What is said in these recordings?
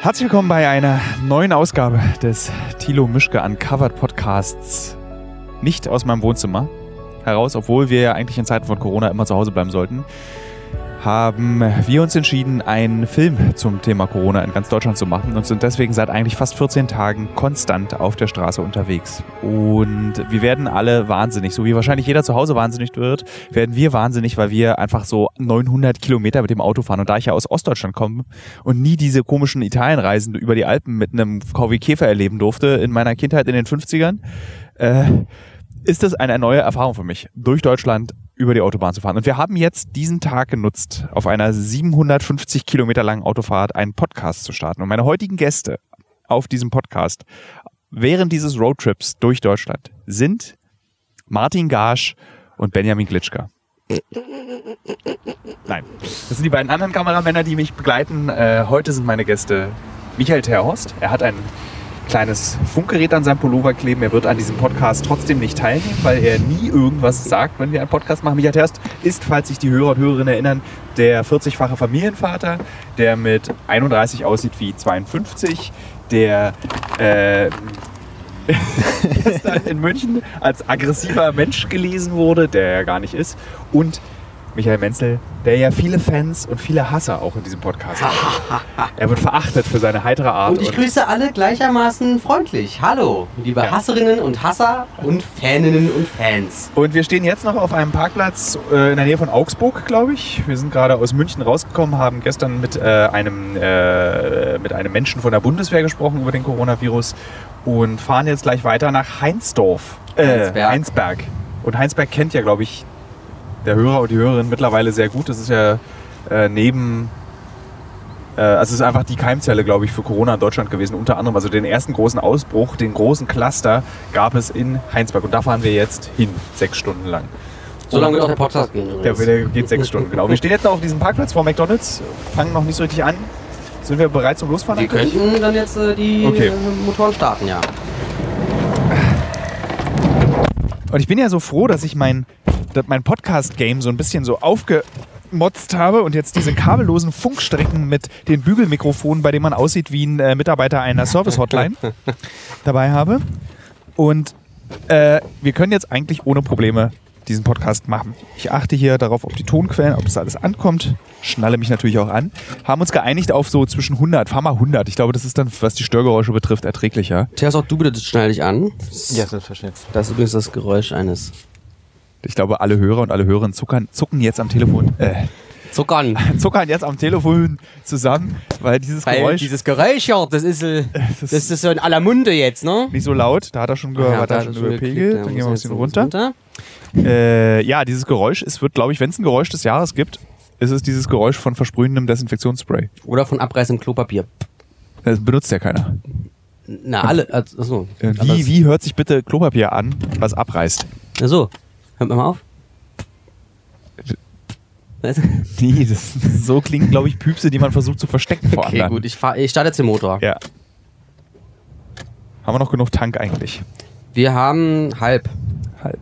Herzlich willkommen bei einer neuen Ausgabe des Thilo Mischke Uncovered Podcasts. Nicht aus meinem Wohnzimmer heraus, obwohl wir ja eigentlich in Zeiten von Corona immer zu Hause bleiben sollten, haben wir uns entschieden, einen Film zum Thema Corona in ganz Deutschland zu machen und sind deswegen seit eigentlich fast 14 Tagen konstant auf der Straße unterwegs. Und wir werden alle wahnsinnig. So wie wahrscheinlich jeder zu Hause wahnsinnig wird, werden wir wahnsinnig, weil wir einfach so 900 Kilometer mit dem Auto fahren. Und da ich ja aus Ostdeutschland komme und nie diese komischen Italienreisen über die Alpen mit einem VW Käfer erleben durfte in meiner Kindheit in den 50ern, äh, ist das eine neue Erfahrung für mich, durch Deutschland über die Autobahn zu fahren. Und wir haben jetzt diesen Tag genutzt, auf einer 750 Kilometer langen Autofahrt einen Podcast zu starten. Und meine heutigen Gäste auf diesem Podcast während dieses Roadtrips durch Deutschland sind Martin Garsch und Benjamin Glitschka. Nein, das sind die beiden anderen Kameramänner, die mich begleiten. Äh, heute sind meine Gäste Michael Terhorst. Er hat ein kleines Funkgerät an seinem Pullover kleben. Er wird an diesem Podcast trotzdem nicht teilnehmen, weil er nie irgendwas sagt, wenn wir einen Podcast machen. Michael Terst ist, falls sich die Hörer und Hörerinnen erinnern, der 40-fache Familienvater, der mit 31 aussieht wie 52, der äh, gestern in München als aggressiver Mensch gelesen wurde, der er gar nicht ist, und Michael Menzel, der ja viele Fans und viele Hasser auch in diesem Podcast hat. Er wird verachtet für seine heitere Art. Und ich grüße alle gleichermaßen freundlich. Hallo, liebe Ja. Hasserinnen und Hasser und Faninnen und Fans. Und wir stehen jetzt noch auf einem Parkplatz äh, in der Nähe von Augsburg, glaube ich. Wir sind gerade aus München rausgekommen, haben gestern mit, äh, einem, äh, mit einem Menschen von der Bundeswehr gesprochen über den Coronavirus und fahren jetzt gleich weiter nach Heinsdorf. Äh, Heinsberg. Heinsberg. Und Heinsberg kennt ja, glaube ich, der Hörer und die Hörerin mittlerweile sehr gut. Das ist ja äh, neben äh, Also es ist einfach die Keimzelle, glaube ich, für Corona in Deutschland gewesen. Unter anderem, also den ersten großen Ausbruch, den großen Cluster gab es in Heinsberg. Und da fahren wir jetzt hin, sechs Stunden lang. So lange wird auch der Podcast gehen. Der, übrigens. der geht sechs Stunden, genau. Wir stehen jetzt noch auf diesem Parkplatz vor McDonalds, fangen noch nicht so richtig an. Sind wir bereit zum Losfahren? Wir eigentlich? könnten dann jetzt äh, die Okay. äh, Motoren starten, ja. Und ich bin ja so froh, dass ich mein, dass mein Podcast-Game so ein bisschen so aufgemotzt habe und jetzt diese kabellosen Funkstrecken mit den Bügelmikrofonen, bei denen man aussieht wie ein äh, Mitarbeiter einer Service-Hotline, dabei habe. Und äh, wir können jetzt eigentlich ohne Probleme diesen Podcast machen. Ich achte hier darauf, ob die Tonquellen, ob das alles ankommt. Schnalle mich natürlich auch an. Haben uns geeinigt auf so zwischen 100, fahr mal 100. Ich glaube, das ist dann, was die Störgeräusche betrifft, erträglicher. Theos, auch du bitte schnall dich an. Ja, selbstverständlich. Das ist übrigens das Geräusch eines Ich glaube, alle Hörer und alle Hörerinnen zuckern, zucken jetzt am Telefon. Äh, Zuckern. zuckern jetzt am Telefon zusammen, weil dieses Weil Geräusch dieses Geräusch, ja, das ist, äh, das ist- ist so in aller Munde jetzt, ne? nicht so laut, da hat er schon gehört, hat er schon überpegelt, dann gehen wir ein bisschen runter. Äh, ja, dieses Geräusch, es wird, glaube ich, wenn es ein Geräusch des Jahres gibt, ist es dieses Geräusch von versprühendem Desinfektionsspray. Oder von abreißendem Klopapier. Das benutzt ja keiner. Äh, Na, alle. also- Achso. Aber Wie, es- wie hört sich bitte Klopapier an, was abreißt? Achso. Hört mal auf. Was? Nee, das, so klingen, glaube ich, Püpse, die man versucht zu verstecken vor Okay, anderen. gut. Ich, fahr, ich starte jetzt den Motor. Ja. Haben wir noch genug Tank eigentlich? Wir haben halb. Halb.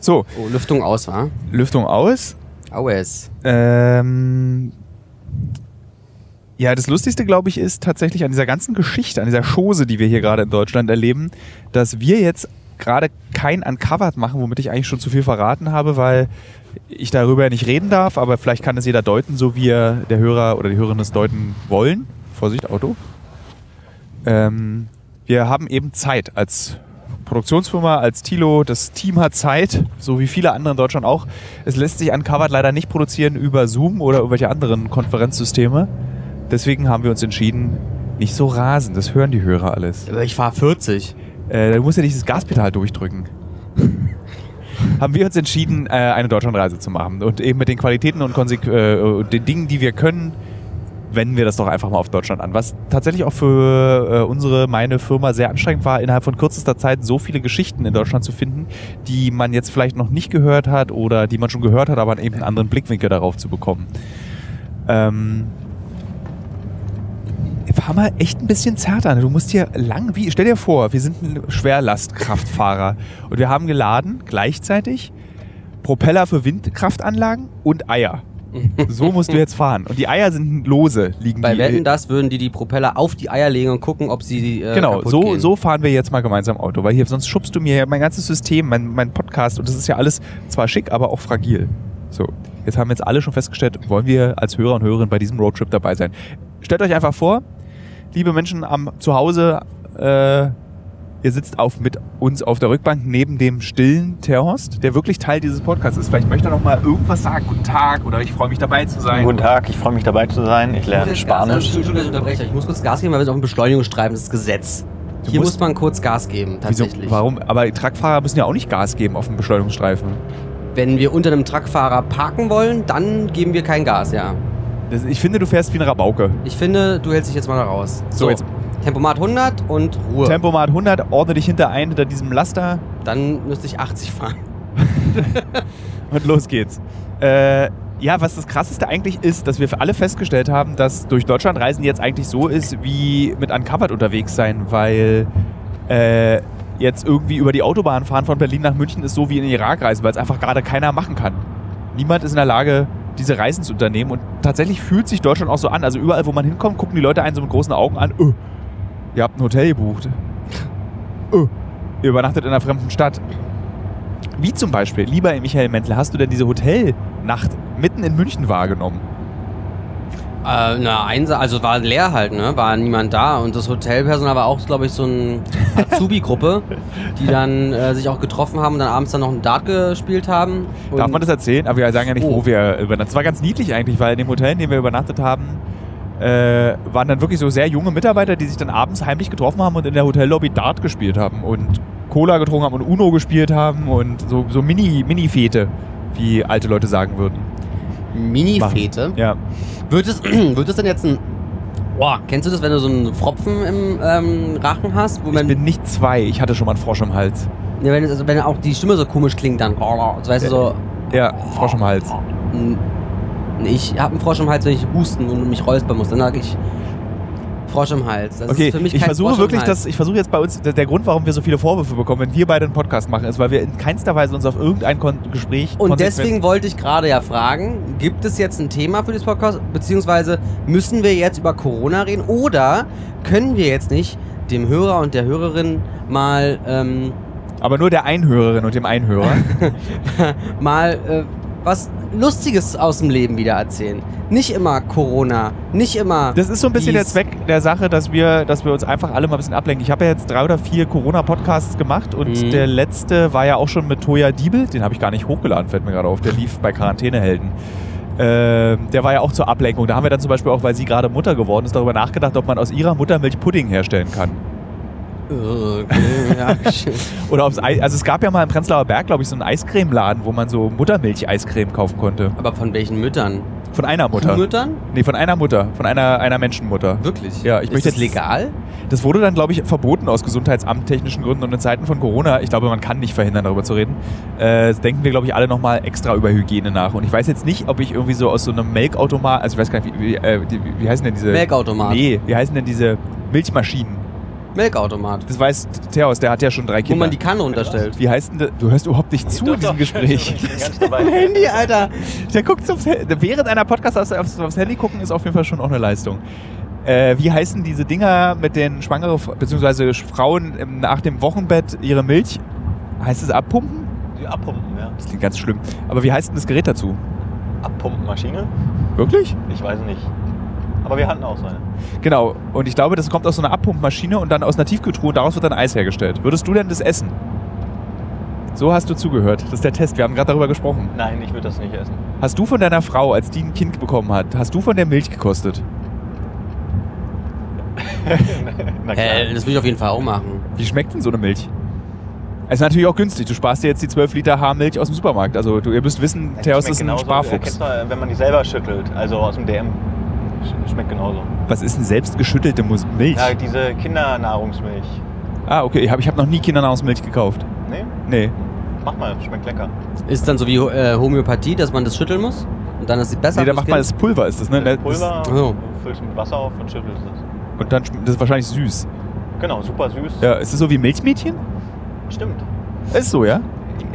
So, Oh, Lüftung aus, wa? Lüftung aus. Aues. Ähm, ja, das Lustigste, glaube ich, ist tatsächlich an dieser ganzen Geschichte, an dieser Chose, die wir hier gerade in Deutschland erleben, dass wir jetzt gerade kein Uncovered machen, womit ich eigentlich schon zu viel verraten habe, weil ich darüber nicht reden darf, aber vielleicht kann es jeder deuten, so wie er, der Hörer oder die Hörerin es deuten wollen. Vorsicht, Auto. Ähm, wir haben eben Zeit als Produktionsfirma, als Tilo. Das Team hat Zeit, so wie viele andere in Deutschland auch. Es lässt sich Uncovered leider nicht produzieren über Zoom oder irgendwelche anderen Konferenzsysteme. Deswegen haben wir uns entschieden, nicht so rasen. Das hören die Hörer alles. Aber Ich fahre 40. Äh, du musst ja nicht das Gaspedal durchdrücken. haben wir uns entschieden, äh, eine Deutschlandreise zu machen. Und eben mit den Qualitäten und Konsequ äh, und den Dingen, die wir können, wenden wir das doch einfach mal auf Deutschland an. Was tatsächlich auch für äh, unsere, meine Firma sehr anstrengend war, innerhalb von kürzester Zeit so viele Geschichten in Deutschland zu finden, die man jetzt vielleicht noch nicht gehört hat oder die man schon gehört hat, aber eben einen anderen Blickwinkel darauf zu bekommen. Ähm, fahr mal echt ein bisschen zerrt an. Du musst hier lang, wie, stell dir vor, wir sind ein Schwerlastkraftfahrer und wir haben geladen gleichzeitig Propeller für Windkraftanlagen und Eier. So musst du jetzt fahren. Und die Eier sind lose, liegen Bei die. Wetten, das würden die die Propeller auf die Eier legen und gucken, ob sie die. Äh, Genau, kaputt so, gehen. so fahren wir jetzt mal gemeinsam Auto, weil hier sonst schubst du mir ja mein ganzes System, mein, mein Podcast und das ist ja alles zwar schick, aber auch fragil. So, jetzt haben jetzt alle schon festgestellt, wollen wir als Hörer und Hörerin bei diesem Roadtrip dabei sein. Stellt euch einfach vor, liebe Menschen am zu Hause, äh, ihr sitzt auf, mit uns auf der Rückbank neben dem stillen Terhorst, der wirklich Teil dieses Podcasts ist. Vielleicht möchte er noch mal irgendwas sagen. Guten Tag oder ich freue mich dabei zu sein. Guten Tag, ich freue mich dabei zu sein. Ich Ich lerne muss jetzt Gas- Spanisch. Entschuldigung, dass ich unterbreche. Ich muss kurz Gas geben, weil wir sind auf dem Beschleunigungsstreifen, das ist Gesetz. Du Hier musst- muss man kurz Gas geben, Wieso, tatsächlich. warum? Aber Truckfahrer müssen ja auch nicht Gas geben auf dem Beschleunigungsstreifen. Wenn wir unter einem Truckfahrer parken wollen, dann geben wir kein Gas, ja. Das, ich finde, du fährst wie ein Rabauke. Ich finde, du hältst dich jetzt mal da raus. So, jetzt- Tempomat 100 und Ruhe. Tempomat 100, ordne dich hinter ein, hinter diesem Laster dann müsste ich 80 fahren. und los geht's. Äh, ja, was das Krasseste eigentlich ist, dass wir für alle festgestellt haben, dass durch Deutschland reisen jetzt eigentlich so ist, wie mit Uncovered unterwegs sein, weil äh, jetzt irgendwie über die Autobahn fahren von Berlin nach München ist so wie in den Irak reisen, weil es einfach gerade keiner machen kann. Niemand ist in der Lage, diese Reisen zu unternehmen und tatsächlich fühlt sich Deutschland auch so an. Also überall, wo man hinkommt, gucken die Leute einen so mit großen Augen an. Öh, ihr habt ein Hotel gebucht. Öh, ihr übernachtet in einer fremden Stadt. Wie zum Beispiel, lieber Michael Mendel, hast du denn diese Hotelnacht mitten in München wahrgenommen? Äh, na, einsa also war leer halt, ne? War niemand da. Und das Hotelpersonal war auch, glaube ich, so eine Azubi-Gruppe, die dann äh, sich auch getroffen haben und dann abends dann noch einen Dart gespielt haben. Und Darf man das erzählen? Aber wir sagen ja nicht, Oh. wo wir übernachten. Es war ganz niedlich eigentlich, weil in dem Hotel, in dem wir übernachtet haben, äh, waren dann wirklich so sehr junge Mitarbeiter, die sich dann abends heimlich getroffen haben und in der Hotellobby Dart gespielt haben und Cola getrunken haben und Uno gespielt haben und so, so Mini- Mini-Fete, wie alte Leute sagen würden. Mini-Fete. Ja. Wird es, wird es denn jetzt ein. Boah, kennst du das, wenn du so einen Fropfen im ähm, Rachen hast? Wo Ich man, bin nicht zwei, ich hatte schon mal einen Frosch im Hals. ja, wenn, es- also wenn auch die Stimme so komisch klingt, dann. Also, weißt du, so. Ja, Frosch im Hals. N- Ich habe einen Frosch im Hals, wenn ich husten und mich räuspern muss. Dann sage ich Frosch im Hals. Das Okay, ist für mich ich kein versuche Frosch wirklich, im Hals. dass ich versuche jetzt bei uns der, der Grund, warum wir so viele Vorwürfe bekommen, wenn wir beide einen Podcast machen, ist, weil wir in keinster Weise uns auf irgendein Kon Gespräch Und konsequent- deswegen wollte ich gerade ja fragen, gibt es jetzt ein Thema für dieses Podcast? Beziehungsweise müssen wir jetzt über Corona reden? Oder können wir jetzt nicht dem Hörer und der Hörerin mal, ähm, aber nur der Einhörerin und dem Einhörer. mal äh, was Lustiges aus dem Leben wieder erzählen? Nicht immer Corona, nicht immer... äh, Das ist so ein bisschen der Dies. Zweck der Sache, dass wir, dass wir uns einfach alle mal ein bisschen ablenken. Ich habe ja jetzt drei oder vier Corona-Podcasts gemacht und Mhm. der letzte war ja auch schon mit Toya Diebel. Den habe ich gar nicht hochgeladen, fällt mir gerade auf. Der lief bei Quarantänehelden. Ähm, der war ja auch zur Ablenkung. Da haben wir dann zum Beispiel auch, weil sie gerade Mutter geworden ist, darüber nachgedacht, ob man aus ihrer Muttermilch Pudding herstellen kann. Äh, ja, Oder ob's Ei also es gab ja mal im Prenzlauer Berg, glaube ich, so einen Eiscremeladen, wo man so Muttermilch-Eiscreme kaufen konnte. aber von welchen Müttern? Von einer Mutter. Müttern? Nee, von einer Mutter. Von einer, einer Menschenmutter. Wirklich? Ja, ich ist möchte das jetzt- legal? Das wurde dann, glaube ich, verboten aus gesundheitsamttechnischen Gründen und in Zeiten von Corona, ich glaube, man kann nicht verhindern, darüber zu reden, äh, denken wir, glaube ich, alle nochmal extra über Hygiene nach. Und ich weiß jetzt nicht, ob ich irgendwie so aus so einem Melkautomat, also ich weiß gar nicht, wie, wie, äh, die- wie heißen denn diese... Melkautomat. Nee, wie heißen denn diese Milchmaschinen? Melkautomat. Das weiß Theos, der hat ja schon drei Wo Kinder. man die Kanne unterstellt. wie heißt denn das? Du hörst überhaupt nicht zu in diesem Gespräch. Handy, Alter. Der guckt aufs Handy. Während einer Podcast aufs, aufs, aufs Handy gucken ist auf jeden Fall schon auch eine Leistung. Äh, wie heißen diese Dinger, mit denen schwangere bzw. Frauen im, nach dem Wochenbett ihre Milch, heißt es abpumpen? Abpumpen, ja. Das klingt ganz schlimm. Aber wie heißt denn das Gerät dazu? Abpumpenmaschine? Wirklich? Ich weiß nicht. Aber wir hatten auch so eine. Genau. Und ich glaube, das kommt aus so einer Abpumpmaschine und dann aus einer Tiefkühltruhe und daraus wird dann Eis hergestellt. Würdest du denn das essen? So hast du zugehört. Das ist der Test. Wir haben gerade darüber gesprochen. Nein, ich würde das nicht essen. Hast du von deiner Frau, als die ein Kind bekommen hat, hast du von der Milch gekostet? Na Äh, das will ich auf jeden Fall auch machen. Wie schmeckt denn so eine Milch? Es ist natürlich auch günstig. Du sparst dir jetzt die 12 Liter Haarmilch aus dem Supermarkt. Also du, ihr müsst wissen, Äh, Theos ist ein Sparfuchs. Kennst du, wenn man die selber schüttelt, also aus dem DM. Sch- Schmeckt genauso. Was ist denn selbst geschüttelte Mus- Milch? Ja, diese Kindernahrungsmilch. Ah, okay. Ich habe ich hab noch nie Kindernahrungsmilch gekauft. Nee, Nee. mach mal, schmeckt lecker. Ist dann so wie äh, Homöopathie, dass man das schütteln muss und dann ist sie besser. Nee, da fürs macht man Kind? das Pulver, ist das, ne? Das Das- Äh, Pulver, so. füllst mit Wasser auf und schüttelst es. Und dann schmeckt das ist wahrscheinlich süß. Genau, super süß. Ja, ist das so wie Milchmädchen? Stimmt. Ist so, ja?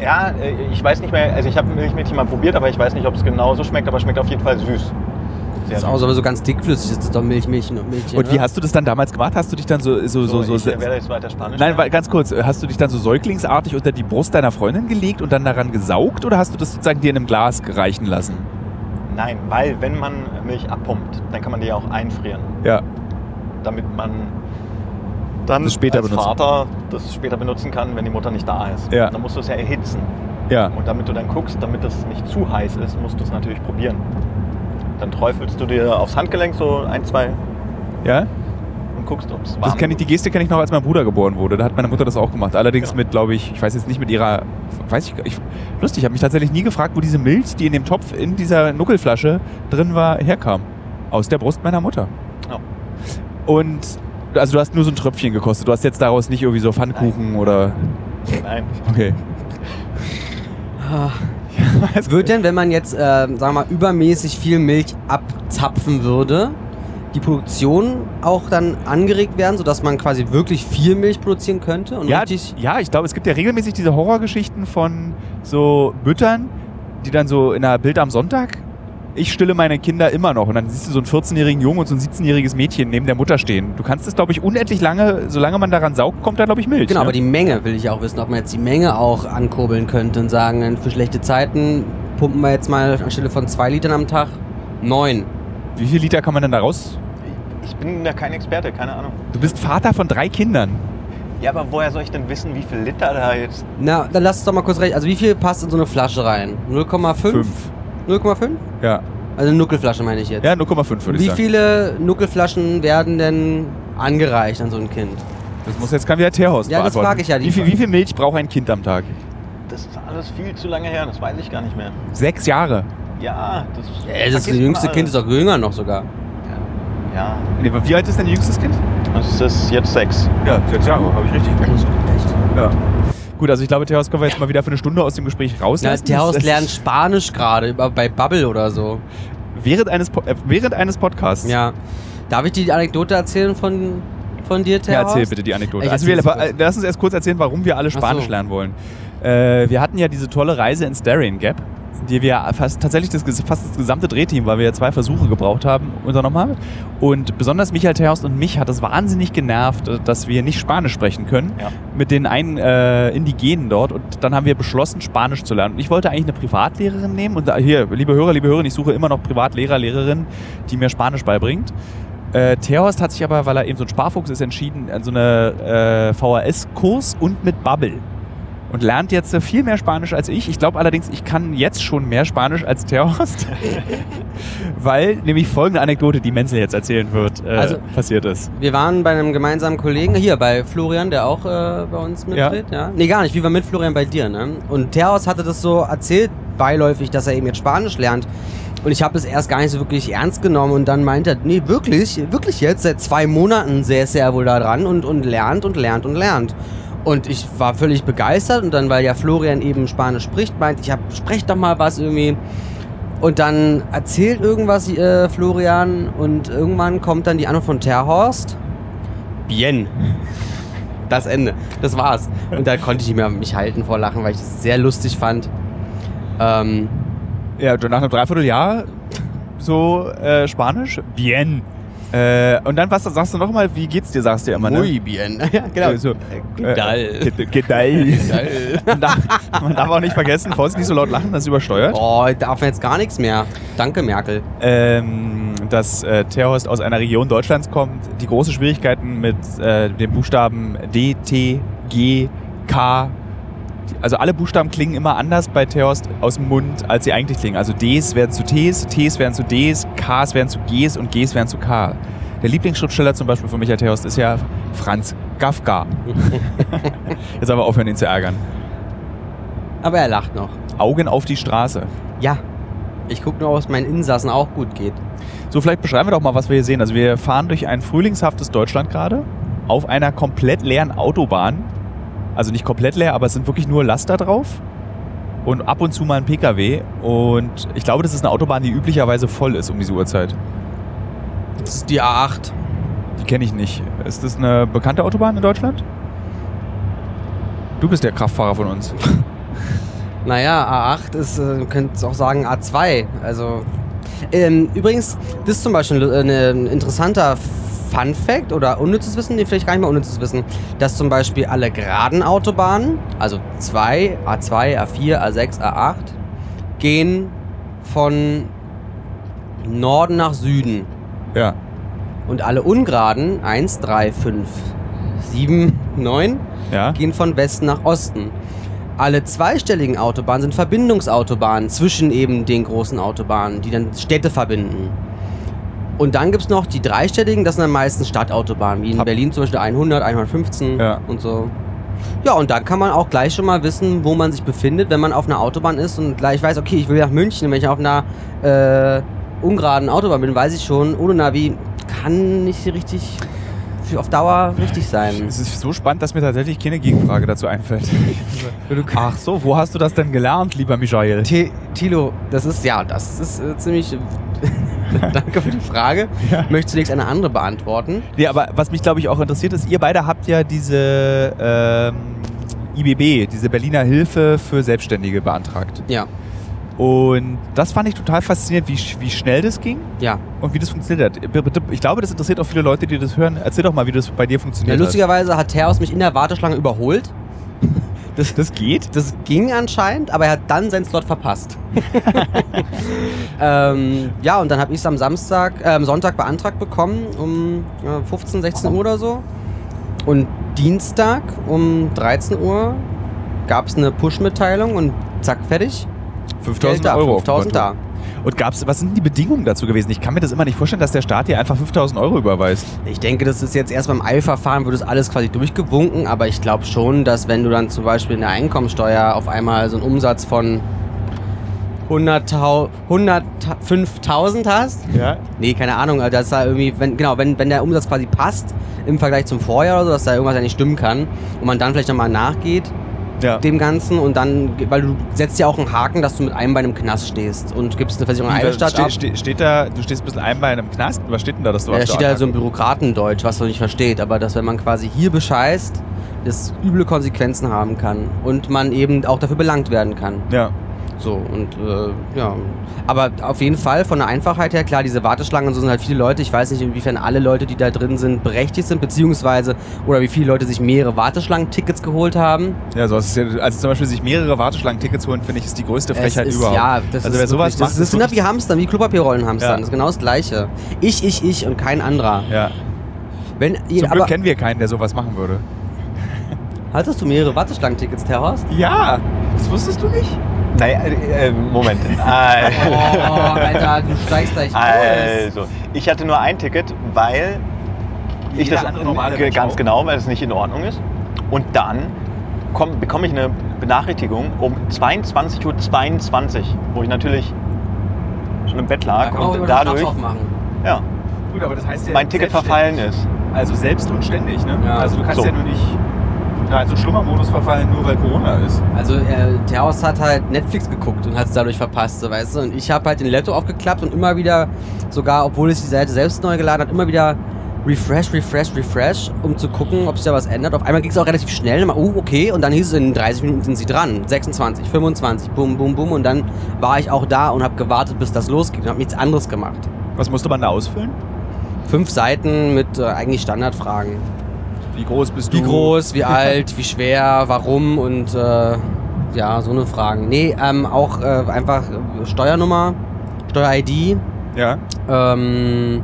Ja, äh, ich weiß nicht mehr, also ich habe Milchmädchen mal probiert, aber ich weiß nicht, ob es genauso schmeckt, aber schmeckt auf jeden Fall süß. Sehr Das ist auch so, aber so ganz dickflüssig. Das ist doch Milch, Milch, Milch. ne? Und wie hast du das dann damals gemacht? Hast du dich dann so. so, so, so, ich werde jetzt weiter Spanisch. Nein, lernen. wa- ganz kurz. äh, Hast du dich dann so säuglingsartig unter die Brust deiner Freundin gelegt und dann daran gesaugt oder hast du das sozusagen dir in einem Glas reichen lassen? Nein, weil wenn man Milch abpumpt, dann kann man die ja auch einfrieren, Ja. damit man dann Das später als benutzen. Vater das später benutzen kann, wenn die Mutter nicht da ist. Ja. Dann musst du es ja erhitzen. Ja. Und damit du dann guckst, damit es nicht zu heiß ist, musst du es natürlich probieren. Dann träufelst du dir aufs Handgelenk so ein, zwei Ja? und guckst, ob es warm Das kenn ich, die Geste kenne ich noch, als mein Bruder geboren wurde. Da hat meine Mutter das auch gemacht. Allerdings mit, glaube ich, ich weiß jetzt nicht mit ihrer. Weiß ich, ich lustig, ich habe mich tatsächlich nie gefragt, wo diese Milch, die in dem Topf in dieser Nuckelflasche drin war, herkam. Aus der Brust meiner Mutter. Ja. Oh. Und. Also du hast nur so ein Tröpfchen gekostet. Du hast jetzt daraus nicht irgendwie so Pfannkuchen oder. Nein. Okay. Ah. Wird denn, wenn man jetzt, äh, sagen wir mal, übermäßig viel Milch abzapfen würde, die Produktion auch dann angeregt werden, sodass man quasi wirklich viel Milch produzieren könnte? Und Ja, richtig, ja, ich glaube, es gibt ja regelmäßig diese Horrorgeschichten von so Müttern, die dann so in einer Bild am Sonntag, ich stille meine Kinder immer noch. Und dann siehst du so einen 14-jährigen Jungen und so ein 17-jähriges Mädchen neben der Mutter stehen. Du kannst es, glaube ich, unendlich lange, solange man daran saugt, kommt da, glaube ich, Milch. genau, ne? aber die Menge will ich auch wissen, ob man jetzt die Menge auch ankurbeln könnte und sagen, für schlechte Zeiten pumpen wir jetzt mal anstelle von zwei Litern am Tag neun. Wie viel Liter kann man denn da raus? Ich bin da kein Experte, keine Ahnung. Du bist Vater von drei Kindern. Ja, aber woher soll ich denn wissen, wie viel Liter da jetzt? Na, dann lass es doch mal kurz recht. Also wie viel passt in so eine Flasche rein? 0,5? 0,5? Ja, Also eine Nuckelflasche meine ich jetzt. ja 0,5 würde ich Wie sagen. viele Nuckelflaschen werden denn angereicht an so ein Kind? Das muss jetzt kein wieder Teerhorst Ja, das beantworten. frag ich ja, die Wie viel, Frage. wie viel Milch braucht ein Kind am Tag? Das ist alles viel zu lange her, das weiß ich gar nicht mehr. Sechs Jahre. Ja, das ist. Ey, das, ist das jüngste Kind ist auch jünger noch sogar. Ja, Nee, Wie alt ist dein jüngstes Kind? das ist jetzt sechs. Ja, sechs Jahre, habe ich richtig gewusst. Ja. Gut, also ich glaube, Theos können wir jetzt mal wieder für eine Stunde aus dem Gespräch raus. Ja, der Haus lernt Spanisch gerade über- bei Bubble oder so. Während eines, Po- äh, während eines Podcasts. Ja. Darf ich die Anekdote erzählen von, von dir, Ter? Ja, erzähl bitte die Anekdote. Ich also wir, erzähl sie kurz. äh, lass uns erst kurz erzählen, warum wir alle Ach Spanisch so. lernen wollen. Äh, wir hatten ja diese tolle Reise ins Darien Gap, die wir fast, tatsächlich das, ges- fast das gesamte Drehteam, weil wir ja zwei Versuche gebraucht haben, unternommen haben. Und besonders Michael Terhorst und mich hat es wahnsinnig genervt, äh, dass wir nicht Spanisch sprechen können Ja. mit den einen äh, Indigenen dort. Und dann haben wir beschlossen, Spanisch zu lernen. Und ich wollte eigentlich eine Privatlehrerin nehmen. Und da- hier, liebe Hörer, liebe Hörerinnen, ich suche immer noch Privatlehrer, Lehrerinnen, die mir Spanisch beibringt. Äh, Terhorst hat sich aber, weil er eben so ein Sparfuchs ist, entschieden an so eine äh, VHS-Kurs und mit Bubble. Und lernt jetzt äh, viel mehr Spanisch als ich. Ich glaube allerdings, ich kann jetzt schon mehr Spanisch als Terhorst. weil nämlich folgende Anekdote, die Menzel jetzt erzählen wird, äh, Also- passiert ist. Wir waren bei einem gemeinsamen Kollegen, hier bei Florian, der auch äh, bei uns mittritt. Ja. Nee, gar nicht. Wir waren mit Florian bei dir, ne? Und Terhaus hatte das so erzählt, beiläufig, dass er eben jetzt Spanisch lernt. Und ich habe es erst gar nicht so wirklich ernst genommen und dann meinte er, nee, wirklich, wirklich jetzt, seit zwei Monaten säße er wohl da dran und, und lernt und lernt und lernt. Und ich war völlig begeistert und dann, weil ja Florian eben Spanisch spricht, meinte ich, ja, sprech doch mal was irgendwie. Und dann erzählt irgendwas äh, Florian und irgendwann kommt dann die Antwort von Terhorst. Bien. Das Ende. Das war's. Und da konnte ich nicht mehr mich halten vor Lachen, weil ich das sehr lustig fand. Ähm, Ja, und nach einem Dreivierteljahr so äh, Spanisch. Bien. Äh, und dann was, sagst du nochmal, wie geht's dir, sagst du ja immer, ne? muy bien. ja, genau. Äh, So, Gedall. Äh, ged- gedall. man, darf, man darf auch nicht vergessen, Faust nicht so laut lachen, das ist übersteuert. Oh, ich darf jetzt gar nichts mehr. Danke, Merkel. ähm, dass äh, Terhorst aus einer Region Deutschlands kommt, die große Schwierigkeiten mit äh, den Buchstaben D, T, G, K. Also alle Buchstaben klingen immer anders bei Terhorst aus dem Mund, als sie eigentlich klingen. Also Ds werden zu Ts, Ts werden zu Ds, Ks werden zu Gs und Gs werden zu K. Der Lieblingsschriftsteller zum Beispiel von Michael Terhorst ist ja Franz Kafka. Jetzt aber aufhören, ihn zu ärgern. Aber er lacht noch. Augen auf die Straße. Ja. Ich gucke nur, ob es meinen Insassen auch gut geht. So, vielleicht beschreiben wir doch mal, was wir hier sehen. Also wir fahren durch ein frühlingshaftes Deutschland gerade auf einer komplett leeren Autobahn. Also nicht komplett leer, aber es sind wirklich nur Laster drauf und ab und zu mal ein PKW. Und ich glaube, das ist eine Autobahn, die üblicherweise voll ist um diese Uhrzeit. Das ist die A8. Die kenne ich nicht. Ist das eine bekannte Autobahn in Deutschland? Du bist der Kraftfahrer von uns. Naja, A8 ist, äh, könnt's auch sagen A2. Also ähm, übrigens, das ist zum Beispiel äh, ne- ein interessanter Fun Fact oder unnützes Wissen, nee, vielleicht gar nicht mal unnützes Wissen, dass zum Beispiel alle geraden Autobahnen, also 2, A2, A4, A6, A8, gehen von Norden nach Süden. Ja. Und alle ungeraden, 1, 3, 5, 7, 9, Ja. gehen von Westen nach Osten. Alle zweistelligen Autobahnen sind Verbindungsautobahnen zwischen eben den großen Autobahnen, die dann Städte verbinden. Und dann gibt es noch die dreistelligen, das sind dann meistens Stadtautobahnen, wie in Hab- Berlin zum Beispiel 100, 115 Ja. und so. Ja, und dann kann man auch gleich schon mal wissen, wo man sich befindet, wenn man auf einer Autobahn ist und gleich weiß, okay, ich will nach München, Und wenn ich auf einer äh, ungeraden Autobahn bin, weiß ich schon, ohne Navi kann nicht richtig für- auf Dauer richtig sein. Es ist so spannend, dass mir tatsächlich keine Gegenfrage dazu einfällt. Ach so, wo hast du das denn gelernt, lieber Michael? Ti- Tilo, das ist ja, das ist äh, ziemlich. Danke für die Frage. Möchtest du nächst eine andere beantworten? Nee, aber was mich, glaube ich, auch interessiert ist, ihr beide habt ja diese ähm, IBB, diese Berliner Hilfe für Selbstständige beantragt. Ja, Und das fand ich total faszinierend, wie, sch- wie schnell das ging ja. und wie das funktioniert hat. B- bitte- Ich glaube, das interessiert auch viele Leute, die das hören. Erzähl doch mal, wie das bei dir ja funktioniert hat. Äh, lustigerweise hat Theos mich in der Warteschlange überholt. Das, das geht? Das ging anscheinend, aber er hat dann seinen Slot verpasst. ähm, ja, und dann habe ich es am Samstag, äh, am Sonntag beantragt bekommen, um äh, 15, 16 Uhr oder so. Und Dienstag um 13 Uhr gab es eine Push-Mitteilung und zack, fertig. Geld 5000 da, Euro. auf dem 5000 da. Konto. Und gab's, was sind denn die Bedingungen dazu gewesen? Ich kann mir das immer nicht vorstellen, dass der Staat dir einfach 5000 Euro überweist. Ich denke, das ist jetzt erst beim Eilverfahren, wird das alles quasi durchgewunken, aber ich glaube schon, dass wenn du dann zum Beispiel in der Einkommensteuer auf einmal so einen Umsatz von 100.000 105.000 hast, Ja. nee, keine Ahnung, also dass da irgendwie, wenn, genau, wenn, wenn der Umsatz quasi passt im Vergleich zum Vorjahr oder so, dass da irgendwas ja nicht stimmen kann und man dann vielleicht nochmal nachgeht, Ja. dem Ganzen und dann, weil du setzt ja auch einen Haken, dass du mit einem Bein im Knast stehst und gibst eine Versicherung Wie, was- Eidelstadt ab. ste, ste, steht da, du stehst ein bisschen ein bei einem Knast. Was steht denn da, dass du Ja, da was steht da ja so ein Bürokratendeutsch, was man nicht versteht, aber dass wenn man quasi hier bescheißt, das üble Konsequenzen haben kann und man eben auch dafür belangt werden kann. Ja. So und äh, ja, aber auf jeden Fall von der Einfachheit her klar, diese Warteschlangen und so sind halt viele Leute. Ich weiß nicht, inwiefern alle Leute, die da drin sind, berechtigt sind beziehungsweise oder wie viele Leute sich mehrere Warteschlangen-Tickets geholt haben. Ja, so hast du es ja, also zum Beispiel sich mehrere Warteschlangen-Tickets holen, finde ich, ist die größte Frechheit Es ist, überhaupt. Ja, das also ist wer sowas wirklich, macht, das ist ist genau wie Hamster, wie Klopapierrollenhamster. Ja. Das ist genau das Gleiche. Ich, ich, ich und kein anderer. ja. Wenn, Zum Glück aber, kennen wir keinen, der sowas machen würde. Hattest du mehrere Warteschlangentickets, Herr Horst? Ja, das wusstest du nicht? Naja, äh, äh, Moment. Äh, Oh, Alter, du steigst gleich aus. Also, ich hatte nur ein Ticket, weil ich Jeder das andere normale ge- Mensch ganz auch. genau, weil es nicht in Ordnung ist. Und dann komm, bekomme ich eine Benachrichtigung um 22.22 Uhr, wo ich natürlich schon im Bett lag und dadurch aufmachen. ja, Gut, aber das heißt ja. mein Ticket verfallen ist. Also selbst und ständig, ne? Ja. Also du kannst So. ja nur nicht na, in so einen Schlummermodus verfallen, nur weil Corona ist. Also, äh, der Horst hat halt Netflix geguckt und hat es dadurch verpasst, so, weißt du. Und ich habe halt den Laptop aufgeklappt und immer wieder, sogar obwohl es die Seite selbst neu geladen hat, immer wieder refresh, refresh, refresh, um zu gucken, ob sich da was ändert. Auf einmal ging es auch relativ schnell. Immer, oh, okay. Und dann hieß es, in 30 Minuten sind sie dran. 26, 25, bum, bum, bum. Und dann war ich auch da und habe gewartet, bis das losgeht und habe nichts anderes gemacht. Was musste man da ausfüllen? Fünf Seiten mit äh, eigentlich Standardfragen. Wie groß bist Wie du? groß, wie alt, wie schwer, warum und äh, ja, so eine Fragen. Nee, ähm, auch äh, einfach äh, Steuernummer, Steuer-ID, Ja. ähm,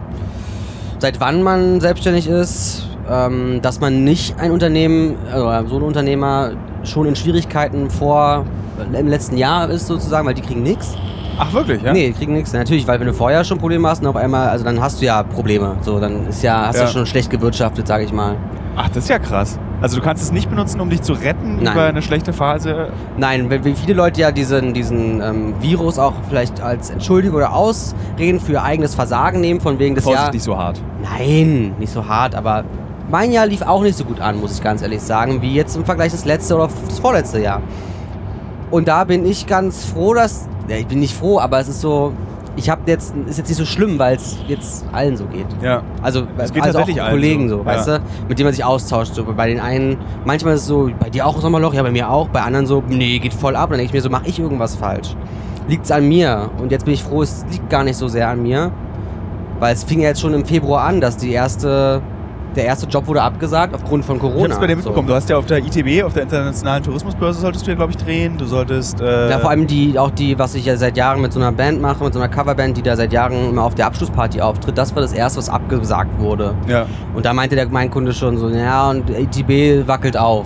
seit wann man selbstständig ist, ähm, dass man nicht ein Unternehmen, also so ein Unternehmer schon in Schwierigkeiten vor äh, im letzten Jahr ist sozusagen, weil die kriegen nichts. Ach wirklich, ja? Nee, die kriegen nichts. Natürlich, weil wenn du vorher schon Probleme hast und auf einmal, also dann hast du ja Probleme. So, dann ist ja, hast Ja. du schon schlecht gewirtschaftet, sage ich mal. Ach, das ist ja krass. Also du kannst es nicht benutzen, um dich zu retten Nein. über eine schlechte Phase. Nein, wenn wenn viele Leute ja diesen, diesen ähm, Virus auch vielleicht als Entschuldigung oder Ausreden für ihr eigenes Versagen nehmen, von wegen des Jahr. Vorsicht, nicht so hart. Nein, nicht so hart, aber mein Jahr lief auch nicht so gut an, muss ich ganz ehrlich sagen, wie jetzt im Vergleich das letzte oder das vorletzte Jahr. Und da bin ich ganz froh, dass. Ja, ich bin nicht froh, aber es ist so. ich habe jetzt, ist jetzt nicht so schlimm, weil es jetzt allen so geht. Ja. Also, Es geht also auch tatsächlich allen Kollegen so, so, ja. weißt du, mit denen man sich austauscht. So, bei den einen, manchmal ist es so, bei dir auch Sommerloch, ja, bei mir auch, bei anderen so, nee, geht voll ab. Dann denke ich mir so, mache ich irgendwas falsch? Liegt's an mir? Und jetzt bin ich froh, es liegt gar nicht so sehr an mir, weil es fing ja jetzt schon im Februar an, dass die erste, der erste Job wurde abgesagt aufgrund von Ich Corona. hab's bei dir So. mitbekommen. Du hast ja auf der ITB, auf der Internationalen Tourismusbörse, solltest du ja, glaube ich, drehen. Du solltest. Äh, Ja, vor allem die, auch die, was ich ja seit Jahren mit so einer Band mache, mit so einer Coverband, die da seit Jahren immer auf der Abschlussparty auftritt, das war das erste, was abgesagt wurde. Ja. Und da meinte der Gemeinkunde schon so, ja, und ITB wackelt auch.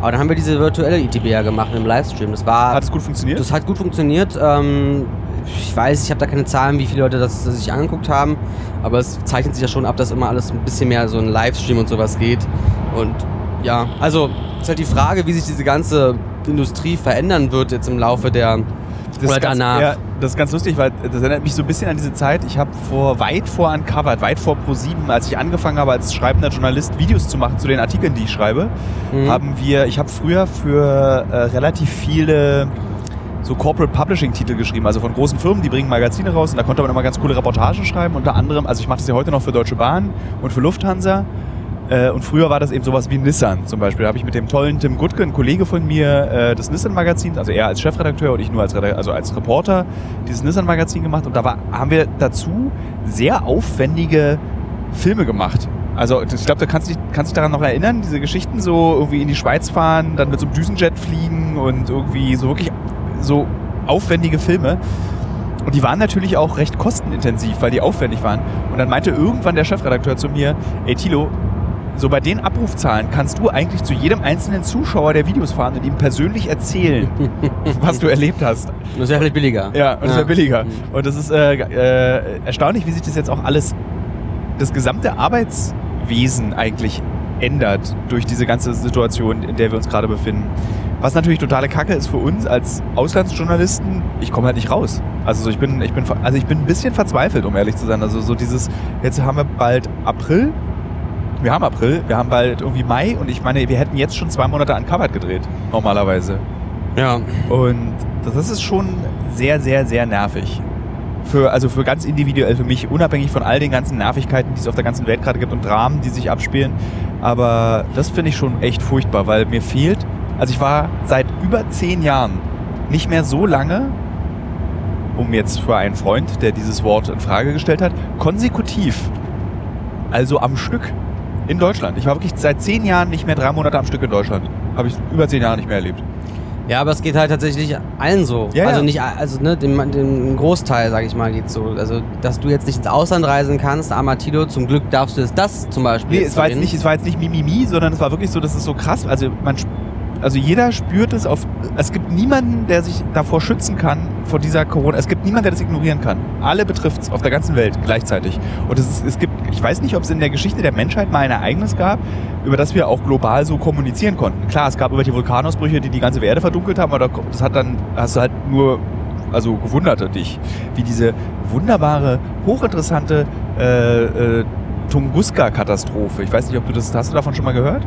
Aber dann haben wir diese virtuelle ITB ja gemacht im Livestream. Das war, Hat es gut funktioniert? das hat gut funktioniert. Ähm, ich weiß, ich habe da keine Zahlen, wie viele Leute das, das sich angeguckt haben, aber es zeichnet sich ja schon ab, dass immer alles ein bisschen mehr so ein Livestream und sowas geht. Und ja, also ist halt die Frage, wie sich diese ganze Industrie verändern wird jetzt im Laufe der Das oder ist ganz, danach. Ja, das ist ganz lustig, weil das erinnert mich so ein bisschen an diese Zeit. Ich habe vor weit vor Uncovered, weit vor Pro7, als ich angefangen habe als schreibender Journalist Videos zu machen zu den Artikeln, die ich schreibe, Mhm. haben wir, ich habe früher für äh, relativ viele so Corporate Publishing Titel geschrieben, also von großen Firmen, die bringen Magazine raus und da konnte man immer ganz coole Reportagen schreiben, unter anderem, also ich mache das ja heute noch für Deutsche Bahn und für Lufthansa. Äh, Und früher war das eben sowas wie Nissan zum Beispiel. Da habe ich mit dem tollen Tim Gutke, ein Kollege von mir, äh, des Nissan-Magazins, also er als Chefredakteur und ich nur als, Reda- also als Reporter, dieses Nissan-Magazin gemacht. Und da war, haben wir dazu sehr aufwendige Filme gemacht. Also ich glaube, du kannst dich, kannst dich daran noch erinnern, diese Geschichten so irgendwie in die Schweiz fahren, dann mit so einem Düsenjet fliegen und irgendwie so wirklich so aufwendige Filme. Und die waren natürlich auch recht kostenintensiv, weil die aufwendig waren. Und dann meinte irgendwann der Chefredakteur zu mir, ey Thilo, so bei den Abrufzahlen kannst du eigentlich zu jedem einzelnen Zuschauer der Videos fahren und ihm persönlich erzählen, was du erlebt hast. Das wäre vielleicht billiger. Ja, und es wäre billiger. Mhm. Und das ist äh, äh, erstaunlich, wie sich das jetzt auch alles, das gesamte Arbeitswesen eigentlich ändert durch diese ganze Situation, in der wir uns gerade befinden. Was natürlich totale Kacke ist für uns als Auslandsjournalisten, ich komme halt nicht raus. Also so, ich bin, ich bin, ver- also ich bin ein bisschen verzweifelt, um ehrlich zu sein. Also so dieses, jetzt haben wir bald April, wir haben April, wir haben bald irgendwie Mai und ich meine, wir hätten jetzt schon zwei Monate Uncovered gedreht, normalerweise. Ja, Und das- das ist schon sehr, sehr, sehr nervig. Für, also für ganz individuell, für mich, unabhängig von all den ganzen Nervigkeiten, die es auf der ganzen Welt gerade gibt und Dramen, die sich abspielen. Aber das finde ich schon echt furchtbar, weil mir fehlt, also ich war seit über zehn Jahren nicht mehr so lange, um jetzt für einen Freund, der dieses Wort in Frage gestellt hat, konsekutiv, also am Stück in Deutschland. Ich war wirklich seit zehn Jahren nicht mehr drei Monate am Stück in Deutschland. Habe ich über zehn Jahre nicht mehr erlebt. Ja, aber es geht halt tatsächlich allen so. Ja, also ja. nicht, a- also ne, dem, dem Großteil, sag ich mal, geht so. Also, dass du jetzt nicht ins Ausland reisen kannst, Amatilo, zum Glück darfst du es das zum Beispiel. Nee, es war, jetzt nicht, es war jetzt nicht Mimimi, sondern es war wirklich so, das ist so krass. Also, man, sp- also jeder spürt es auf. Es gibt niemanden, der sich davor schützen kann, vor dieser Corona. Es gibt niemanden, der das ignorieren kann. Alle betrifft es auf der ganzen Welt gleichzeitig. Und es, ist, es gibt, ich weiß nicht, ob es in der Geschichte der Menschheit mal ein Ereignis gab, über das wir auch global so kommunizieren konnten. Klar, es gab über die Vulkanausbrüche, die die ganze Erde verdunkelt haben, aber das hat dann, hast du halt nur, also gewunderte dich, wie diese wunderbare, hochinteressante äh, äh, Tunguska-Katastrophe. Ich weiß nicht, ob du das, hast du davon schon mal gehört?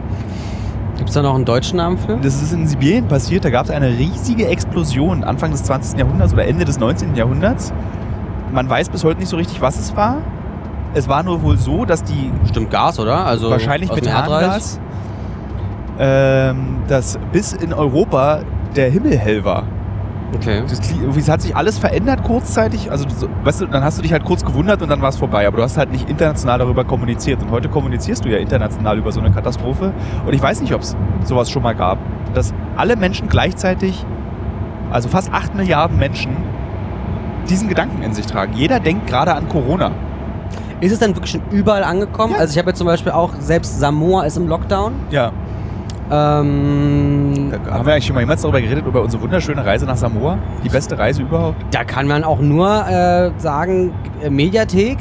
Gibt es da noch einen deutschen Namen für? Das ist in Sibirien passiert, da gab es eine riesige Explosion Anfang des 20. Jahrhunderts oder Ende des 19. Jahrhunderts. Man weiß bis heute nicht so richtig, was es war. Es war nur wohl so, dass die Stimmt Gas, oder? Also wahrscheinlich aus dem Erdreich. Methangas, ähm, dass bis in Europa der Himmel hell war. Okay. Das, Kli- irgendwie, es hat sich alles verändert kurzzeitig. Also, so- weißt du, dann hast du dich halt kurz gewundert und dann war es vorbei. Aber du hast halt nicht international darüber kommuniziert. Und heute kommunizierst du ja international über so eine Katastrophe. Und ich weiß nicht, ob es sowas schon mal gab, dass alle Menschen gleichzeitig, also fast 8 Milliarden Menschen, diesen Gedanken in sich tragen. Jeder denkt gerade an Corona. Ist es dann wirklich schon überall angekommen? Ja. Also, ich habe jetzt zum Beispiel auch, selbst Samoa ist im Lockdown. Ja. Ähm, Da haben wir eigentlich schon mal jemals darüber geredet, über unsere wunderschöne Reise nach Samoa? Die beste Reise überhaupt? da kann man auch nur äh, sagen, äh, Mediathek,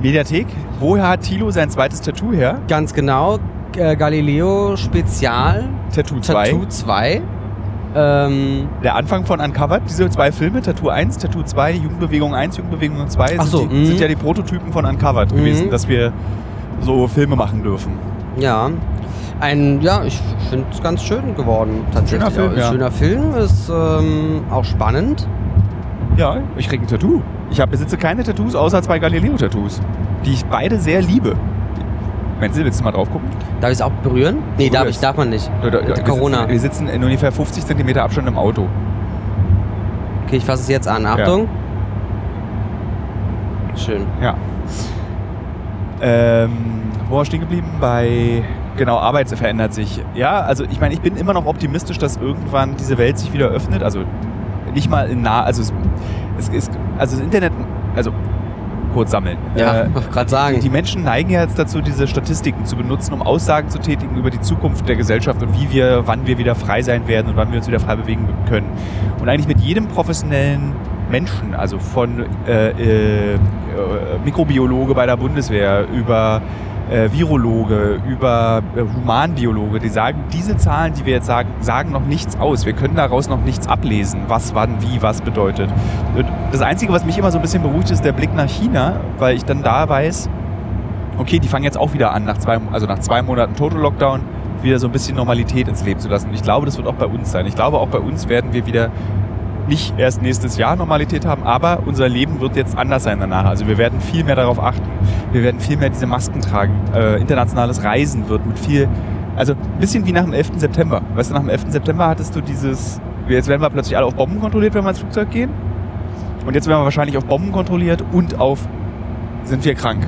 Mediathek? Woher hat Thilo sein zweites Tattoo her? ganz genau, äh, Galileo Spezial. Tattoo 2. Tattoo 2. Ähm, der Anfang von Uncovered, diese zwei Filme, Tattoo 1, Tattoo 2, Jugendbewegung 1, Jugendbewegung 2, Ach sind, so, die, sind mhm. ja die Prototypen von Uncovered Mhm. gewesen, dass wir so Filme machen dürfen. ja. Ein, ja, ich finde es ganz schön geworden. Tatsächlich. Schöner Äh, Film, Ist ja. Schöner Film, ist ähm, auch spannend. Ja, ich krieg ein Tattoo. Ich hab, besitze keine Tattoos, außer zwei Galileo-Tattoos, die ich beide sehr liebe. Menzel, willst du mal drauf gucken? Darf ich es auch berühren? Nee, Berühr es. darf Äh, ich, darf man nicht. Oder- Mit oder- Äh, Corona. Wir sitzen, wir sitzen in ungefähr 50 Zentimeter Abstand im Auto. Okay, ich fasse es jetzt an. Achtung. Schön. Ja. Ähm, wo war ich stehen geblieben? Bei, genau, Arbeit verändert sich. Ja, also ich meine, ich bin immer noch optimistisch, dass irgendwann diese Welt sich wieder öffnet. Also nicht mal in nah, also es, es ist, also das Internet, also kurz sammeln. Ja, Äh, wollte gerade sagen. die Menschen neigen ja jetzt dazu, diese Statistiken zu benutzen, um Aussagen zu tätigen über die Zukunft der Gesellschaft und wie wir, wann wir wieder frei sein werden und wann wir uns wieder frei bewegen können. Und eigentlich mit jedem professionellen Menschen, also von äh, äh, äh, Mikrobiologe bei der Bundeswehr über äh, Virologe, über äh, Humanbiologe, die sagen, diese Zahlen, die wir jetzt sagen, sagen noch nichts aus. Wir können daraus noch nichts ablesen, was wann wie was bedeutet. Und das Einzige, was mich immer so ein bisschen beruhigt, ist der Blick nach China, weil ich dann da weiß, okay, die fangen jetzt auch wieder an, nach zwei, also nach zwei Monaten Total Lockdown, wieder so ein bisschen Normalität ins Leben zu lassen. Und ich glaube, das wird auch bei uns sein. Ich glaube, auch bei uns werden wir wieder nicht erst nächstes Jahr Normalität haben, aber unser Leben wird jetzt anders sein danach. Also wir werden viel mehr darauf achten. Wir werden viel mehr diese Masken tragen. Äh, internationales Reisen wird mit viel, also ein bisschen wie nach dem 11. September. Weißt du, nach dem 11. September hattest du dieses, jetzt werden wir plötzlich alle auf Bomben kontrolliert, wenn wir ins Flugzeug gehen. Und jetzt werden wir wahrscheinlich auf Bomben kontrolliert und auf sind wir krank.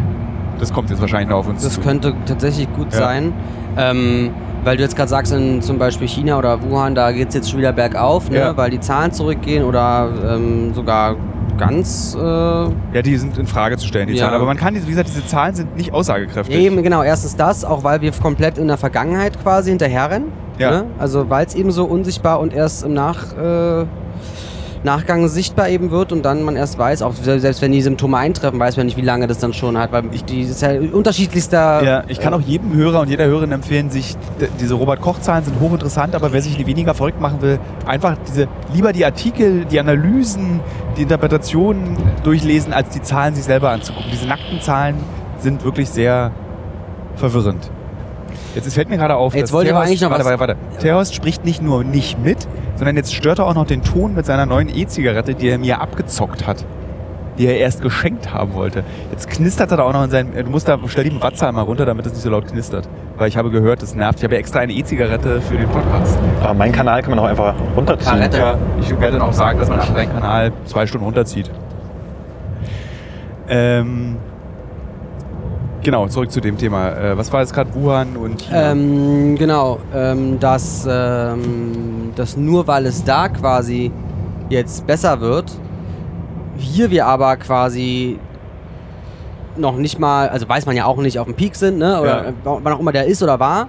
Das kommt jetzt wahrscheinlich noch auf uns Das zu. könnte tatsächlich gut Ja. sein. Ähm, weil du jetzt gerade sagst, in zum Beispiel China oder Wuhan, da geht es jetzt schon wieder bergauf, ne? Ja. weil die Zahlen zurückgehen oder ähm, sogar ganz. Äh, ja, die sind in Frage zu stellen, die Ja. Zahlen. Aber man kann, diese- wie gesagt, diese Zahlen sind nicht aussagekräftig. eben, genau, erstens das, auch weil wir komplett in der Vergangenheit quasi hinterherrennen. Ja. Ne? Also, weil es eben so unsichtbar und erst im Nach. Äh, Nachgang sichtbar eben wird und dann man erst weiß, auch se- selbst wenn die Symptome eintreffen, weiß man nicht, wie lange das dann schon hat, weil ich, die ist ja unterschiedlichster. Ja, ich kann auch jedem Hörer und jeder Hörerin empfehlen, sich d- diese Robert-Koch-Zahlen sind hochinteressant, aber wer sich weniger verrückt machen will, einfach diese lieber die Artikel, die Analysen, die Interpretationen durchlesen, als die Zahlen sich selber anzugucken. Diese nackten Zahlen sind wirklich sehr verwirrend. Jetzt es fällt mir gerade auf, Jetzt dass wollte ich aber eigentlich noch warte, was- Warte, warte. Terhorst spricht nicht nur nicht mit, sondern jetzt stört er auch noch den Ton mit seiner neuen E-Zigarette, die er mir abgezockt hat die er erst geschenkt haben wollte. Jetzt knistert er da auch noch in seinem. äh, Du musst da, stell die Wattzahl mal runter, damit es nicht so laut knistert. Weil ich habe gehört, das nervt. Ich habe ja extra eine E-Zigarette für den Podcast. Aber meinen Ah, Kanal kann man auch einfach runterziehen. Karette. Ja, ich werde dann auch sagen, dass man den Kanal zwei Stunden runterzieht. Ähm, genau, zurück zu dem Thema. Äh, was war jetzt gerade Wuhan und China? Ähm, genau, ähm, dass, ähm, dass nur weil es da quasi jetzt besser wird, hier wir aber quasi noch nicht mal, also weiß man ja auch nicht, auf dem Peak sind, ne? oder Ja. wann auch immer der ist oder war.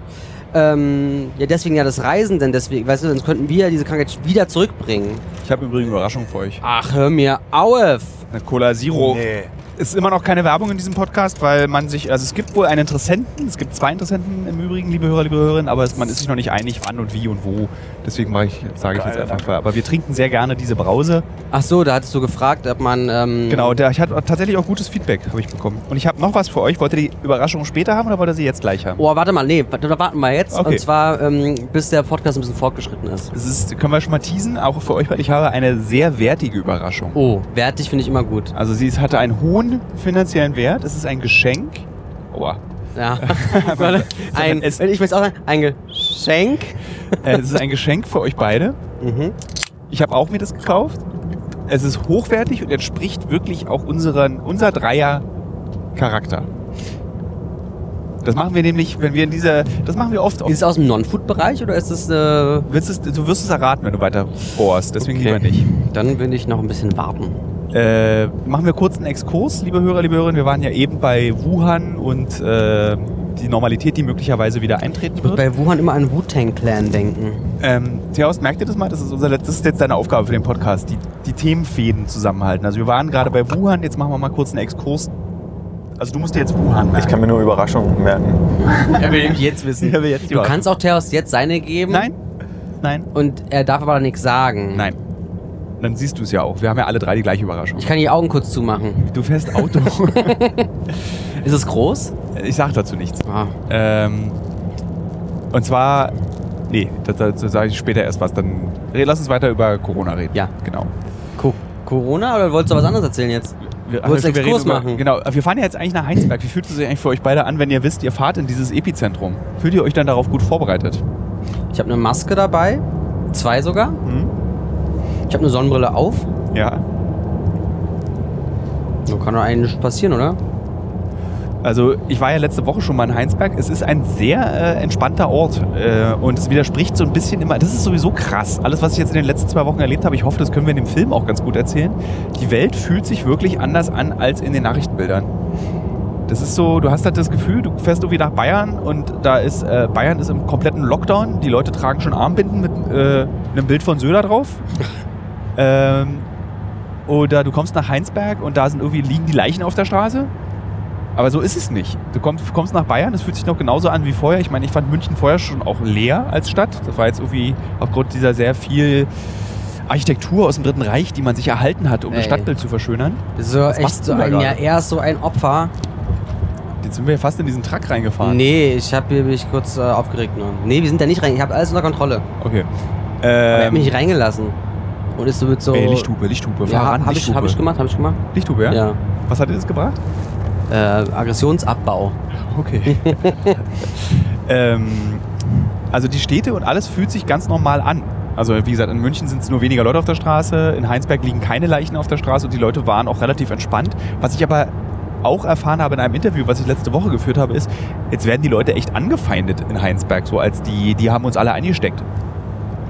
Ähm, ja, deswegen ja das Reisen, denn deswegen, weißt du, sonst könnten wir ja diese Krankheit wieder zurückbringen. ich habe übrigens eine Überraschung für euch. Ach, hör mir auf! Eine Cola Zero. Nee. ist immer noch keine Werbung in diesem Podcast, weil man sich, also es gibt wohl einen Interessenten, es gibt zwei Interessenten im Übrigen, liebe Hörer, liebe Hörerinnen, aber es, man ist sich noch nicht einig, wann und wie und wo. Deswegen mache ich, sage ich jetzt Geil, einfach mal. Aber wir trinken sehr gerne diese Brause. Ach so, da hattest du gefragt, ob man. Ähm, Genau, der, ich hatte tatsächlich auch gutes Feedback, habe ich bekommen. Und ich habe noch was für euch. Wollt ihr die Überraschung später haben oder wollt ihr sie jetzt gleich haben? Oh, warte mal, nee, warte- warten wir jetzt. Okay. Und zwar, ähm, bis der Podcast ein bisschen fortgeschritten ist. Es ist, können wir schon mal teasen, auch für euch, weil ich habe eine sehr wertige Überraschung. Oh, wertig finde ich immer gut. Also sie ist, hatte einen hohen finanziellen Wert, es ist ein Geschenk. Oha. Ja. Sondern ein, es- wenn ich möchte auch sagen, ein Geschenk. Äh, Es ist ein Geschenk für euch beide. Mhm. Ich habe auch mir das gekauft. Es ist hochwertig und entspricht wirklich auch unseren, unser Dreier-Charakter. Das machen wir nämlich, wenn wir in dieser, das machen wir oft. Ist es aus dem Non-Food-Bereich oder ist es. Äh, Willst es, du wirst es erraten, wenn du weiter bohrst. Deswegen Okay. lieber nicht. dann will ich noch ein bisschen warten. Äh, machen wir kurz einen Exkurs, liebe Hörer, liebe Hörerinnen. Wir waren ja eben bei Wuhan und äh, die Normalität, die möglicherweise wieder eintreten wird. Bei Wuhan immer an Wu-Tang-Clan denken. Ähm, Theos, merkt ihr das mal? Das ist, unser, das ist jetzt deine Aufgabe für den Podcast, die, die Themenfäden zusammenhalten. Also wir waren gerade bei Wuhan, jetzt machen wir mal kurz einen Exkurs. Also du musst dir jetzt Wuhan Ich kann mir nur Überraschungen merken. Er will nämlich jetzt wissen. Ja, wir jetzt Du kannst Hm. auch Theos jetzt seine geben. Nein, nein, Und er darf aber nichts sagen. nein. Dann siehst du es ja auch. Wir haben ja alle drei die gleiche Überraschung. Ich kann die Augen kurz zumachen. Du fährst Auto. Ist es groß? ich sag dazu nichts. Ah. Ähm, und zwar, nee, dazu sage ich später erst was. Dann red- lass uns weiter über Corona reden. Ja. Genau. Co Corona oder wolltest du was anderes erzählen jetzt? Wir, Wolltest wir reden Exkurs über, machen? Genau, wir fahren ja jetzt eigentlich nach Heinsberg. Wie fühlt es sich eigentlich für euch beide an, wenn ihr wisst, ihr fahrt in dieses Epizentrum? Fühlt ihr euch dann darauf gut vorbereitet? Ich habe eine Maske dabei, zwei sogar. Mhm. Ich habe eine Sonnenbrille auf. Ja. So kann doch eigentlich nichts passieren, oder? Also ich war ja letzte Woche schon mal in Heinsberg. Es ist ein sehr äh, entspannter Ort äh, und es widerspricht so ein bisschen immer. Das ist sowieso krass. Alles, was ich jetzt in den letzten zwei Wochen erlebt habe, ich hoffe, das können wir in dem Film auch ganz gut erzählen. Die Welt fühlt sich wirklich anders an als in den Nachrichtenbildern. Das ist so, du hast halt das Gefühl, du fährst irgendwie nach Bayern und da ist, äh, Bayern ist im kompletten Lockdown. Die Leute tragen schon Armbinden mit äh, einem Bild von Söder drauf. ähm, oder du kommst nach Heinsberg und da sind irgendwie liegen die Leichen auf der Straße. Aber so ist es nicht. Du kommst, kommst nach Bayern, es fühlt sich noch genauso an wie vorher. Ich meine, ich fand München vorher schon auch leer als Stadt. Das war jetzt irgendwie aufgrund dieser sehr viel Architektur aus dem Dritten Reich, die man sich erhalten hat, um Ey. das Stadtbild zu verschönern. Das ist so echt machst so du da ein, gerade? ja, er ist so ein Opfer. Jetzt sind wir fast in diesen Truck reingefahren. Nee, ich habe mich kurz äh, aufgeregt nur. Nee, wir sind da nicht rein. Ich habe alles unter Kontrolle. Okay. Aber er hat mich Ähm, nicht reingelassen. Und ist so mit so. ey, Lichthupe, Lichthupe. fahr Ja, ran, habe ich, Lichthupe. hab ich gemacht, habe ich gemacht. Lichthupe, ja? Ja. Was hat dir das gebracht? Äh, Aggressionsabbau. Okay. ähm, also die Städte und alles fühlt sich ganz normal an. Also wie gesagt, in München sind es nur weniger Leute auf der Straße, in Heinsberg liegen keine Leichen auf der Straße und die Leute waren auch relativ entspannt. Was ich aber auch erfahren habe in einem Interview, was ich letzte Woche geführt habe, ist, jetzt werden die Leute echt angefeindet in Heinsberg, so als die, die haben uns alle eingesteckt.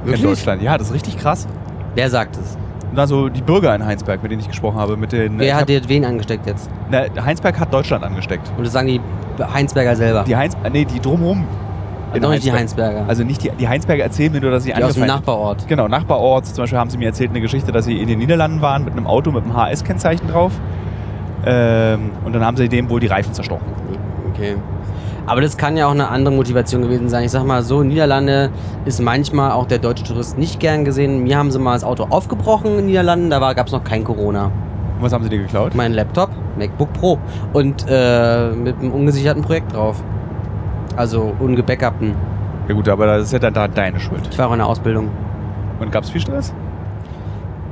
In Deutschland. Ja, das ist richtig krass. Wer sagt es? Also die Bürger in Heinsberg, mit denen ich gesprochen habe, mit den. ich Wer hab- hat dir wen angesteckt jetzt? na, Heinsberg hat Deutschland angesteckt. Und das sagen die Heinsberger selber. Die Heinz, äh, nee, die drumherum. in Doch nicht die Heinsberg. Heinsberger. Also nicht die, die Heinsberger erzählen mir nur, dass sie die aus dem angefeindet- Nachbarort. Genau, Nachbarort. Zum Beispiel haben sie mir erzählt eine Geschichte, dass sie in den Niederlanden waren mit einem Auto mit einem HS-Kennzeichen drauf. Ähm, und dann haben sie dem wohl die Reifen zerstochen. Okay. Aber das kann ja auch eine andere Motivation gewesen sein. Ich sag mal so, Niederlande ist manchmal auch der deutsche Tourist nicht gern gesehen. Mir haben sie mal das Auto aufgebrochen in Niederlanden, da gab es noch kein Corona. Und was haben sie dir geklaut? Mein Laptop, MacBook Pro und äh, mit einem ungesicherten Projekt drauf. Also ungebackuppten. Ja gut, aber das ist ja dann da deine Schuld. Ich war auch in der Ausbildung. Und gab es viel Stress?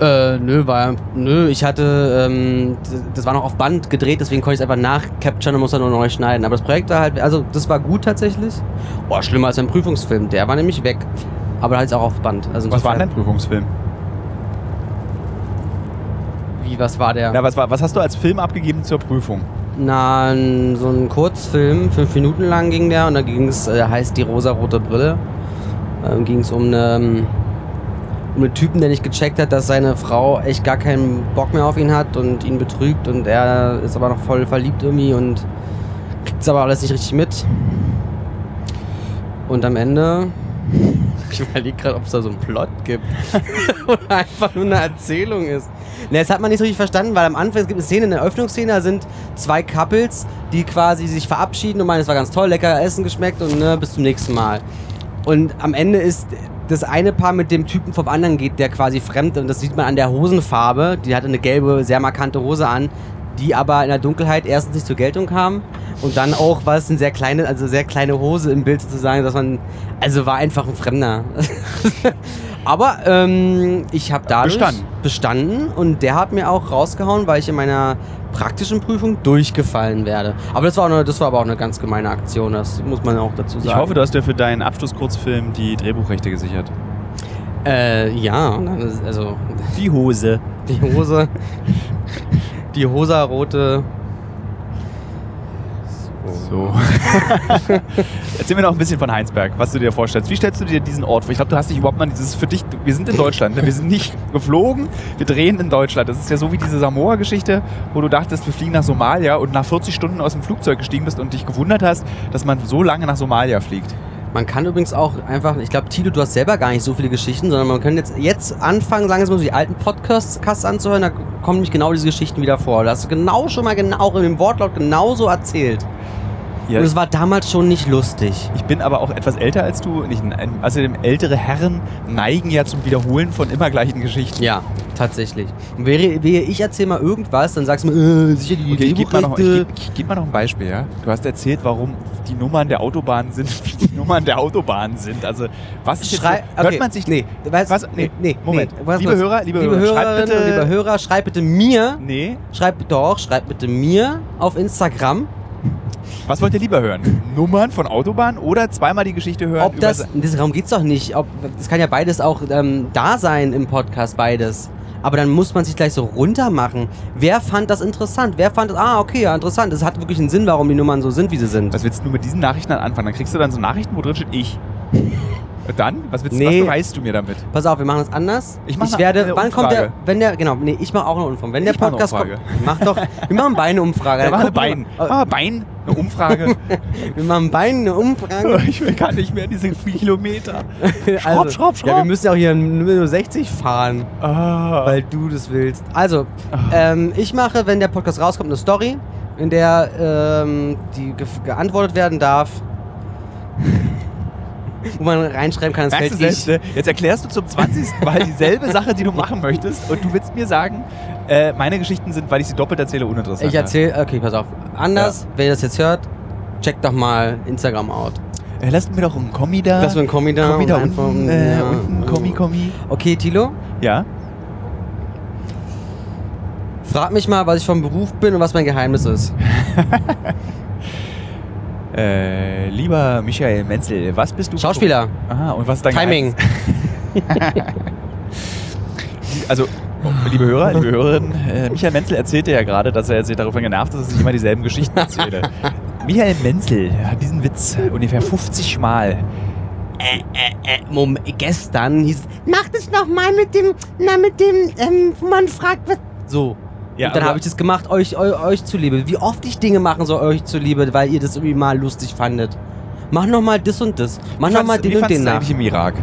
Äh, nö, war, nö, ich hatte, ähm, d- das war noch auf Band gedreht, deswegen konnte ich es einfach nachcapturen und musste nur neu schneiden. Aber das Projekt war halt, also das war gut tatsächlich. Boah, schlimmer als ein Prüfungsfilm, der war nämlich weg. Aber halt auch auf Band. Also Was war denn dein insofern- Prüfungsfilm? Wie, was war der? Na, was, war, was hast du als Film abgegeben zur Prüfung? Na, n- so ein Kurzfilm, fünf Minuten lang ging der und da ging es, äh, heißt die rosarote Brille. Ähm, ging es um eine, um einen Typen, der nicht gecheckt hat, dass seine Frau echt gar keinen Bock mehr auf ihn hat und ihn betrügt und er ist aber noch voll verliebt irgendwie und kriegt es aber alles nicht richtig mit. Und am Ende, ich überlege gerade, ob es da so einen Plot gibt oder einfach nur eine Erzählung ist. Ne, das hat man nicht so richtig verstanden, weil am Anfang es gibt eine Szene, eine Eröffnungsszene, da sind zwei Couples, die quasi sich verabschieden und meinen, es war ganz toll, lecker Essen geschmeckt und ne, bis zum nächsten Mal. Und am Ende ist das eine Paar mit dem Typen vom anderen geht, der quasi fremd und das sieht man an der Hosenfarbe. Die hatte eine gelbe, sehr markante Hose an, die aber in der Dunkelheit erstens nicht zur Geltung kam und dann auch war es eine sehr kleine, also sehr kleine Hose im Bild sozusagen, dass man, also war einfach ein Fremder. aber ähm, ich habe dadurch Bestanden. bestanden und der hat mir auch rausgehauen, weil ich in meiner praktischen Prüfung durchgefallen werde. Aber das war, auch eine, das war aber auch eine ganz gemeine Aktion, das muss man auch dazu sagen. Ich hoffe, du hast dir für deinen Abschlusskurzfilm die Drehbuchrechte gesichert. Äh, ja, und dann ist- also Die Hose. die Hose, die rosarote. So. Erzähl mir noch ein bisschen von Heinsberg, was du dir vorstellst. Wie stellst du dir diesen Ort vor? Ich glaube, du hast dich überhaupt mal dieses für dich. Wir sind in Deutschland, ne? wir sind nicht geflogen, wir drehen in Deutschland. Das ist ja so wie diese Samoa-Geschichte, wo du dachtest, wir fliegen nach Somalia und nach 40 Stunden aus dem Flugzeug gestiegen bist und dich gewundert hast, dass man so lange nach Somalia fliegt. Man kann übrigens auch einfach, ich glaube, Tilo, du hast selber gar nicht so viele Geschichten, sondern man kann jetzt, jetzt anfangen, sagen wir mal, die alten Podcasts Casts anzuhören, da kommen nämlich genau diese Geschichten wieder vor. Das hast du genau schon mal genau auch in dem Wortlaut genauso erzählt. Und es war damals schon nicht lustig. Ich bin aber auch etwas älter als du. Nicht, also ältere Herren neigen ja zum Wiederholen von immer gleichen Geschichten. Ja, Tatsächlich. Und wehe, wehe ich erzähl mal irgendwas, dann sagst du mir, äh, sicher die Okay, ich gebe mal, noch- ich Drehbuchrechte. geb- ich geb mal noch ein Beispiel, ja? Du hast erzählt, warum die Nummern der Autobahnen sind, wie die Nummern der Autobahnen sind. Also, was ist Schrei- jetzt, hört okay, man sich nee, weißt, was- nee, nee, nee, Moment. nee, warte Liebe kurz. Hörer, liebe liebe Hörer, schreibt Hörerinnen bitte- und lieber Hörer, schreibt bitte mir, Nee, schreibt doch, schreibt bitte mir auf Instagram, was wollt ihr lieber hören? Nummern von Autobahnen oder zweimal die Geschichte hören? ob über- das, darum geht's doch nicht, ob, das kann ja beides auch ähm, da sein im Podcast, beides. Aber dann muss man sich gleich so runter machen. Wer fand das interessant? Wer fand das, ah, okay, ja, interessant. Es hat wirklich einen Sinn, warum die Nummern so sind, wie sie sind. Was willst du mit diesen Nachrichten dann anfangen? Dann kriegst du dann so Nachrichten, wo drin steht, ich. Und Dann? Was, willst, Nee. was beweist du mir damit? Pass auf, wir machen das anders. Ich mach eine- werde, eine wann kommt Umfrage. der, wenn der, genau, nee, ich mache auch eine Umfrage. Wenn der Ich mach eine Podcast kommt, Umfrage. mach doch, wir machen Beinumfrage. Ja, Dann mach mal gucken Bein. wir- Mach mal Bein. Eine Umfrage. Ah. Wir machen Bein eine Umfrage. ich will gar nicht mehr diese vier Kilometer. Also, schraub, schraub. Ja, wir müssen ja auch hier nur 60 fahren, Ah. weil du das willst. Also, ähm, ich mache, wenn der Podcast rauskommt, eine Story, in der ähm, die ge geantwortet werden darf. Wo man reinschreiben kann, es Merkst du fällt ich. selbst, ne? Jetzt erklärst du zum 20. Mal dieselbe Sache, die du machen möchtest und du willst mir sagen, äh, meine Geschichten sind, weil ich sie doppelt erzähle, uninteressant. Ich erzähle, okay, pass auf. Anders, wer das jetzt hört, checkt doch mal Instagram out. Äh, lass mir doch einen Kommi da. Lass mir einen Kommi da Äh, Kommi und da einfach- unten. Äh, ja. unten, Kommi, Kommi. Okay, Tilo, Ja? frag mich mal, was ich vom Beruf bin und was mein Geheimnis ist. Äh, lieber Michael Menzel, was bist du? Schauspieler, Aha, und was ist dein Timing. Also, liebe Hörer, liebe Hörerinnen, äh, Michael Menzel erzählte ja gerade, dass er sich darüber genervt ist, dass ich immer dieselben Geschichten erzähle. Michael Menzel hat diesen Witz ungefähr 50 Mal. Moment, Äh, gestern hieß mach das nochmal mit dem, na mit dem, ähm, wo man fragt, was... So. Ja, und dann aber- habe ich das gemacht, euch, eu, euch zuliebe. Wie oft ich Dinge machen soll, euch zuliebe, weil ihr das irgendwie mal lustig fandet. Mach nochmal das und das. Mach Fandst- nochmal wie den und fandst den du es nach. eigentlich im Irak?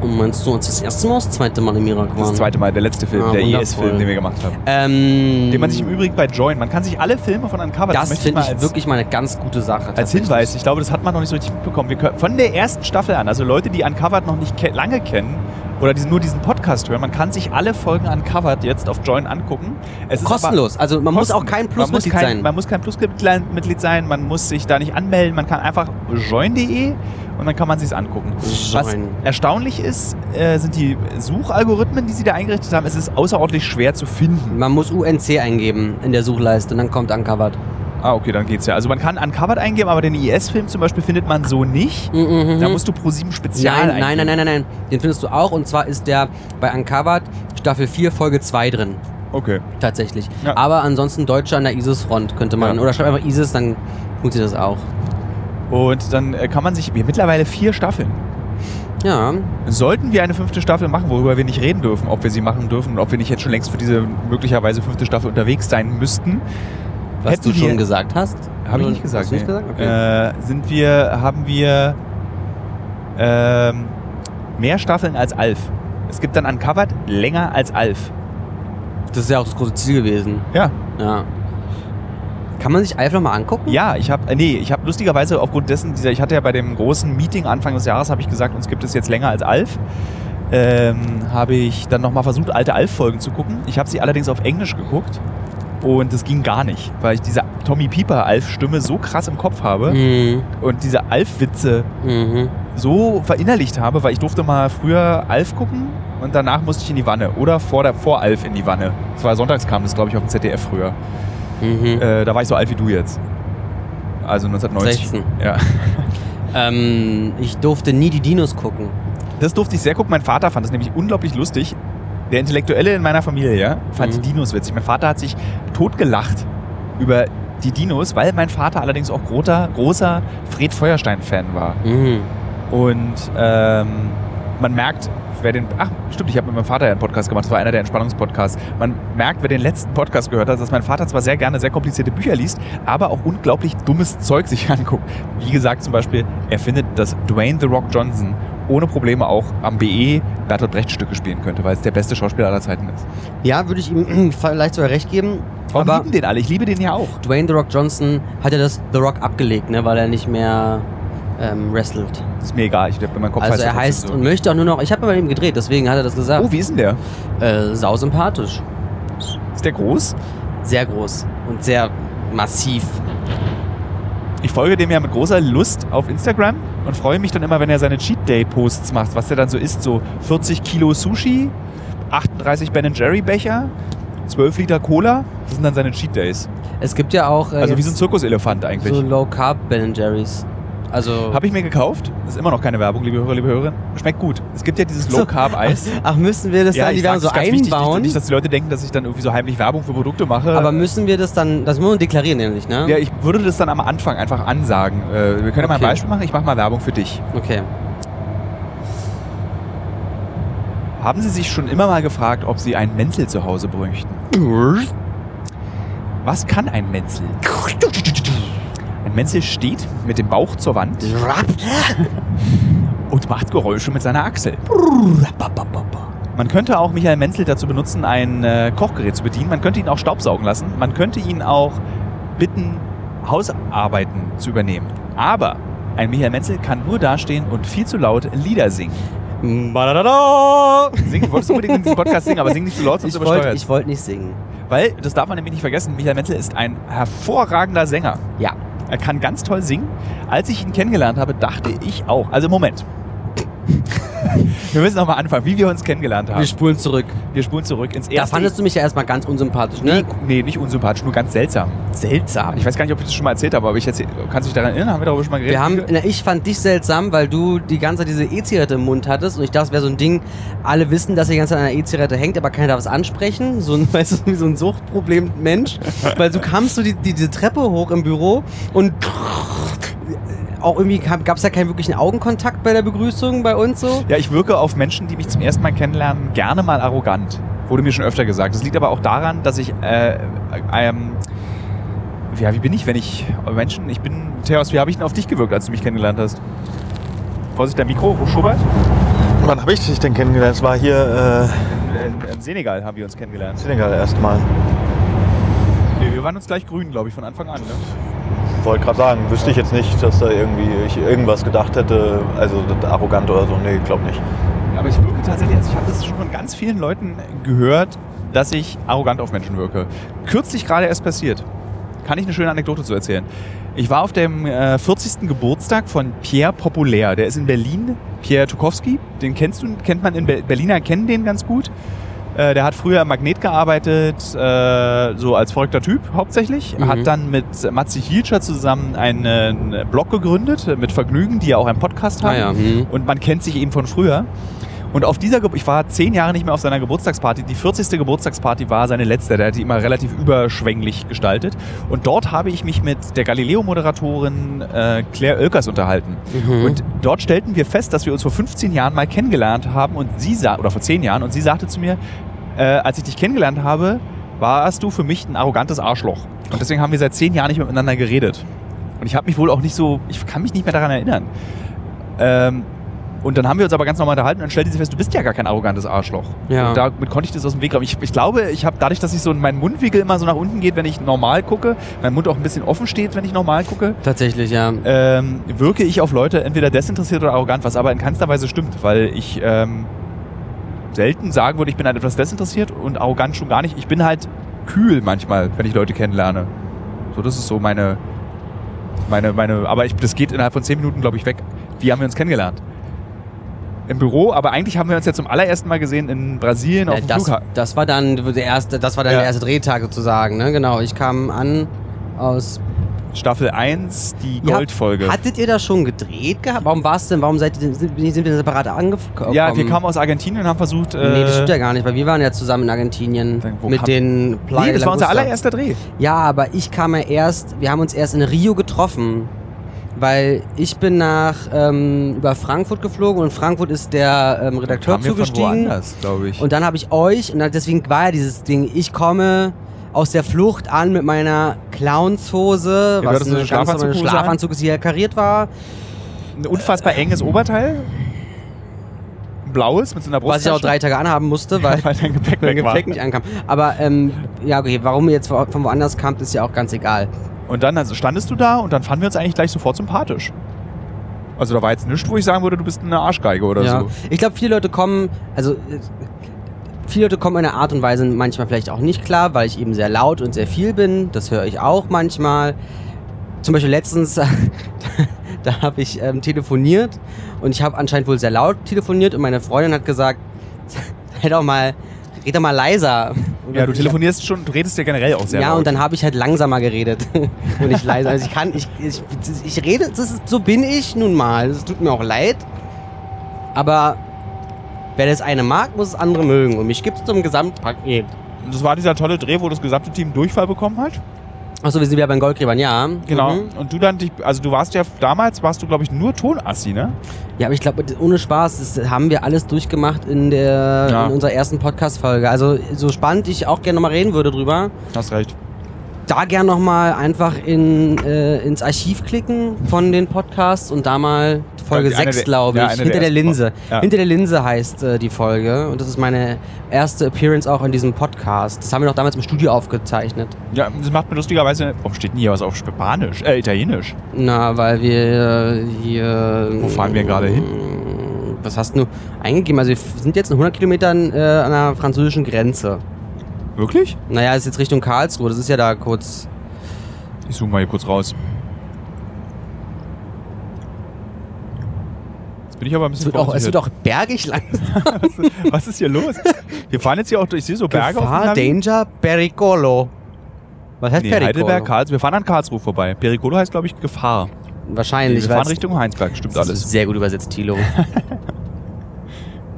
Und meinst du, uns das erste Mal oder das zweite Mal im Irak waren? Das zweite Mal, der letzte Film, Ah, der wundervoll. IS-Film, den wir gemacht haben. Ähm, Den man sich im Übrigen bei Join, man kann sich alle Filme von Uncovered, Das möchte finde mal ich als, wirklich mal eine ganz gute Sache. als tatsächlich. Hinweis, ich glaube, das hat man noch nicht so richtig mitbekommen. Wir können, von der ersten Staffel an, also Leute, die Uncovered noch nicht ke lange kennen oder die nur diesen Podcast hören, man kann sich alle Folgen Uncovered jetzt auf Join angucken. Es ist aber- Kostenlos. Also man muss auch kostenlos. Man kein muss Plusmitglied kein- sein. Man muss kein Plusmitglied sein, man muss sich da nicht anmelden, man kann einfach join.de und dann kann man sich's angucken. Was Join. erstaunlich ist, äh, sind die Suchalgorithmen, die sie da eingerichtet haben. Es ist außerordentlich schwer zu finden. Man muss UNC eingeben in der Suchleiste und dann kommt Uncovered. Ah, okay, dann geht's ja. Also man kann Uncovered eingeben, aber den IS-Film zum Beispiel findet man so nicht. Mhm, Da musst du ProSieben Spezial nein, eingeben. nein, nein, nein, nein, nein. Den findest du auch und zwar ist der bei Uncovered Staffel 4 Folge 2 drin. Okay. Tatsächlich. Ja. Aber ansonsten Deutsche an der ISIS-Front könnte man. Ja. Oder schreib einfach ISIS, dann funktioniert das auch. Und dann äh, kann man sich wir, mittlerweile vier Staffeln. Ja. Sollten wir eine fünfte Staffel machen, worüber wir nicht reden dürfen, ob wir sie machen dürfen und ob wir nicht jetzt schon längst für diese möglicherweise fünfte Staffel unterwegs sein müssten, Was Hätten du schon wir- gesagt hast. Habe ich Oder- nicht gesagt. Äh, Hast du nicht gesagt? Okay. äh, sind wir, haben wir ähm, mehr Staffeln als Alf. Es gibt dann Uncovered länger als Alf. Das ist ja auch das große Ziel gewesen. Ja. Ja. Kann man sich Alf nochmal angucken? Ja, ich habe, nee, ich habe lustigerweise aufgrund dessen, dieser, ich hatte ja bei dem großen Meeting Anfang des Jahres, habe ich gesagt, uns gibt es jetzt länger als Alf. Ähm, habe ich dann nochmal versucht, alte Alf-Folgen zu gucken. Ich habe sie allerdings auf Englisch geguckt und das ging gar nicht, weil ich diese Tommy Pieper-Alf-Stimme so krass im Kopf habe Mhm. und diese Alf-Witze Mhm. so verinnerlicht habe, weil ich durfte mal früher Alf gucken und danach musste ich in die Wanne oder vor, der, vor Alf in die Wanne. Das war sonntags kam das, glaube ich, auf dem ZDF früher. Mhm. Äh, da war ich so alt wie du jetzt. Also 1990. 16. Ja. Ähm, ich durfte nie die Dinos gucken. Das durfte ich sehr gucken. Mein Vater fand das nämlich unglaublich lustig. Der Intellektuelle in meiner Familie ja, fand Mhm. die Dinos witzig. Mein Vater hat sich totgelacht über die Dinos, weil mein Vater allerdings auch großer, großer Fred Feuerstein-Fan war. Mhm. Und ähm, man merkt, wer den. Ach, stimmt, ich habe mit meinem Vater ja einen Podcast gemacht. Das war einer der Entspannungspodcasts. Man merkt, wer den letzten Podcast gehört hat, dass mein Vater zwar sehr gerne sehr komplizierte Bücher liest, aber auch unglaublich dummes Zeug sich anguckt. Wie gesagt, zum Beispiel, er findet, dass Dwayne The Rock Johnson ohne Probleme auch am BE Bertolt Brecht Stücke spielen könnte, weil es der beste Schauspieler aller Zeiten ist. Ja, würde ich ihm vielleicht sogar recht geben. Warum aber lieben den alle? Ich liebe den ja auch. Dwayne The Rock Johnson hat ja das The Rock abgelegt, ne, weil er nicht mehr ähm, wrestelt. Ist mir egal, ich hab meinen Kopf Also heiß er trotzdem heißt so. und möchte auch nur noch. Ich habe bei ihm gedreht, deswegen hat er das gesagt. Oh, wie ist denn der? Äh, sau sympathisch, Ist der groß? sehr groß und sehr massiv. Ich folge dem ja mit großer Lust auf Instagram und freue mich dann immer, wenn er seine Cheat Day Posts macht, was er dann so isst. So 40 Kilo Sushi, 38 Ben Jerry Becher, 12 Liter Cola. Das sind dann seine Cheat Days. Es gibt ja auch äh, Also wie so ein jetzt Zirkuselefant eigentlich. so Low Carb Ben Jerry's. Also Habe ich mir gekauft. Ist immer noch keine Werbung, liebe Hörer, liebe Hörerin. Schmeckt gut. Es gibt ja dieses Low Carb Eis. ach müssen wir das dann die ich Werbung sag, so das ist ganz wichtig, einbauen? nicht, nicht, dass die Leute denken, dass ich dann irgendwie so heimlich Werbung für Produkte mache. aber müssen wir das dann? Das muss man deklarieren nämlich, ne? ja, ich würde das dann am Anfang einfach ansagen. Äh, wir können ja mal ein Okay. Beispiel machen. Ich mache mal Werbung für dich. Okay. Haben Sie sich schon immer mal gefragt, ob Sie einen Menzel zu Hause bräuchten? Was kann ein Menzel? Ein Menzel steht mit dem Bauch zur Wand und macht Geräusche mit seiner Achsel. Man könnte auch Michael Menzel dazu benutzen, ein äh, Kochgerät zu bedienen. Man könnte ihn auch staubsaugen lassen. Man könnte ihn auch bitten, Hausarbeiten zu übernehmen. Aber ein Michael Menzel kann nur dastehen und viel zu laut Lieder singen. Badadada. Singen, wolltest du unbedingt in diesem Podcast singen, aber sing nicht zu laut, sonst Ich wollte übersteuert. ich wollte nicht singen. Weil, das darf man nämlich nicht vergessen, Michael Menzel ist ein hervorragender Sänger. Ja. Er kann ganz toll singen. Als ich ihn kennengelernt habe, dachte ich auch. Also Moment. wir müssen nochmal anfangen, wie wir uns kennengelernt haben. Wir spulen zurück. Wir spulen zurück ins erste. E- Da fandest du mich ja erstmal ganz unsympathisch, ne? Nee, nicht unsympathisch, nur ganz seltsam. Seltsam. Ich weiß gar nicht, ob ich das schon mal erzählt habe, aber ich erzähl, kannst du dich daran erinnern? Haben wir darüber schon mal geredet? Wir haben, na, ich fand dich seltsam, weil du die ganze Zeit diese E-Zigarette im Mund hattest und ich dachte, es wäre so ein Ding, alle wissen, dass ihr die ganze Zeit an einer E-Zigarette hängt, aber keiner darf es ansprechen. So ein, weißt du, wie so ein Suchtproblem-Mensch. weil du kamst so die, die, diese Treppe hoch im Büro und auch irgendwie gab es ja keinen wirklichen Augenkontakt bei der Begrüßung bei uns so. Ja, ich wirke auf Menschen, die mich zum ersten Mal kennenlernen, gerne mal arrogant. Wurde mir schon öfter gesagt. Das liegt aber auch daran, dass ich, äh, ähm, ja, wie bin ich, wenn ich oh, Menschen, ich bin, Theos, wie habe ich denn auf dich gewirkt, als du mich kennengelernt hast? Vorsicht, dein Mikro, Schubert. Wann habe ich dich denn kennengelernt? Das war hier In, in Senegal haben wir uns äh, kennengelernt. Senegal erstmal. Nee, wir waren uns gleich grün, glaube ich, von Anfang an. Ne? Wollte gerade sagen, wüsste ich jetzt nicht, dass da irgendwie ich irgendwas gedacht hätte, also das arrogant oder so. Nee, glaub nicht. Aber ich wirke tatsächlich, also ich habe das schon von ganz vielen Leuten gehört, dass ich arrogant auf Menschen wirke. Kürzlich gerade erst passiert. Kann ich eine schöne Anekdote zu erzählen. Ich war auf dem äh, 40. Geburtstag von Pierre Populaire. Der ist in Berlin. Pierre Tukowski, den kennst du, kennt man in Ber Berliner, kennen den ganz gut. Äh, der hat früher im Magnet gearbeitet, äh, so als verrückter Typ hauptsächlich. Mhm. Hat dann mit Matze Hilscher zusammen einen Blog gegründet, äh, mit Vergnügen, die Ah ja auch einen Podcast haben. hm. Und man kennt sich eben von früher. Und auf dieser, Ge ich war zehn Jahre nicht mehr auf seiner Geburtstagsparty. Die 40. Geburtstagsparty war seine letzte. Der hat die immer relativ überschwänglich gestaltet. Und dort habe ich mich mit der Galileo-Moderatorin äh, Claire Oelkers unterhalten. Mhm. Und dort stellten wir fest, dass wir uns vor 15 Jahren mal kennengelernt haben. Und sie sa oder vor 10 Jahren. Und sie sagte zu mir, äh, als ich dich kennengelernt habe, warst du für mich ein arrogantes Arschloch. Und deswegen haben wir seit 10 Jahren nicht mehr miteinander geredet. Und ich habe mich wohl auch nicht so, ich kann mich nicht mehr daran erinnern. Ähm, und dann haben wir uns aber ganz normal unterhalten und dann stellte sie fest, du bist ja gar kein arrogantes Arschloch. Ja. Und damit konnte ich das aus dem Weg räumen. Ich, ich glaube, ich habe dadurch, dass ich so in meinen Mundwinkel immer so nach unten geht, wenn ich normal gucke, mein Mund auch ein bisschen offen steht, wenn ich normal gucke, Tatsächlich, ja. ähm, wirke ich auf Leute entweder desinteressiert oder arrogant, was aber in keinster Weise stimmt, weil ich ähm, selten sagen würde, ich bin an etwas desinteressiert und arrogant schon gar nicht. Ich bin halt kühl manchmal, wenn ich Leute kennenlerne. So, das ist so meine, meine, meine, aber ich, das geht innerhalb von zehn Minuten, glaube ich, weg. Wie haben wir uns kennengelernt? Im Büro, aber eigentlich haben wir uns ja zum allerersten Mal gesehen in Brasilien auf Äh, dem das, Flughafen. das war dann der erste, das war dann Ja. der erste Drehtag sozusagen, ne? Genau. Ich kam an aus Staffel 1, die Ja, Goldfolge. Hattet ihr das schon gedreht gehabt? Warum war es denn? Warum seid ihr, denn- sind, sind wir denn separat angekommen? ja, wir kamen aus Argentinien und haben versucht. Nee, das äh, stimmt ja gar nicht, weil wir waren ja zusammen in Argentinien Dann wo mit kam- den Playa nee, das war unser Langosta. allererster Dreh. Ja, aber ich kam ja erst, wir haben uns erst in Rio getroffen, weil ich bin nach ähm, über Frankfurt geflogen und in Frankfurt ist der ähm, Redakteur Kamen wir von zugestiegen. woanders, glaube ich. Und dann habe ich euch, und dann, deswegen war ja dieses Ding, ich komme aus der Flucht an mit meiner Clownshose, Ja, du hattest eine ganz normale Schlafanzughose an? Schlafanzug ist, die ja kariert war, ein unfassbar enges Oberteil. Ein blaues mit so einer Brust. was ich auch drei Tage anhaben musste, weil Weil dein Gepäck mein weg war. Gepäck nicht ankam. Aber ähm, ja, okay, warum ihr jetzt von von woanders kamt, ist ja auch ganz egal. Und dann also standest du da und dann fanden wir uns eigentlich gleich sofort sympathisch. Also da war jetzt nichts, wo ich sagen würde, du bist eine Arschgeige oder ja. so. Ich glaube, viele Leute kommen, also äh, viele Leute kommen in einer Art und Weise manchmal vielleicht auch nicht klar, weil ich eben sehr laut und sehr viel bin. Das höre ich auch manchmal. Zum Beispiel letztens, da, da habe ich ähm, telefoniert und ich habe anscheinend wohl sehr laut telefoniert und meine Freundin hat gesagt, sei doch mal, red doch mal leiser. Ja, du telefonierst schon, du redest ja generell auch sehr ja, laut. und dann habe ich halt langsamer geredet und nicht leiser. Also ich kann, ich, ich, ich rede, das ist, so bin ich nun mal. Es tut mir auch leid. Aber wer das eine mag, muss das andere mögen. Und mich gibt es zum Gesamtpaket. Das war dieser tolle Dreh, wo das gesamte Team Durchfall bekommen hat. Achso, wir sind wieder bei den Goldgräbern, ja. Genau. Mhm. Und du dann dich, also du warst ja damals, warst du, glaube ich, nur Tonassi, ne? Ja, aber ich glaube, ohne Spaß, das haben wir alles durchgemacht in, der, Ja. in unserer ersten Podcast-Folge. Also so spannend ich auch gerne nochmal reden würde drüber. Hast recht. da gern nochmal einfach in, äh, ins Archiv klicken von den Podcasts und da mal Folge Ja, eine 6, der- glaube ja, ich, eine hinter der der, ersten Linse. Folgen. Ja. Hinter der Linse heißt äh, die Folge und das ist meine erste Appearance auch in diesem Podcast. Das haben wir noch damals im Studio aufgezeichnet. Ja, das macht mir lustigerweise. Warum steht denn hier was auf Spanisch? Äh, Italienisch. Na, weil wir äh, hier... mm, Wo fahren wir gerade hin? Was hast du eingegeben? Also wir f- sind jetzt in 100 Kilometern äh, an der französischen Grenze. Wirklich? Naja, ist jetzt Richtung Karlsruhe, das ist ja da kurz... Ich zoome mal hier kurz raus. Jetzt bin ich aber ein Es bisschen wird, auch, es wird verunsichert. auch bergig lang. Was ist hier los? Wir fahren jetzt hier auch durch, ich sehe so Berge auf dem Gefahr, Navi. Danger, Pericolo. Was heißt Nee, Pericolo? Heidelberg, Karlsruhe. Wir fahren an Karlsruhe vorbei. Pericolo heißt, glaube ich, Gefahr. Wir Wahrscheinlich. fahren weil- Richtung Heinsberg, stimmt Das ist alles. sehr gut übersetzt, Thilo.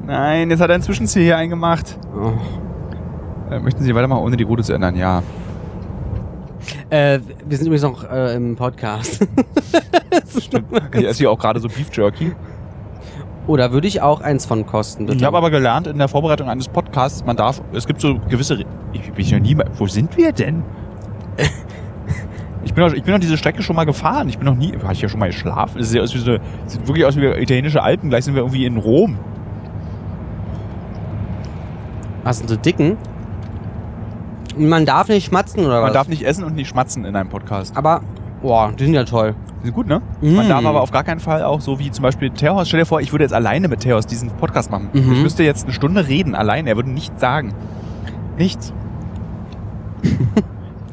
Nein, jetzt hat er ein Zwischenziel hier eingemacht. Oh. Äh, Möchten Sie weitermachen, ohne die Route zu ändern? Ja. äh, wir sind übrigens noch äh, im Podcast. Ich esse hier auch gerade so Beef Jerky. Oder würde ich auch eins von kosten, bitte? Ich habe aber gelernt in der Vorbereitung eines Podcasts, man darf, es gibt so gewisse, Re- ich bin noch nie, mal- wo sind wir denn? Ich bin, auch, ich bin auch diese Strecke schon mal gefahren. Ich bin noch nie, hatte ich ja schon mal geschlafen. Es sieht, aus wie so, sieht wirklich aus wie italienische Alpen. Gleich sind wir irgendwie in Rom. Hast du einen dicken? Man darf nicht schmatzen, oder Man was? darf nicht essen und nicht schmatzen in einem Podcast. aber, boah, die sind ja toll. Die sind gut, ne? Mm. Man darf aber auf gar keinen Fall auch so wie zum Beispiel Theos. Stell dir vor, ich würde jetzt alleine mit Theos diesen Podcast machen. Mhm. Ich müsste jetzt eine Stunde reden, allein. Er würde nichts sagen. Nichts.